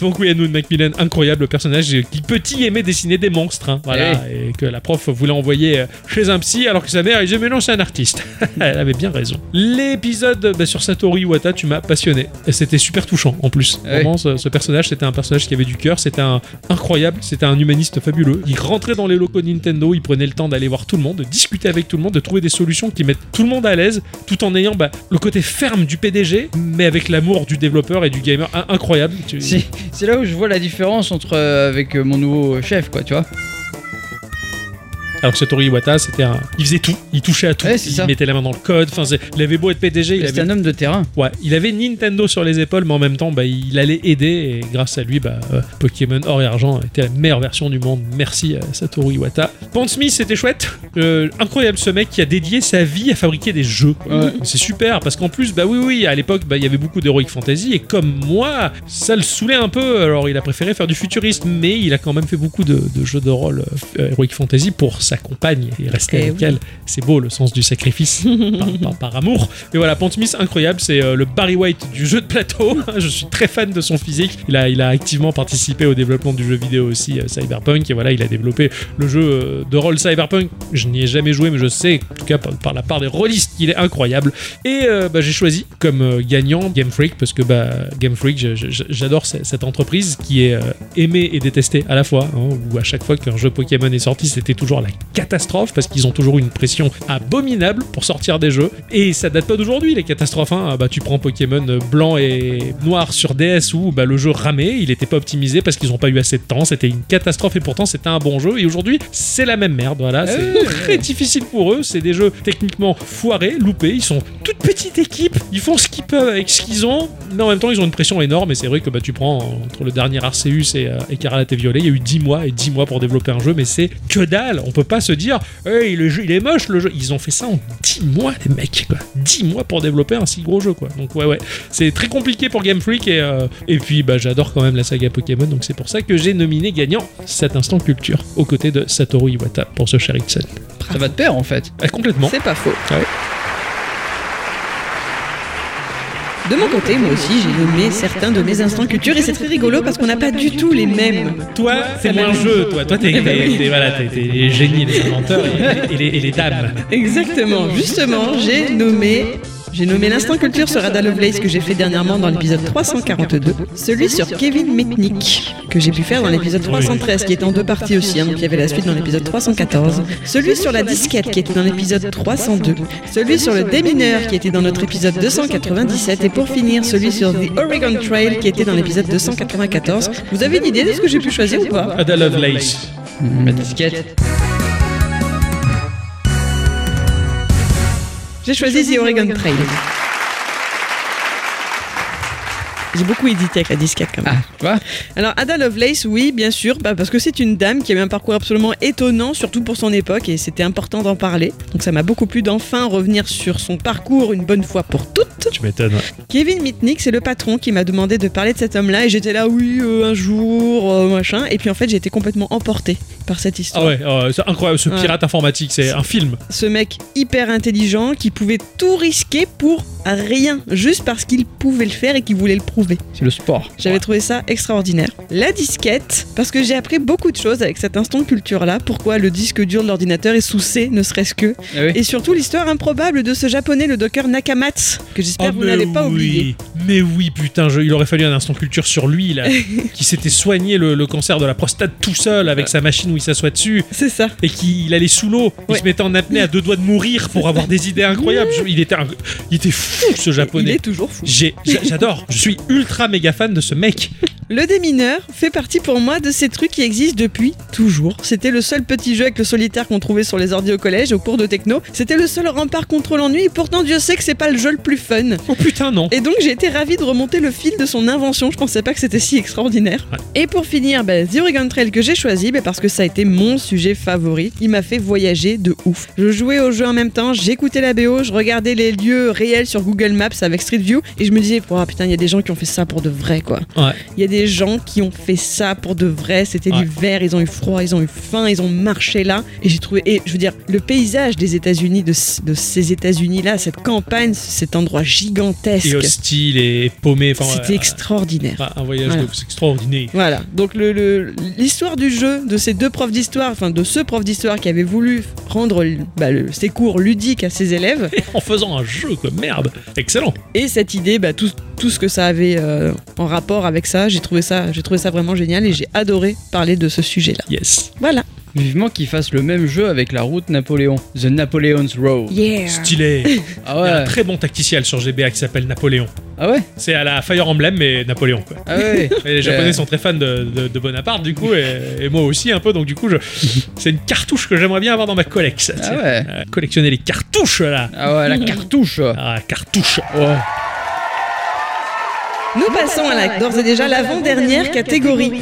S2: Donc oui, Edmund Macmillan, incroyable personnage euh, qui petit aimait dessiner des monstres, hein, voilà,
S3: Eh.
S2: et que la prof voulait envoyer euh, chez un psy alors que sa mère elle disait mais non c'est un artiste. (laughs) Elle avait bien raison. L'épisode bah, sur Satori Iwata, tu m'as passionné. Et C'était super touchant en plus.
S3: Ouais.
S2: Vraiment, ce, ce personnage, c'était un personnage qui avait du cœur, c'était un incroyable, c'était un humaniste fabuleux. Il rentrait dans les locaux Nintendo, il prenait le temps d'aller voir tout le monde, de discuter avec tout le monde, de trouver des solutions qui mettent tout le monde à l'aise, tout en ayant bah, le côté ferme du PDG, mais avec l'amour du développeur et du gamer. Ah, incroyable. Tu-
S3: C'est c'est là où je vois la différence entre euh, avec euh, mon nouveau chef, quoi, tu vois.
S2: Alors que Satoru Iwata, c'était un... il faisait tout, il touchait à tout,
S3: Ouais, c'est
S2: il
S3: ça.
S2: mettait la main dans le code. Enfin, c'est- il avait beau être PDG, il
S3: C'est
S2: avait
S3: un homme de terrain.
S2: Ouais, il avait Nintendo sur les épaules, mais en même temps, bah, il allait aider. Et grâce à lui, bah, euh, Pokémon Or et Argent était la meilleure version du monde. Merci euh, Satoru Iwata. Pan Smith, c'était chouette. Euh, incroyable ce mec qui a dédié sa vie à fabriquer des jeux.
S3: Ouais.
S2: C'est super parce qu'en plus, bah oui, oui, à l'époque, bah, il y avait beaucoup d'Heroic Fantasy et comme moi, ça le saoulait un peu. Alors, il a préféré faire du futuriste, mais il a quand même fait beaucoup de, de jeux de rôle euh, Heroic Fantasy pour sa compagne et rester
S4: Eh
S2: avec
S4: oui.
S2: elle. C'est beau le sens du
S4: (laughs)
S2: sacrifice par, par- par amour. Mais voilà, Pant Smith, incroyable, c'est euh, le Barry White du jeu de plateau. (laughs) Je suis très fan de son physique. Il a, il a activement participé au développement du jeu vidéo aussi euh, Cyberpunk. Et voilà, il a développé le jeu euh, de rôle Cyberpunk. Je n'y ai jamais joué, mais je sais, en tout cas par, par la part des rôlistes, qu'il est incroyable. Et euh, bah, j'ai choisi comme euh, gagnant Game Freak parce que bah, Game Freak, je- je- j'adore ce- cette entreprise qui est euh, aimée et détestée à la fois. hein, où à chaque fois qu'un jeu Pokémon est sorti, c'était toujours la catastrophe parce qu'ils ont toujours une pression abominable pour sortir des jeux. Et ça date pas d'aujourd'hui les catastrophes. hein. Ah, Bah, tu prends Pokémon euh, blanc et noir sur DS où bah, le jeu ramait, il n'était pas optimisé parce qu'ils n'ont pas eu assez de temps. C'était une catastrophe et pourtant c'était un bon jeu. Et aujourd'hui, c'est la même merde. Voilà, c'est
S3: oui, oui, oui.
S2: très difficile pour eux. C'est des jeux techniquement foirés, loupés. Ils sont toute petite équipe. Ils font ce qu'ils peuvent avec ce qu'ils ont. Mais en même temps, ils ont une pression énorme. Et c'est vrai que bah, tu prends euh, entre le dernier Arceus et, euh, et Carlate et Violet, il y a eu 10 mois et 10 mois pour développer un jeu. Mais c'est que dalle. On peut pas se dire, hey, le jeu, il est moche le jeu. Ils ont fait ça en 10 mois, les mecs. Quoi. 10 mois pour développer un si gros jeu. quoi. Donc, ouais, ouais. C'est très compliqué pour Game Freak. Et, euh, et puis, bah, j'adore quand même la saga Pokémon. Donc, c'est pour ça que j'ai nominé gagnant cet instant culture aux côtés de Satoru Iwata pour ce Sherrickson.
S3: Ça va de pair en fait.
S2: Ah, complètement.
S4: C'est pas faux.
S2: Ah ouais.
S4: De mon côté, moi aussi, j'ai nommé certains de mes instants culture et c'est très rigolo parce qu'on n'a pas du tout les mêmes.
S2: Toi, c'est moins jeu, toi. Toi, t'es
S4: (laughs)
S2: t'es- t'es- voilà, t'es- t'es les génies, les inventeurs et, et les, et les dames.
S4: Exactement. Justement, j'ai nommé. J'ai nommé l'instant culture sur Ada Lovelace que j'ai fait dernièrement dans l'épisode 342, celui sur Kevin Mitnick que j'ai pu faire dans l'épisode 313 qui est en deux parties aussi, hein, donc il y avait la suite dans l'épisode 314, celui sur la disquette qui était dans l'épisode 302, celui sur le démineur qui était dans notre épisode 297 et pour finir celui sur The Oregon Trail qui était dans l'épisode 294. Vous avez une idée de ce que j'ai pu choisir ou pas
S2: Ada Lovelace. Mm.
S3: La disquette.
S4: J'ai choisi The Oregon Trail. J'ai beaucoup hésité avec la disquette quand même.
S3: Ah, tu vois
S4: Alors Ada Lovelace, oui, bien sûr, bah, parce que c'est une dame qui a eu un parcours absolument étonnant, surtout pour son époque, et c'était important d'en parler. Donc ça m'a beaucoup plu d'enfin revenir sur son parcours une bonne fois pour toutes.
S2: Tu m'étonnes.
S4: Kevin Mitnick, c'est le patron qui m'a demandé de parler de cet homme-là, et j'étais là, oui, euh, un jour, euh, machin. Et puis en fait, j'ai été complètement emportée par cette histoire.
S2: Ah ouais, euh, c'est incroyable, ce
S4: Ouais.
S2: pirate informatique, c'est un film.
S4: ce mec hyper intelligent qui pouvait tout risquer pour rien, juste parce qu'il pouvait le faire et qu'il voulait le prouver.
S3: C'est le sport.
S4: J'avais trouvé ça extraordinaire. La disquette, parce que j'ai appris beaucoup de choses avec cet instant culture-là, pourquoi le disque dur de l'ordinateur est sous C, ne serait-ce que,
S3: Ah oui.
S4: et surtout l'histoire improbable de ce japonais, le docker Nakamatsu, que j'espère
S2: Ah,
S4: vous n'avez pas oublié.
S2: Mais oui, putain, je- il aurait fallu un instant culture sur lui,
S4: (laughs)
S2: là, qui s'était soigné le, le cancer de la prostate tout seul avec sa machine où il s'assoit dessus
S4: C'est ça.
S2: et qu'il allait sous l'eau. Il
S4: Ouais.
S2: se mettait en apnée à deux doigts de mourir pour avoir des idées incroyables. Je- il, était, un- il était fou, ce
S4: Il
S2: japonais.
S4: est toujours fou.
S2: J'ai- j'a- J'adore, je suis ultra méga fan de ce mec.
S1: Le démineur fait partie pour moi de ces trucs qui existent depuis toujours. C'était le seul petit jeu avec le solitaire qu'on trouvait sur les ordi au collège, au cours de techno. C'était le seul rempart contre l'ennui et pourtant Dieu sait que c'est pas le jeu le plus fun.
S2: Oh putain, non.
S1: Et donc j'ai été ravie de remonter le fil de son invention, je pensais pas que c'était si extraordinaire. Et pour finir, bah, The Oregon Trail que j'ai choisi, bah, parce que ça a été mon sujet favori, il m'a fait voyager de ouf. Je jouais au jeu en même temps, j'écoutais la BO, je regardais les lieux réels sur Google Maps avec Street View et je me disais, oh, putain, il y a des gens qui ont fait ça pour de vrai quoi.
S2: Ouais.
S1: Il y a des gens qui ont fait ça pour de vrai. C'était
S2: Ouais.
S1: l'hiver, ils ont eu froid, ils ont eu faim, ils ont marché là. Et j'ai trouvé, et je veux dire, le paysage des États-Unis, de, c- de ces États-Unis-là, cette campagne, cet endroit
S2: Et
S1: gigantesque,
S2: hostile et paumé. Enfin,
S1: c'était
S2: ouais,
S1: extraordinaire.
S2: ouais, un voyage
S1: Voilà.
S2: de- c'est extraordinaire.
S1: Voilà, donc le- le- l'histoire du jeu de ces deux profs d'histoire, enfin de ce prof d'histoire qui avait voulu rendre bah, le- ses cours ludiques à ses élèves, (laughs)
S2: En faisant un jeu, quoi. Merde. Excellent.
S1: et cette idée, bah, tout, tout ce que ça avait euh, en rapport avec ça, j'ai trouvé ça, j'ai trouvé ça vraiment génial et j'ai adoré parler de ce sujet-là.
S2: Yes.
S1: Voilà.
S3: Vivement qu'ils fassent le même jeu avec la route Napoléon. The Napoleon's Road.
S4: Yeah.
S2: Stylé.
S3: Ah
S2: Il y a un
S3: ouais.
S2: très bon tacticiel sur GBA qui s'appelle Napoléon.
S3: Ah ouais.
S2: C'est à la Fire Emblem, mais Napoléon, quoi.
S3: Ah (laughs) ouais.
S2: Et les
S3: Euh.
S2: Japonais sont très fans de, de- de Bonaparte, du coup, et, et moi aussi un peu, donc du coup,
S3: (laughs)
S2: je- c'est une cartouche que j'aimerais bien avoir dans ma collection.
S3: Ah ouais.
S2: Euh, collectionner les cartouches, là
S3: Ah ouais, la cartouche.
S2: Ah, cartouche
S3: Oh.
S1: Nous passons à la d'ores et déjà l'avant-dernière catégorie.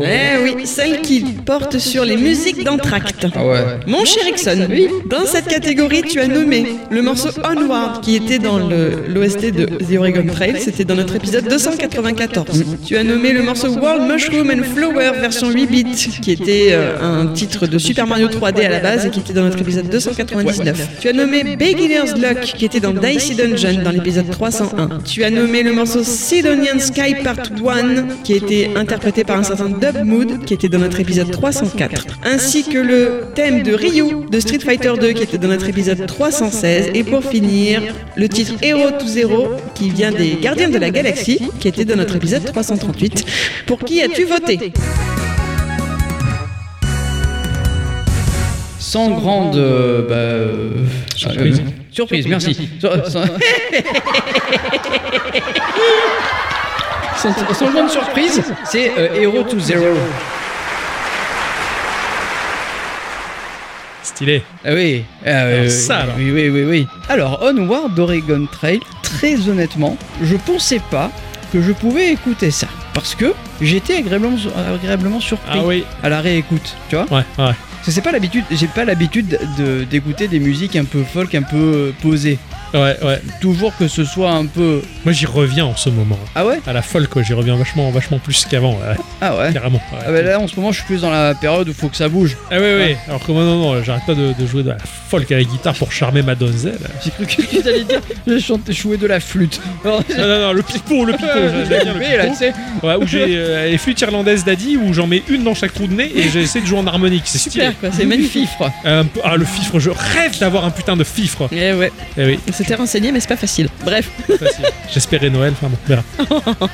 S1: Eh oui, celle qui porte sur les musiques d'entracte.
S3: Ah ouais.
S1: Mon cher Ixon, dans cette catégorie, tu as nommé le morceau Onward qui était dans l'OST de The Oregon Trail, c'était dans notre épisode 294. Tu as nommé le morceau World Mushroom and Flower version 8 bits qui était euh, un titre de Super Mario 3D à la base et qui était dans notre épisode 299. Tu as nommé Beginner's Luck qui était dans Dicey Dungeon dans l'épisode 301. Tu as nommé le morceau Sidonian Sky Part 1 qui était interprété par un certain Dub Mood qui était dans notre épisode 304. Ainsi que le thème de Ryu de Street Fighter 2 qui était dans notre épisode 316. Et pour finir, le titre Hero to Zero qui vient des Gardiens de la Galaxie qui était dans notre épisode 338. Pour qui as-tu voté
S3: Sans grande. euh, bah, euh,
S2: Surprise.
S3: euh, surprise, merci. Sans, sans- (laughs) Sans- sans grande surprise, c'est euh, Hero to Zero.
S2: Stylé
S3: Ah oui. Ah oui,
S2: Alors
S3: oui,
S2: ça, alors.
S3: oui, oui, oui, oui. Alors, Onward d'Oregon Trail, très honnêtement, je pensais pas que je pouvais écouter ça. Parce que j'étais agréablement, agréablement surpris
S2: Ah oui
S3: à la réécoute, tu vois.
S2: Ouais, ouais.
S3: Parce que c'est pas l'habitude, j'ai pas l'habitude de- d'écouter des musiques un peu folk, un peu euh, posées.
S2: Ouais, ouais.
S3: Toujours que ce soit un peu.
S2: Moi, j'y reviens en ce moment.
S3: Ah ouais
S2: À la folle, quoi. J'y reviens vachement, vachement plus qu'avant,
S3: (laughs)
S2: ouais, ouais,
S3: Ah ouais.
S2: carrément. ouais.
S3: Ah bah là en ce moment je suis plus dans la période où faut que ça bouge. (laughs)
S2: Ah oui, oui. Alors que moi, non, non, j'arrête pas de, de jouer de la folk à la guitare pour charmer ma
S3: (laughs)
S2: donzelle.
S3: J'ai cru que tu allais dire je chantais jouer de la flûte. Non,
S2: Non, non, non, le pipeau, le
S3: (laughs)
S2: pipeau. j'aime bien le
S3: Mais là,
S2: pipeau.
S3: tu sais,
S2: Ouais, où j'ai euh, les flûtes irlandaises d'Adi où j'en mets une dans chaque trou de nez et j'essaie de jouer en harmonique. C'est stylé.
S1: quoi,
S3: c'est magnifique. froid.
S2: Un peu- ah, le fifre, je rêve d'avoir un putain de fifre.
S1: Eh ouais,
S2: Eh oui,
S1: on s'était renseigné mais c'est pas facile. Bref,
S2: facile.
S3: (laughs)
S2: J'espérais Noël, enfin bon, on verra.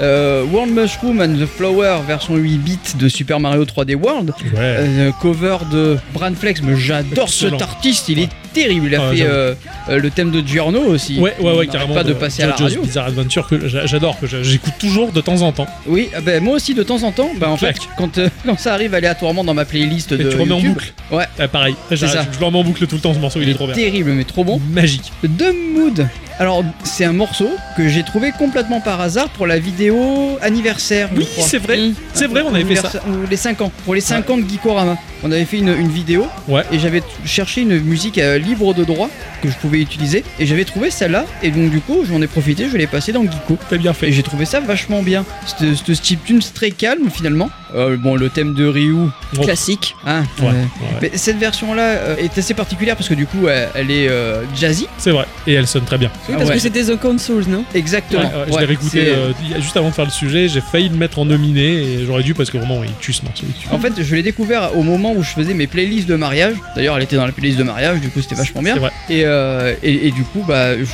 S3: Euh, World Mushroom and the Flower version 8 bits de Super Mario 3D World.
S2: Ouais.
S3: Euh, cover de Bran Flex, mais j'adore
S2: Excellent.
S3: cet artiste, il est terrible. Il a
S2: Ah,
S3: fait
S2: j'avoue.
S3: euh, euh, le thème de Giorno aussi.
S2: Ouais, ouais,
S3: On
S2: ouais,
S3: n'arrête
S2: carrément.
S3: Pas de passer à la
S2: JoJo's
S3: radio.
S2: Bizarre Adventure que j'a- j'adore, que j'a- j'écoute toujours de temps en temps.
S3: Oui, ah ben, moi aussi de temps en temps. Bah, en fait,
S2: Clac.
S3: quand, euh, (laughs) quand ça arrive aléatoirement dans ma playlist
S2: Et
S3: de
S2: tu remets en
S3: YouTube,
S2: boucle.
S3: Ouais.
S2: Ah, pareil. J'arrête,
S3: ça.
S2: Je le remets en boucle tout le temps, ce morceau, il est trop bien.
S3: terrible mais trop bon.
S2: Magique.
S3: Dumb Mood. Alors, c'est un morceau que j'ai trouvé complètement par hasard pour la vidéo anniversaire. je
S2: Oui,
S3: crois. Mmh.
S2: c'est vrai.
S1: Mm.
S2: C'est vrai, on avait fait ça.
S3: Anniversaire- ou Les 5 ans. Pour les 5 ans de Geekorama. On avait fait une, une vidéo.
S2: Ouais.
S3: Et j'avais t- cherché une musique euh, libre de droit que je pouvais utiliser. Et j'avais trouvé celle-là. Et donc, du coup, j'en ai profité. Je l'ai passée dans Geeko.
S2: T'as bien
S3: Et
S2: fait.
S3: j'ai trouvé ça vachement bien. Ce chiptune très calme finalement. Euh, bon, le thème de Ryu.
S2: Oh.
S1: classique.
S3: Hein,
S2: Ouais,
S3: euh,
S2: ouais.
S3: mais cette version-là euh, est assez particulière parce que du coup, elle, elle est euh, jazzy.
S2: C'est vrai. Et elle sonne très bien.
S1: Oui, parce
S3: Ah ouais.
S1: que c'était The Consoles, non
S3: Exactement.
S2: Ouais, ouais, je
S3: Ouais,
S2: l'ai réécouté
S3: c'est-
S2: euh, il y a- juste avant de faire le sujet. J'ai failli le mettre en nominé et j'aurais dû parce que vraiment, il tue ce morceau. il tue.
S3: En fait, je l'ai découvert au moment où je faisais mes playlists de mariage. D'ailleurs, elle était dans la playlist de mariage, du coup, c'était vachement bien.
S2: C'est vrai.
S3: Et, euh, et, et du coup, bah, je,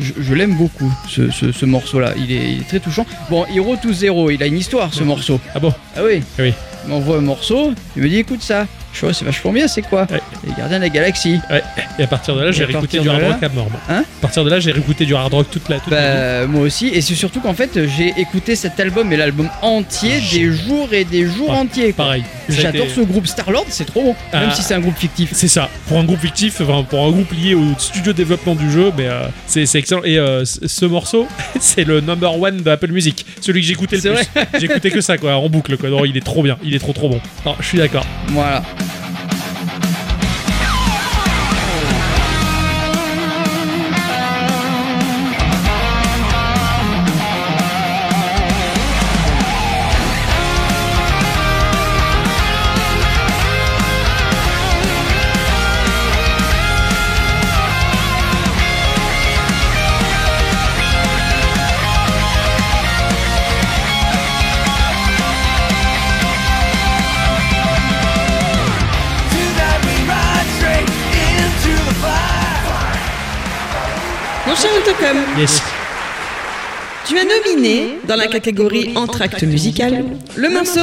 S3: je, je l'aime beaucoup, ce, ce- ce morceau-là. Il est, il est très touchant. Bon, Hero to Zero, il a une histoire, ce morceau.
S2: Ah bon
S3: Ah oui
S2: Ah oui.
S3: Il m'envoie un morceau, il me dit écoute ça. Je vois, c'est vachement bien, c'est quoi
S2: Ouais.
S3: Les gardiens de la galaxie.
S2: Ouais. Et à partir de là, j'ai
S3: à
S2: réécouté
S3: partir
S2: du
S3: de
S2: hard
S3: là-
S2: rock abnorme.
S3: Hein
S2: à partir de là, j'ai réécouté du hard rock toute la toute la vie.
S3: Bah, moi aussi, et c'est surtout qu'en fait, j'ai écouté cet album et l'album entier des jours et des jours
S2: Ouais,
S3: entiers.
S2: Ah,
S3: quoi.
S2: Pareil. Ça a
S3: J'adore
S2: été-
S3: ce groupe Starlord, c'est trop bon, même
S2: Ah.
S3: si c'est un groupe fictif.
S2: C'est ça, pour un groupe fictif, enfin, pour un groupe lié au studio de développement du jeu, mais euh, c'est c'est excellent. Et euh, c- ce morceau, (laughs) c'est le number one de Apple Music, celui que j'écoutais le
S3: C'est
S2: plus. J'écoutais que ça, quoi, en boucle, quoi. Non, il est trop bien, il est trop trop bon. Non, je suis d'accord.
S3: Voilà.
S2: (laughs)
S1: Mon cher Autocom,
S2: Yes.
S1: tu as nominé dans la catégorie entracte musical le morceau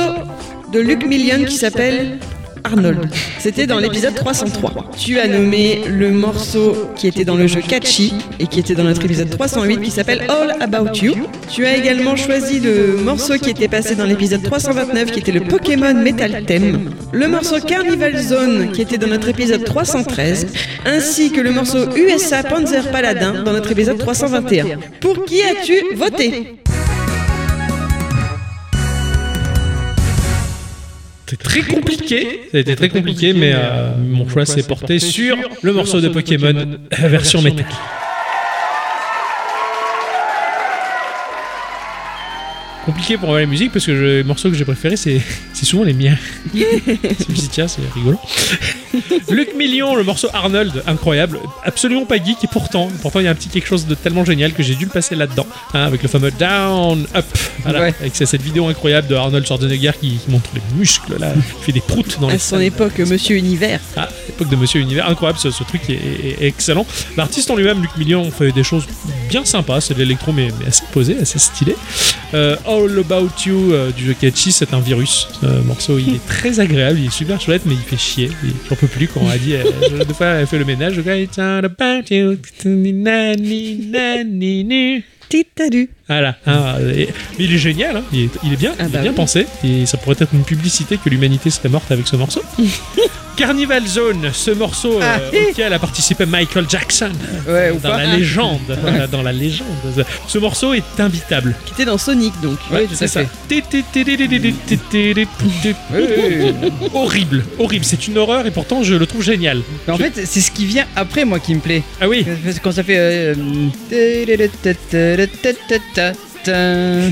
S1: de Luc Million qui s'appelle Arnold. C'était dans l'épisode 303. Tu as nommé le morceau qui était dans le jeu Catchy et qui était dans notre épisode 308 qui s'appelle All About You. Tu as également choisi le morceau qui était passé dans l'épisode 329 qui était le Pokémon Metal Theme, le morceau Carnival Zone qui était dans notre épisode 313, ainsi que le morceau USA Panzer Paladin dans notre épisode 321. Pour qui as-tu voté
S2: C'est très compliqué. Ça a été très compliqué, mais euh, mon choix s'est porté sur le morceau de Pokémon (laughs) version métal. Compliqué pour la musique parce que je- les morceaux que j'ai préférés, c'est (laughs) c'est souvent les miens. (laughs) je me dis, tiens, c'est rigolo. Luc Million, le morceau Arnold, incroyable, absolument pas geek et pourtant, pourtant il y a un petit quelque chose de tellement génial que j'ai dû le passer là-dedans, hein, avec le fameux Down Up, voilà,
S3: Ouais.
S2: avec cette vidéo incroyable de Arnold Schwarzenegger qui, qui montre les muscles là, qui fait des proutes dans les
S1: À son époque, Monsieur Univers.
S2: ah, l'époque de Monsieur Univers, incroyable, ce, ce truc est, est- est excellent. L'artiste en lui-même, Luc Million, fait des choses bien sympas, c'est de l'électro mais, mais assez posé, assez stylé. Euh, All About You euh, du jeu Catchy, c'est un virus. Ce morceau, il est très agréable, il est super chouette, mais il fait chier. Il- J'en peux plus quand on a dit, euh, je- des fois, elle fait le ménage, le gars, It's all about you, ni na, ni na, ni nu.
S1: Titadu.
S2: Voilà. hein, et- mais il est génial, hein, il, est, il est bien,
S1: Ah
S2: il est
S1: bah
S2: bien
S1: oui.
S2: pensé. Et ça pourrait être une publicité que l'humanité serait morte avec ce
S3: (laughs)
S2: morceau. Carnival Zone, ce morceau euh,
S3: Ah, hi.
S2: auquel a participé Michael Jackson
S3: Ouais, ou
S2: dans
S3: pas
S2: la légende. dans, la, dans la légende. Ce morceau est imbitable.
S1: Qui était dans Sonic donc.
S3: Oui, tout
S2: C'est
S3: à
S2: ça.
S3: fait. Oui, oui, oui.
S2: Horrible, horrible. C'est une horreur et pourtant je le trouve génial.
S3: Mais en fait, c'est ce qui vient après moi qui me plaît.
S2: Ah oui.
S3: Parce que Quand ça fait.
S2: (laughs)
S3: euh,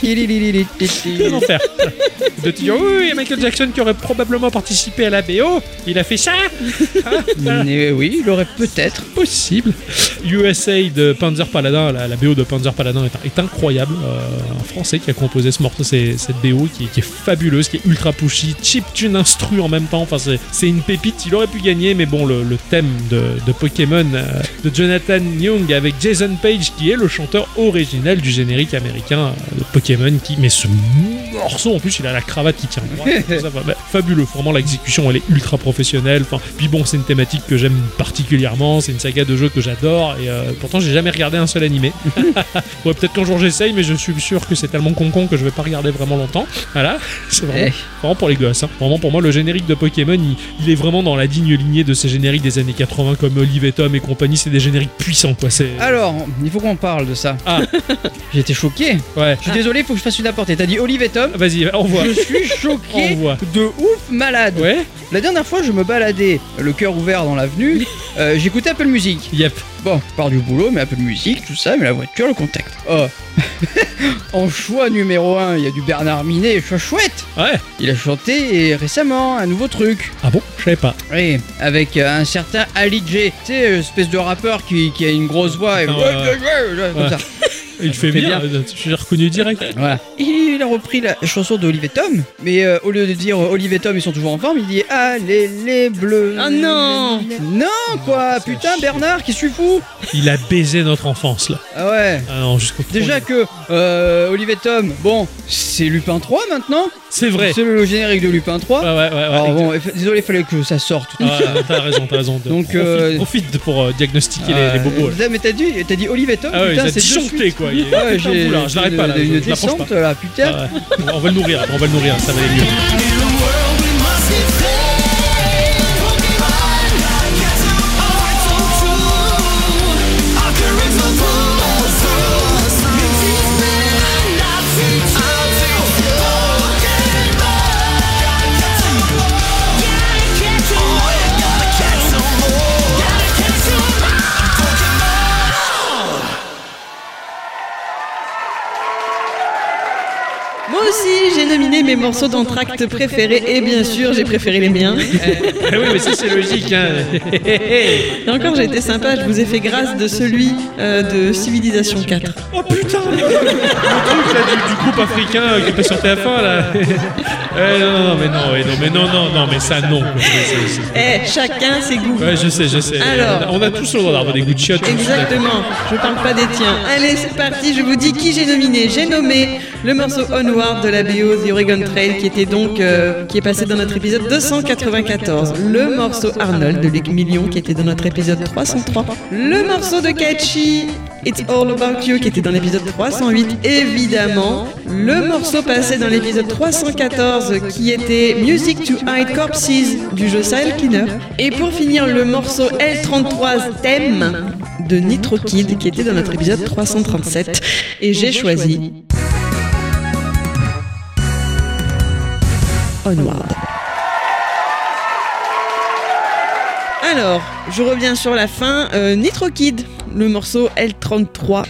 S2: Quel
S3: (laughs)
S2: enfer. De te dire, oui, oui, Michael Jackson qui aurait probablement participé à la BO, il a fait ça. Hein Voilà.
S3: Mais oui, il aurait peut-être.
S2: possible. USA de Panzer Paladin, la, la BO de Panzer Paladin est, est incroyable. Euh, un Français qui a composé ce morceau, c'est- cette BO qui, qui est fabuleuse, qui est ultra pushy, cheap tune instru en même temps. Enfin, c'est c'est une pépite. Il aurait pu gagner, mais bon, le, le thème de, de Pokémon euh, de Jonathan Young avec Jason Page, qui est le chanteur original du générique américain euh, de Pokémon, qui met ce morceau en plus, il a la cravate qui tient droit. Tout ça, bah, bah, fabuleux, vraiment l'exécution elle est ultra professionnelle. Enfin, puis bon, c'est une thématique que j'aime particulièrement, c'est une saga de jeu que j'adore et euh, pourtant j'ai jamais regardé un seul animé. ouais, peut-être qu'un jour j'essaye, mais je suis sûr que c'est tellement con con que je vais pas regarder vraiment longtemps. Voilà, (laughs) c'est vraiment
S3: Eh.
S2: vraiment pour les gosses. hein. Vraiment pour moi, le générique de Pokémon, il, il est vraiment dans la digne lignée de ces génériques des années 80 comme Olive et Tom et compagnie. C'est des génériques puissants, quoi. C'est
S3: Alors, il faut qu'on parle de ça.
S2: Ah.
S3: (laughs) J'étais choqué.
S2: ouais.
S3: Je suis désolé, il faut que je fasse une apportée. T'as dit Olive et Tom
S2: Vas-y, on voit. (laughs)
S3: Je suis choqué
S2: Envoie.
S3: de ouf malade.
S2: Ouais.
S3: La dernière fois, je me baladais, euh, le cœur ouvert
S2: (laughs)
S3: dans l'avenue. euh, J'écoutais Apple Music.
S2: Yep.
S3: Bon, je pars du boulot, mais un peu de musique, tout ça, mais la voiture, le contact. Oh. (laughs) en choix numéro 1, il y a du Bernard Minet, choix chouette.
S2: Ouais.
S3: Il a chanté et récemment un nouveau truc.
S2: Ah bon Je savais pas.
S3: Oui, avec euh, un certain Ali J. Tu sais, euh, espèce de rappeur qui, qui a une grosse voix et.
S2: Ah ouais, ouais.
S3: comme ça.
S2: Il fait
S3: fait
S2: bien, j'ai reconnu direct.
S3: Voilà. Il a repris la chanson de Olivier Tom, mais euh, au lieu de dire euh, Olivier Tom, ils sont toujours en forme, il dit Allez les bleus.
S1: Ah non
S3: Non quoi, putain Bernard, qui suis fou
S2: Il a baisé notre enfance là.
S3: Ah ouais.
S2: Ah non, jusqu'au fond.
S3: Déjà que euh, Olivier Tom, bon, c'est Lupin 3 maintenant.
S2: c'est vrai.
S3: C'est le générique de Lupin 3.
S2: Ouais, ouais, ouais. ouais.
S3: Alors bon, eff- désolé, fallait que ça sorte.
S2: Ah, t'as raison, t'as raison.
S3: Donc,
S2: profite,
S3: euh,
S2: profite pour euh, diagnostiquer les, les bobos. là.
S3: Ah, mais t'as dit, t'as dit Olivier Tom,
S2: Ah ouais, il
S3: putain,
S2: a
S3: c'est deux
S2: disjoncté
S3: suites.
S2: quoi. Il-
S3: Ouais,
S2: putain,
S3: j'ai
S2: oula, je l'arrête pas là.
S3: une,
S2: je-
S3: une
S2: je m'approche
S3: descente
S2: pas.
S3: là, putain.
S2: Ah ouais. On va le nourrir, on va le nourrir, ça va aller mieux.
S1: Moi aussi, j'ai nominé mes morceaux d'entracte préférés et bien sûr, j'ai préféré les miens.
S2: Ah oui, mais ça c'est logique. Hein.
S1: Et encore, j'ai été sympa, je vous ai fait grâce de celui euh, de Civilisation 4.
S2: Oh putain Le truc là du, du groupe africain euh, qui est pas sur TF1 là (laughs) Eh, non, non, non, mais non, ouais, non, mais non, non, non, mais ça non quoi. C'est- c'est-
S1: Eh, chacun ses goûts.
S2: Ouais, je sais, je sais.
S1: Alors.
S2: on a tous le droit d'avoir des goûts de chiottes. hein.
S1: Exactement, je parle pas des tiens. Allez, c'est parti, je vous dis qui j'ai nominé. J'ai nommé le morceau Onward de la BO The Oregon Trail qui était donc euh, qui est passé dans notre épisode 294, le morceau Arnold de Luc Million qui était dans notre épisode 303, le morceau de Kachi It's All About You qui était dans l'épisode 308 évidemment, le morceau passé dans l'épisode 314 qui était Music to Hide Corpses du jeu Silent Killer et pour finir le morceau L33 thème de Nitro Kid qui était dans notre épisode 337 et j'ai choisi Onward. Alors, je reviens sur la fin. Euh, Nitro Kid, le morceau L33.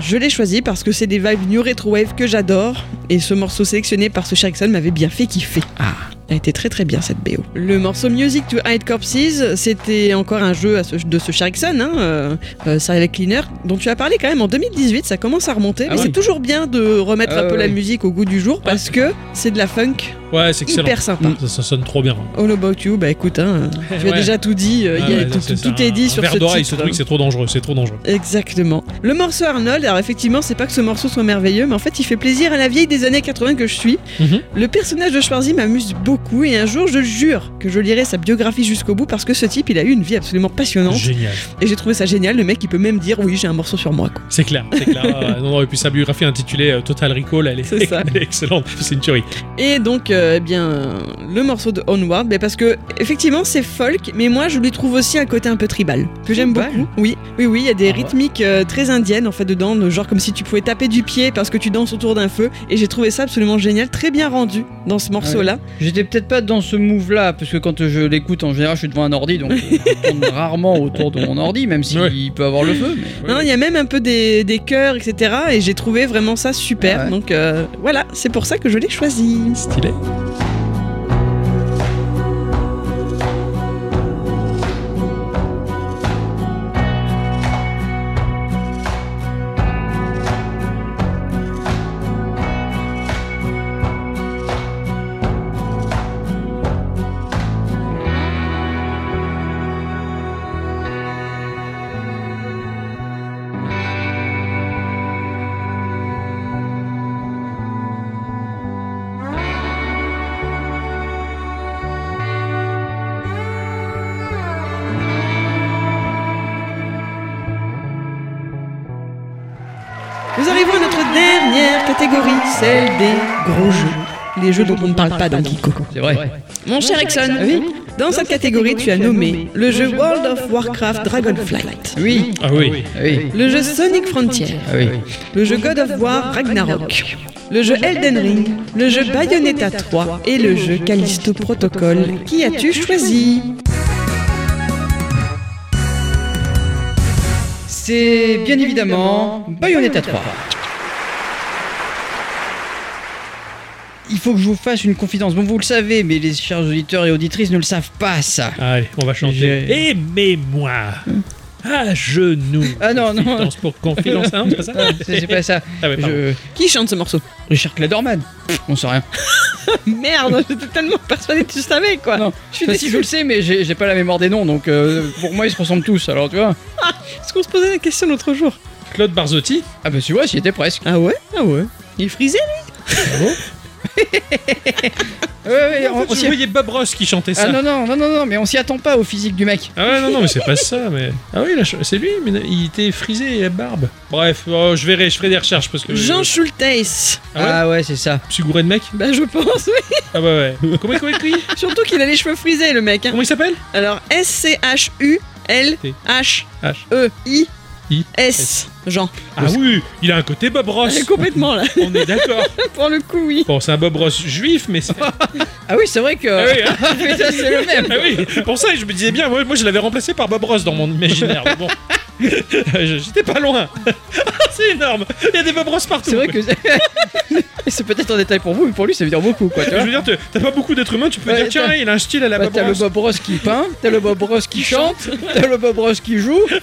S1: Je l'ai choisi parce que c'est des vibes New Retro Wave que j'adore. Et ce morceau sélectionné par ce Sherrickson m'avait bien fait kiffer. Ah a été très très bien cette BO. Le morceau Music to Hide Corpses, c'était encore un jeu à ce- de ce Sherrickson, hein, euh, euh, Serial Cleaner, dont tu as parlé quand même en 2018, ça commence à remonter,
S3: Ah
S1: mais
S3: oui.
S1: c'est toujours bien de remettre
S3: Ah
S1: un peu la
S3: ouais.
S1: musique au goût du jour parce que c'est de la funk
S2: Ouais, c'est excellent.
S1: hyper sympa.
S2: Ça, ça sonne trop bien.
S1: All About You, bah écoute, hein, tu as
S2: Ouais.
S1: déjà tout dit, euh, il y a-
S2: Ah ouais,
S1: tout,
S2: ça, c'est
S1: tout-
S2: ça.
S1: tout est
S2: Un
S1: dit sur
S2: verre
S1: ce
S2: d'oreille,
S1: titre. hein.
S2: ce truc, c'est trop dangereux, c'est trop dangereux.
S1: Exactement. Le morceau Arnold, alors effectivement, c'est pas que ce morceau soit merveilleux, mais en fait, il fait plaisir à la vieille des années 80 que je suis.
S2: Mhm.
S1: Le personnage de Schwarzy m'amuse beaucoup et un jour, je jure que je lirai sa biographie jusqu'au bout parce que ce type, il a eu une vie absolument passionnante
S2: Génial.
S1: et j'ai trouvé ça génial. Le mec, il peut même dire oui, j'ai un morceau sur moi. quoi.
S2: C'est clair, c'est clair. Ah,
S1: (laughs)
S2: non, non, et puis sa biographie intitulée euh, Total Recall, elle est,
S1: C'est ça.
S2: (laughs) elle est excellente. C'est une tuerie.
S1: Et donc, euh, eh bien, euh, le morceau de Onward, bah, parce que effectivement, c'est folk, mais moi, je lui trouve aussi un côté un peu tribal que j'aime
S3: Tribal
S1: beaucoup. Oui, oui, oui, il y a des
S3: Ah ouais.
S1: rythmiques euh, très indiennes en fait dedans, de genre comme si tu pouvais taper du pied parce que tu danses autour d'un feu. Et j'ai trouvé ça absolument génial, très bien rendu dans ce morceau-là.
S3: J'étais peut-être pas dans ce move là, parce que quand je l'écoute en général, je suis devant un ordi, donc je tourne (laughs) rarement autour de mon ordi, même s'il
S2: Ouais.
S3: peut avoir le feu. mais-
S1: Non, il y a même un peu des, des chœurs, etc. Et j'ai trouvé vraiment ça super.
S3: Ah ouais.
S1: Donc euh, voilà, c'est pour ça que je l'ai choisi.
S2: Stylé.
S1: Nous arrivons à notre dernière catégorie, celle des gros jeux. Les jeux dont on ne parle pas dans Geeko.
S3: C'est vrai.
S1: Mon cher Exxon, dans cette catégorie, tu as nommé le jeu World of Warcraft Dragonflight,
S3: Oui,
S2: Ah oui.
S3: ah oui,
S1: le jeu Sonic Frontier,
S3: ah oui.
S1: le jeu God of War Ragnarok, le jeu Elden Ring, le jeu Bayonetta 3 et le jeu Callisto Protocol. Qui as-tu choisi
S3: C'est bien évidemment Bayonetta 3. Il faut que je vous fasse une confidence. Bon, vous le savez, mais les chers auditeurs et auditrices ne le savent pas, ça.
S2: Allez, on va chanter.
S3: J'ai-
S2: Aimez-moi. À genoux.
S3: Ah non, non.
S2: Confidence pour confidence, hein, c'est pas ça
S3: (laughs) Ah, c'est c'est
S2: (laughs)
S3: pas ça.
S2: Ah ouais, pardon.
S3: Je-
S1: Qui chante ce morceau
S3: Richard Claderman. Pff, On sait rien.
S1: Merde, (laughs) j'étais tellement persuadé que tu savais quoi.
S3: (laughs) Non,
S1: Ah, je suis
S3: Enfin, si
S1: déçue.
S3: je le sais, mais j'ai j'ai pas la mémoire des noms, donc euh, pour moi ils se ressemblent tous. Alors tu vois.
S1: Parce qu'on se posait la question l'autre jour.
S2: Claude Barzotti.
S3: Ah bah tu vois, j'y étais presque. Ah,
S1: Ah ouais Ah ouais. Il est frisé lui
S3: (laughs) Ouais, ouais, on- on
S2: Je
S3: s'y-
S2: voyais Bob Ross qui chantait ça.
S3: Ah non non non non non, mais on s'y attend pas au physique du mec.
S2: Ah ouais, non, non, mais c'est pas ça, mais... Ah oui, la ch- c'est lui, mais il était frisé et la barbe. Bref, oh, je verrai, je ferai des recherches, parce que...
S1: Jean Schulteis.
S2: Ah ouais
S3: Ah ouais, c'est ça.
S2: Je suis gouré de mec
S1: Bah je pense, oui.
S2: Ah bah ouais. comment, comment, il crie
S1: Surtout qu'il a les cheveux frisés le mec. hein.
S2: Comment il s'appelle
S1: Alors S-C-H-U-L-H-E-I-S.
S2: H. I.
S1: E Jean.
S2: Ah oui, il a un côté Bob Ross.
S1: Ouais, Ah, complètement là. (laughs)
S2: On est d'accord.
S1: Pour le coup, oui.
S2: Bon, c'est un Bob Ross juif, mais
S3: (laughs)
S2: c'est... Ah
S3: Ah oui, c'est vrai que.
S2: oui, hein.
S3: Putain, c'est le même.
S2: Ah oui, pour ça, je me disais bien, moi, moi, je l'avais remplacé par Bob Ross dans mon imaginaire. mais Bon. (laughs) Je- J'étais pas loin. (laughs) Ah, c'est énorme. Il y a des Bob Ross partout.
S3: C'est (laughs) vrai que. c'est peut-être un détail pour vous, mais pour lui ça veut dire beaucoup quoi. Tu
S2: Je
S3: vois.
S2: veux dire, te- t'as pas beaucoup d'êtres humains, tu peux
S3: Ouais,
S2: dire, tiens,
S3: t'as-
S2: il a un style à la
S3: Bah,
S2: Bob
S3: t'as le
S2: Ross.
S3: Bob Ross qui peint, t'as le Bob Ross qui chante, t'as le Bob Ross qui joue.
S2: Et
S3: Ouais,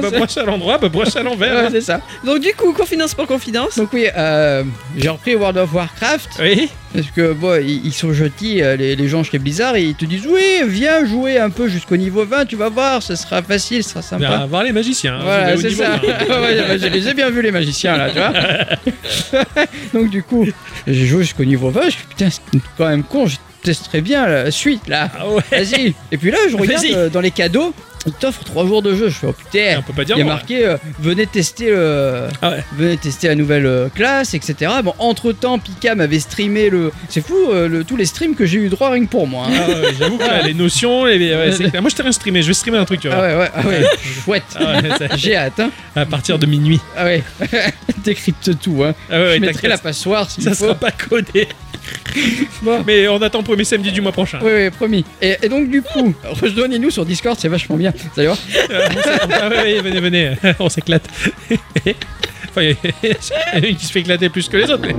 S2: Bob
S3: c'est-
S2: Ross à l'endroit, Bob Ross à l'envers.
S3: Ouais, c'est ça.
S1: Donc du coup, confidence pour confidence.
S3: Donc oui, euh, j'ai repris World of Warcraft
S2: Oui,
S3: parce que bon, ils, ils sont gentils, euh, les, les gens chez Blizzard, et ils te disent oui, viens jouer un peu jusqu'au niveau 20, tu vas voir, ce sera facile, ce sera
S2: on va
S3: sympa.
S2: voir les magiciens. hein,
S3: Voilà,
S2: vous allez au niveau,
S3: c'est ça.
S2: hein.
S3: Ouais, (laughs) ouais, bah, j'ai- j'ai bien vu les magiciens là, tu vois. (laughs) Donc du coup, j'ai joué jusqu'au niveau 20, je suis putain, c'est quand même con, je testerai bien la suite là.
S2: Ah ouais.
S3: Vas-y. Et puis là, je regarde
S2: Vas-y.
S3: euh, dans les cadeaux, ils t'offrent 3 jours de jeu. Je fais oh putain.
S2: On peut pas dire
S3: Il y a
S2: non,
S3: marqué euh, venez tester le,
S2: Ah ouais.
S3: venez tester la nouvelle euh, classe, etc. Bon, entre temps, Pika m'avait streamé le, c'est fou euh, le- tous les streams que j'ai eu droit rien que pour moi. hein.
S2: Ah ouais, j'avoue que là, les notions, les... ouais,
S3: (laughs)
S2: c'est clair. moi je t'ai rien streamé, je vais streamer un truc, tu
S3: Ah
S2: vois.
S3: ouais, ouais, ah ouais, chouette.
S2: Ah ouais, ça-
S3: (laughs) J'ai hâte. Hein.
S2: à partir de minuit.
S3: Ah ouais, (laughs) décrypte tout. Hein.
S2: Ah ouais,
S3: je
S2: ouais,
S3: mettrai
S2: t'inquiète,
S3: la passoire s'il
S2: ça
S3: faut.
S2: sera pas codé.
S3: Bon.
S2: Mais on attend le premier samedi du mois prochain.
S3: Oui, oui, promis. Et, et donc du coup, rejoignez-nous sur Discord, c'est vachement bien. Vous allez voir.
S2: Ah ouais, ouais, venez, venez, (laughs) on s'éclate. Enfin, il y en a une qui se fait éclater plus que les autres. mais-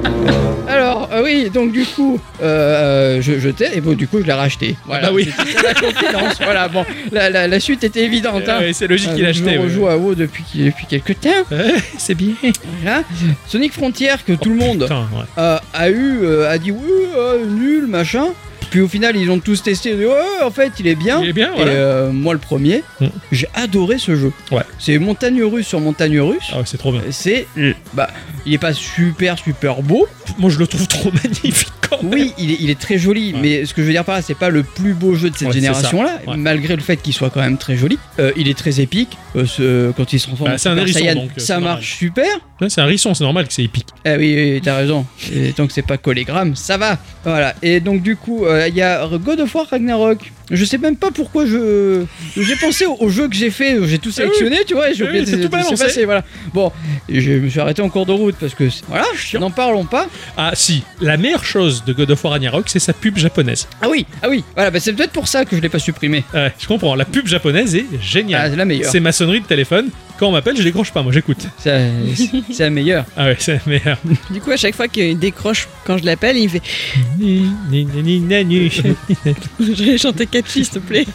S3: Alors, euh, oui, donc du coup, euh, je jetais, et bon, du coup, je l'ai racheté. Voilà,
S2: Bah oui.
S3: c'était la confidence. voilà, bon, la, la- la suite était évidente. hein.
S2: Ah (laughs) ouais, c'est logique
S3: Euh,
S2: qu'il a
S3: je
S2: acheté.
S3: me
S2: ouais.
S3: rejoue à WoW depuis, depuis quelques temps.
S2: Ouais, C'est bien.
S3: Voilà. Sonic Frontier, que tout le monde
S2: Oh, Putain, ouais.
S3: euh, a eu, euh, a dit oui, euh, nul, machin. Puis au final, ils ont tous testé. ils ont dit, Ouais, en fait, il est bien.
S2: Il est bien,
S3: Et
S2: voilà.
S3: euh, moi, le premier,
S2: Mm.
S3: j'ai adoré ce jeu.
S2: Ouais.
S3: C'est montagne russe sur montagne russe.
S2: Ah ouais, c'est trop bien.
S3: C'est. Bah, il est pas super, super beau.
S2: Moi, je le trouve (laughs) trop magnifique quand même.
S3: Oui, il est, il est très joli,
S2: Ouais.
S3: mais ce que je veux dire par là, c'est pas le plus beau jeu de cette
S2: Ouais, c'est ça.
S3: génération-là,
S2: Ouais.
S3: malgré le fait qu'il soit quand même très joli. Euh, il est très épique. euh, ce- quand il se transforme
S2: Bah,
S3: en
S2: c'est un
S3: Super
S2: hérisson,
S3: Saiyan,
S2: donc, euh, c'est
S3: ça
S2: normal.
S3: marche super.
S2: Ouais, c'est un risson, c'est normal que c'est épique.
S3: Eh oui, oui, oui, t'as raison. Et tant que c'est pas collégramme, ça va. Voilà. Et donc du coup, euh, il y a God of War Ragnarok. Je sais même pas pourquoi je j'ai pensé au, au jeu que j'ai fait, j'ai tout sélectionné, tu vois, et j'ai
S2: Eh
S3: oublié
S2: oui,
S3: de-
S2: t'as
S3: de-
S2: tout
S3: de- de- de-
S2: balancé.
S3: passer, voilà. Bon, et je me suis arrêté en cours de route parce que c'est- voilà, n'en parlons pas.
S2: Ah si, la meilleure chose de God of War Ragnarok, c'est sa pub japonaise.
S3: Ah oui, ah oui. Voilà, bah, c'est peut-être pour ça que je l'ai pas supprimé.
S2: Ouais, je comprends, la pub japonaise est
S3: Ah,
S2: géniale.
S3: c'est la meilleure.
S2: c'est ma sonnerie de téléphone. Quand on m'appelle, je décroche pas, moi j'écoute.
S3: C'est c'est
S2: (laughs)
S3: la meilleure.
S2: Ah ouais, c'est la meilleure.
S3: (laughs)
S1: Du coup, à chaque fois qu'il décroche quand je l'appelle, il fait (laughs)
S2: Ni, ni, ni, ni, na, ni.
S1: Je vais chanter Catchy, s'il te (laughs) plaît.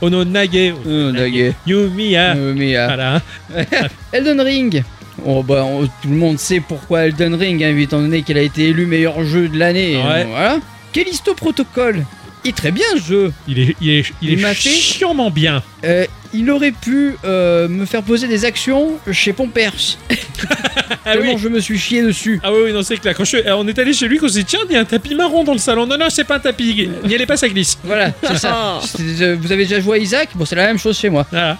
S2: Ono nage,
S3: Euh, dingue.
S2: Yumiya.
S3: Euh, mais, euh,
S2: Voilà. hein.
S3: Elden Ring. Oh, bah, on- tout le monde sait pourquoi Elden Ring, hein, étant donné qu'il a été élu meilleur jeu de l'année.
S2: Ouais.
S3: euh, Voilà. Callisto Protocol. Il est très bien ce jeu.
S2: Il est, il est, il est
S3: Il m'a fait-
S2: chiant bien.
S3: Euh, il aurait pu euh, me faire poser des actions chez Pompers. (laughs)
S2: Ah
S3: Tellement
S2: oui.
S3: je me suis chié dessus.
S2: Ah oui, oui, non, c'est clair. Quand je suis- on est allé chez lui, qu'on s'est dit, tiens, il y a un tapis marron dans le salon. Non, non, c'est pas un tapis. N'y allez pas, ça glisse.
S3: Voilà,
S2: (laughs)
S3: c'est ça.
S1: Ah, Oh,
S3: C'est- euh, vous avez déjà joué à Isaac Bon, c'est la même chose chez moi.
S2: Voilà.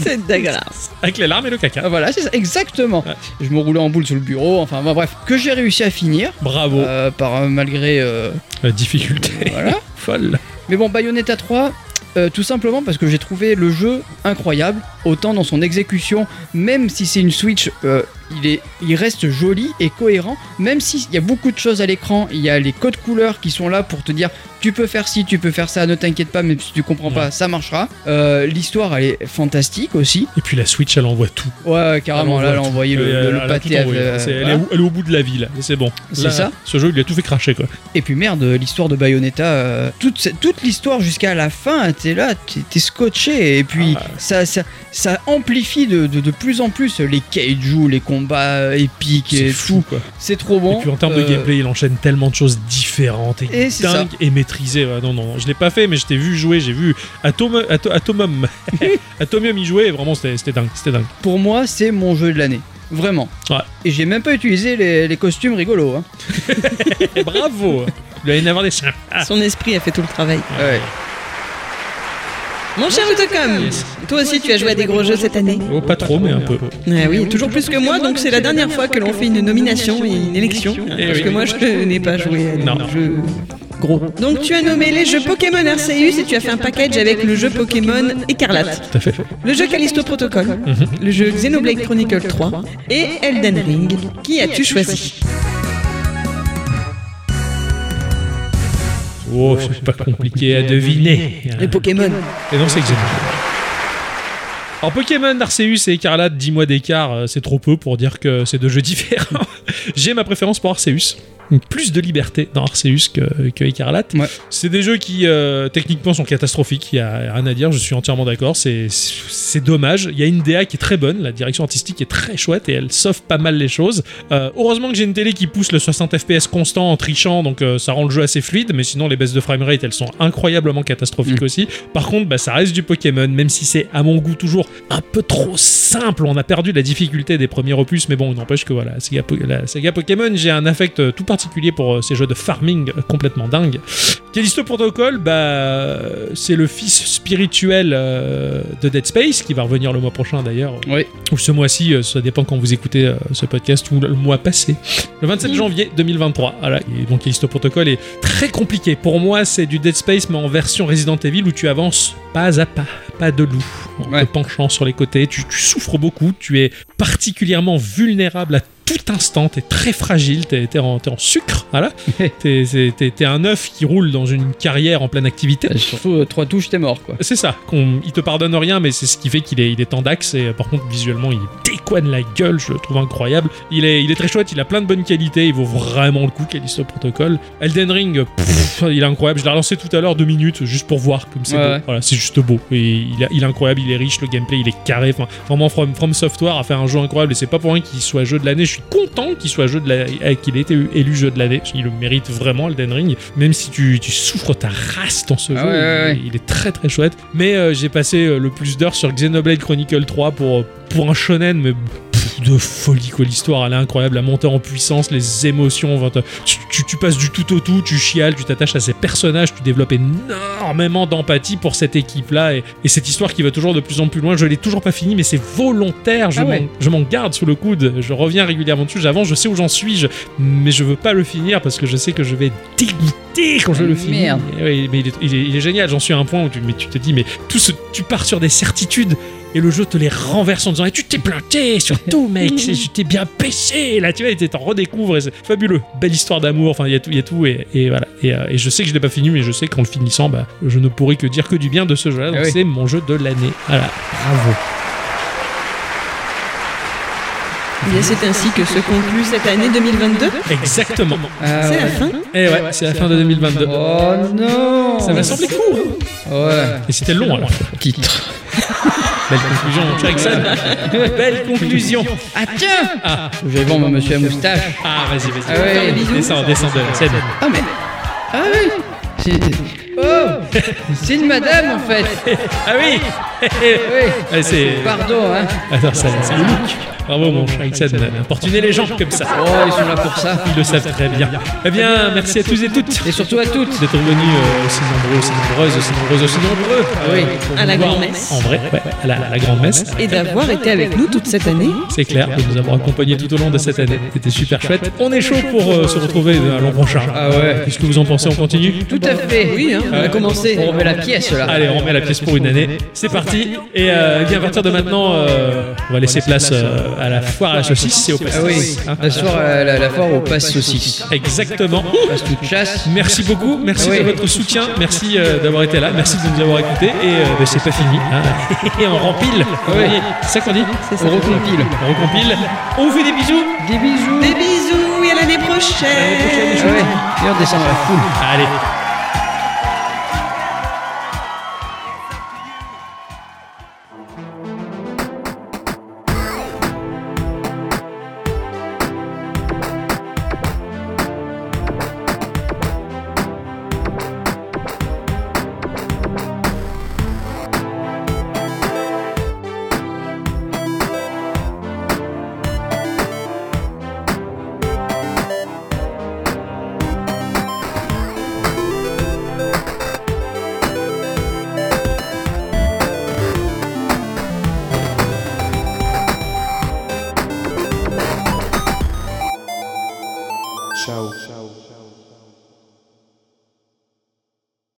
S1: C'est dégueulasse.
S2: Ah, Avec les larmes et le caca.
S3: Ah, voilà, c'est ça, exactement.
S2: Ouais.
S3: Je me roulais en boule sur le bureau, enfin bon, bref. Que j'ai réussi à finir,
S2: Bravo.
S3: euh, par, euh, malgré. euh,
S2: La difficulté
S3: voilà.
S2: (laughs) folle.
S3: Mais bon, Bayonetta 3, euh, tout simplement parce que j'ai trouvé le jeu incroyable, autant dans son exécution, même si c'est une Switch euh, il, est, il reste joli et cohérent, même s'il y a beaucoup de choses à l'écran, il y a les codes couleurs qui sont là pour te dire tu peux faire ci, tu peux faire ça, ne t'inquiète pas, même si tu comprends pas, ça marchera. Euh, L'histoire, elle est fantastique aussi.
S2: Et puis la Switch, elle envoie tout.
S3: Ouais, carrément, là, elle a
S2: tout.
S3: envoyé le,
S2: Elle a-
S3: le
S2: euh, elle a
S3: pâté.
S2: tout envoyé.
S3: avec- euh,
S2: C'est- elle,
S3: voilà.
S2: est au, elle est au bout de la ville, et c'est bon.
S3: C'est
S2: Là,
S3: ça.
S2: Ce jeu, il a tout fait cracher, quoi.
S3: Et puis merde, l'histoire de Bayonetta, euh, toute, ce- toute l'histoire jusqu'à la fin, t'es là, t'es t'es scotché. Et puis
S2: Ah.
S3: ça, ça, ça amplifie de, de, de plus en plus les kaiju, les combats épiques
S2: C'est
S3: et
S2: fou,
S3: tout.
S2: quoi.
S3: C'est trop bon.
S2: et puis en termes de
S3: Euh,
S2: gameplay, il enchaîne tellement de choses différentes et,
S3: Et c'est
S2: dingues et maîtrisées. Ouais, non, non, non, je l'ai pas fait, mais je t'ai vu jouer, j'ai vu Atom- Ato-
S3: (laughs)
S2: Atomum, (laughs) Atomium y jouer, et vraiment, c'était c'était dingue, c'était dingue.
S3: Pour moi, c'est mon jeu de l'année. Vraiment.
S2: Ouais.
S3: Et j'ai même pas utilisé les, les costumes rigolos. hein.
S2: Et Eh, bravo Il allait y en avoir des chiens. Ah.
S4: Son esprit a fait tout le travail.
S3: Ouais.
S4: Mon cher Autocom,
S2: Yes.
S4: toi aussi tu as joué à des gros jeux cette année
S2: Oh, pas trop, mais un peu.
S4: Ah
S2: Mmh.
S4: oui, toujours plus que moi, donc c'est la dernière fois que l'on fait une nomination et une élection. hein,
S2: Eh
S4: Parce
S2: oui.
S4: que moi je n'ai pas joué à des
S2: Non.
S4: jeux gros. Donc tu as nommé les jeux Pokémon Arceus et tu as fait un package avec le jeu Pokémon Écarlate.
S2: Tout à fait.
S4: Le jeu Callisto Protocol,
S2: Mmh.
S4: le jeu Xenoblade Chronicle 3 et Elden Ring. Qui as-tu choisi
S2: Oh, c'est pas compliqué à deviner.
S4: Les Pokémon.
S2: Et non, c'est Xenoblade. Alors Pokémon, Arceus et Écarlate, 10 mois d'écart, euh, c'est trop peu pour dire que c'est deux jeux différents. (laughs) J'ai ma préférence pour Arceus. Plus de liberté dans Arceus que, que Écarlate.
S3: Ouais.
S2: C'est des jeux qui euh, techniquement sont catastrophiques, il n'y a rien à dire, je suis entièrement d'accord, c'est- c'est dommage. Il y a une DA qui est très bonne, la direction artistique est très chouette et elle sauve pas mal les choses. Euh, heureusement que j'ai une télé qui pousse le 60 FPS constant en trichant, donc euh, ça rend le jeu assez fluide, mais sinon les baisses de framerate elles sont incroyablement catastrophiques aussi. Par contre, bah, ça reste du Pokémon, même si c'est à mon goût toujours un peu trop simple. On a perdu la difficulté des premiers opus, mais bon, il n'empêche que voilà, la saga, Po- la saga Pokémon, j'ai un affect euh, tout particulier pour euh, ces jeux de farming euh, complètement dingues. Callisto Protocol, bah, euh, c'est le fils spirituel euh, de Dead Space, qui va revenir le mois prochain d'ailleurs,
S3: Oui.
S2: ou ce mois-ci, euh, ça dépend quand vous écoutez euh, ce podcast, ou le mois passé, le 27 janvier 2023. Voilà, et donc Callisto Protocol est très compliqué. Pour moi, c'est du Dead Space, mais en version Resident Evil, où tu avances pas à pas, pas de loup, en
S3: Ouais.
S2: te penchant sur les côtés, tu, tu souffres beaucoup, tu es particulièrement vulnérable à tout instant, t'es très fragile, t'es t'es en, t'es en sucre, voilà. T'es- t'es t'es- t'es un œuf qui roule dans une carrière en pleine activité.
S3: Euh, Surtout euh, trois touches, t'es mort quoi.
S2: C'est ça, qu'on, il te pardonne rien, mais c'est ce qui fait qu'il est, il est en dax, et euh, par contre, visuellement, il décoine la gueule, je le trouve incroyable. Il est, il est très chouette, il a plein de bonnes qualités, il vaut vraiment le coup, Callisto Protocol. Elden Ring, pff, il est incroyable, je l'ai relancé tout à l'heure deux minutes, juste pour voir comme c'est
S3: Ouais,
S2: beau.
S3: ouais.
S2: Voilà, c'est juste beau. Et il, a- il est incroyable, il est riche, le gameplay, il est carré. Enfin, vraiment, From, From Software a fait un jeu incroyable, et c'est pas pour rien qu'il soit jeu de l'année, je suis content qu'il soit jeu de la- euh, qu'il ait été élu jeu de l'année, il le mérite vraiment, Elden Ring, même si tu, tu souffres ta race dans ce
S3: Ah
S2: jeu,
S3: ouais,
S2: il-
S3: ouais, ouais.
S2: il est très très chouette. Mais euh, j'ai passé euh, le plus d'heures sur Xenoblade Chronicle 3 pour, euh, pour un shonen, mais pff, de folie quoi l'histoire elle est incroyable la montée en puissance les émotions enfin, t'as- tu, tu- tu passes du tout au tout tu chiales tu t'attaches à ces personnages tu développes énormément d'empathie pour cette équipe là et, et cette histoire qui va toujours de plus en plus loin je l'ai toujours pas fini mais c'est volontaire je
S3: Ah
S2: m'en-
S3: ouais.
S2: je m'en garde sous le coude je reviens régulièrement dessus j'avance je sais où j'en suis je- mais je veux pas le finir parce que je sais que je vais être dégoûté quand je le finis
S3: Merde.
S2: eh oui, mais il est, il est- il est génial, j'en suis à un point où tu, mais tu te dis, mais tout ce, tu pars sur des certitudes et le jeu te les renverse en disant, et tu t'es planté (laughs) sur tout, mec, c'est- tu t'es bien pêché, là, tu vois, et tu t'en redécouvres, et c'est fabuleux. Belle histoire d'amour, enfin, il y a tout, il y a tout, et, et voilà. Et, euh, et je sais que je l'ai pas fini, mais je sais qu'en le finissant, bah, je ne pourrai que dire que du bien de ce jeu-là, donc
S3: Ah oui.
S2: c'est mon jeu de l'année. Voilà, bravo.
S4: Eh Bien, c'est ainsi que se conclut cette année 2022.
S2: (laughs) Exactement.
S3: Ah,
S4: C'est
S3: ouais.
S4: la fin.
S2: Et Eh ouais, c'est la fin de 2022.
S3: Oh non
S2: Ça m'a semblé fou, hein.
S3: Ouais.
S2: Et c'était long, alors.
S3: Titre.
S2: (laughs) Belle conclusion, Jackson. (laughs) Belle conclusion.
S3: Ah tiens
S2: Ah.
S3: Je vais voir mon monsieur à moustache.
S2: Ah, vas-y, vas-y.
S3: Ah ouais.
S2: Descends, descends de la scène.
S3: Ah mais. Ah oui C'est. Oh C'est une madame en fait
S2: Ah oui
S3: Oui
S2: Allez, c'est.
S3: Pardon hein
S2: Attends, ça- c'est le look. Bravo, mon cher Ixon. Importuner les gens comme ça.
S3: Oh ils sont là pour ça
S2: Ils le savent très bien. Eh bien, merci à tous et toutes.
S3: Et surtout à toutes
S2: D'être venus euh, aussi nombreux, aussi nombreuses, aussi nombreuses, aussi nombreux. euh,
S3: Oui.
S2: pour
S4: À
S2: nous
S4: la
S2: voir
S4: grand-messe.
S2: En vrai, ouais, à la, à la grande messe.
S4: Et d'avoir été avec nous toute cette année.
S2: C'est clair, de nous avoir accompagnés tout au long de cette année. C'était super chouette. On est chaud pour euh, se retrouver à l'an prochain.
S3: Ah ouais.
S2: Qu'est-ce que vous en pensez On continue
S3: Tout à fait
S4: Oui, hein, on a
S2: Ouais.
S4: commencé.
S3: On remet la pièce là
S2: Allez, eh on met la pièce pour une année. C'est parti. Et euh, bien à partir de maintenant, euh, on va laisser place euh, à la foire à la saucisse et au pastis.
S3: Ah oui,
S2: Hein.
S3: la, soirée, euh, la, la foire au passe saucisse.
S2: Exactement.
S3: Passe toute chasse.
S2: Merci beaucoup, merci
S3: Ah Oui.
S2: de votre soutien, merci euh, d'avoir été là, merci de nous avoir écoutés et euh, mais c'est pas fini. hein. (laughs) Et on rempile, vous voyez, c'est ça qu'on dit
S3: Ah On recompile.
S2: On recompile, on vous fait des bisous.
S3: Des bisous.
S1: Des bisous et à l'année prochaine
S3: Ah ouais, et on descend dans la foule.
S2: Allez.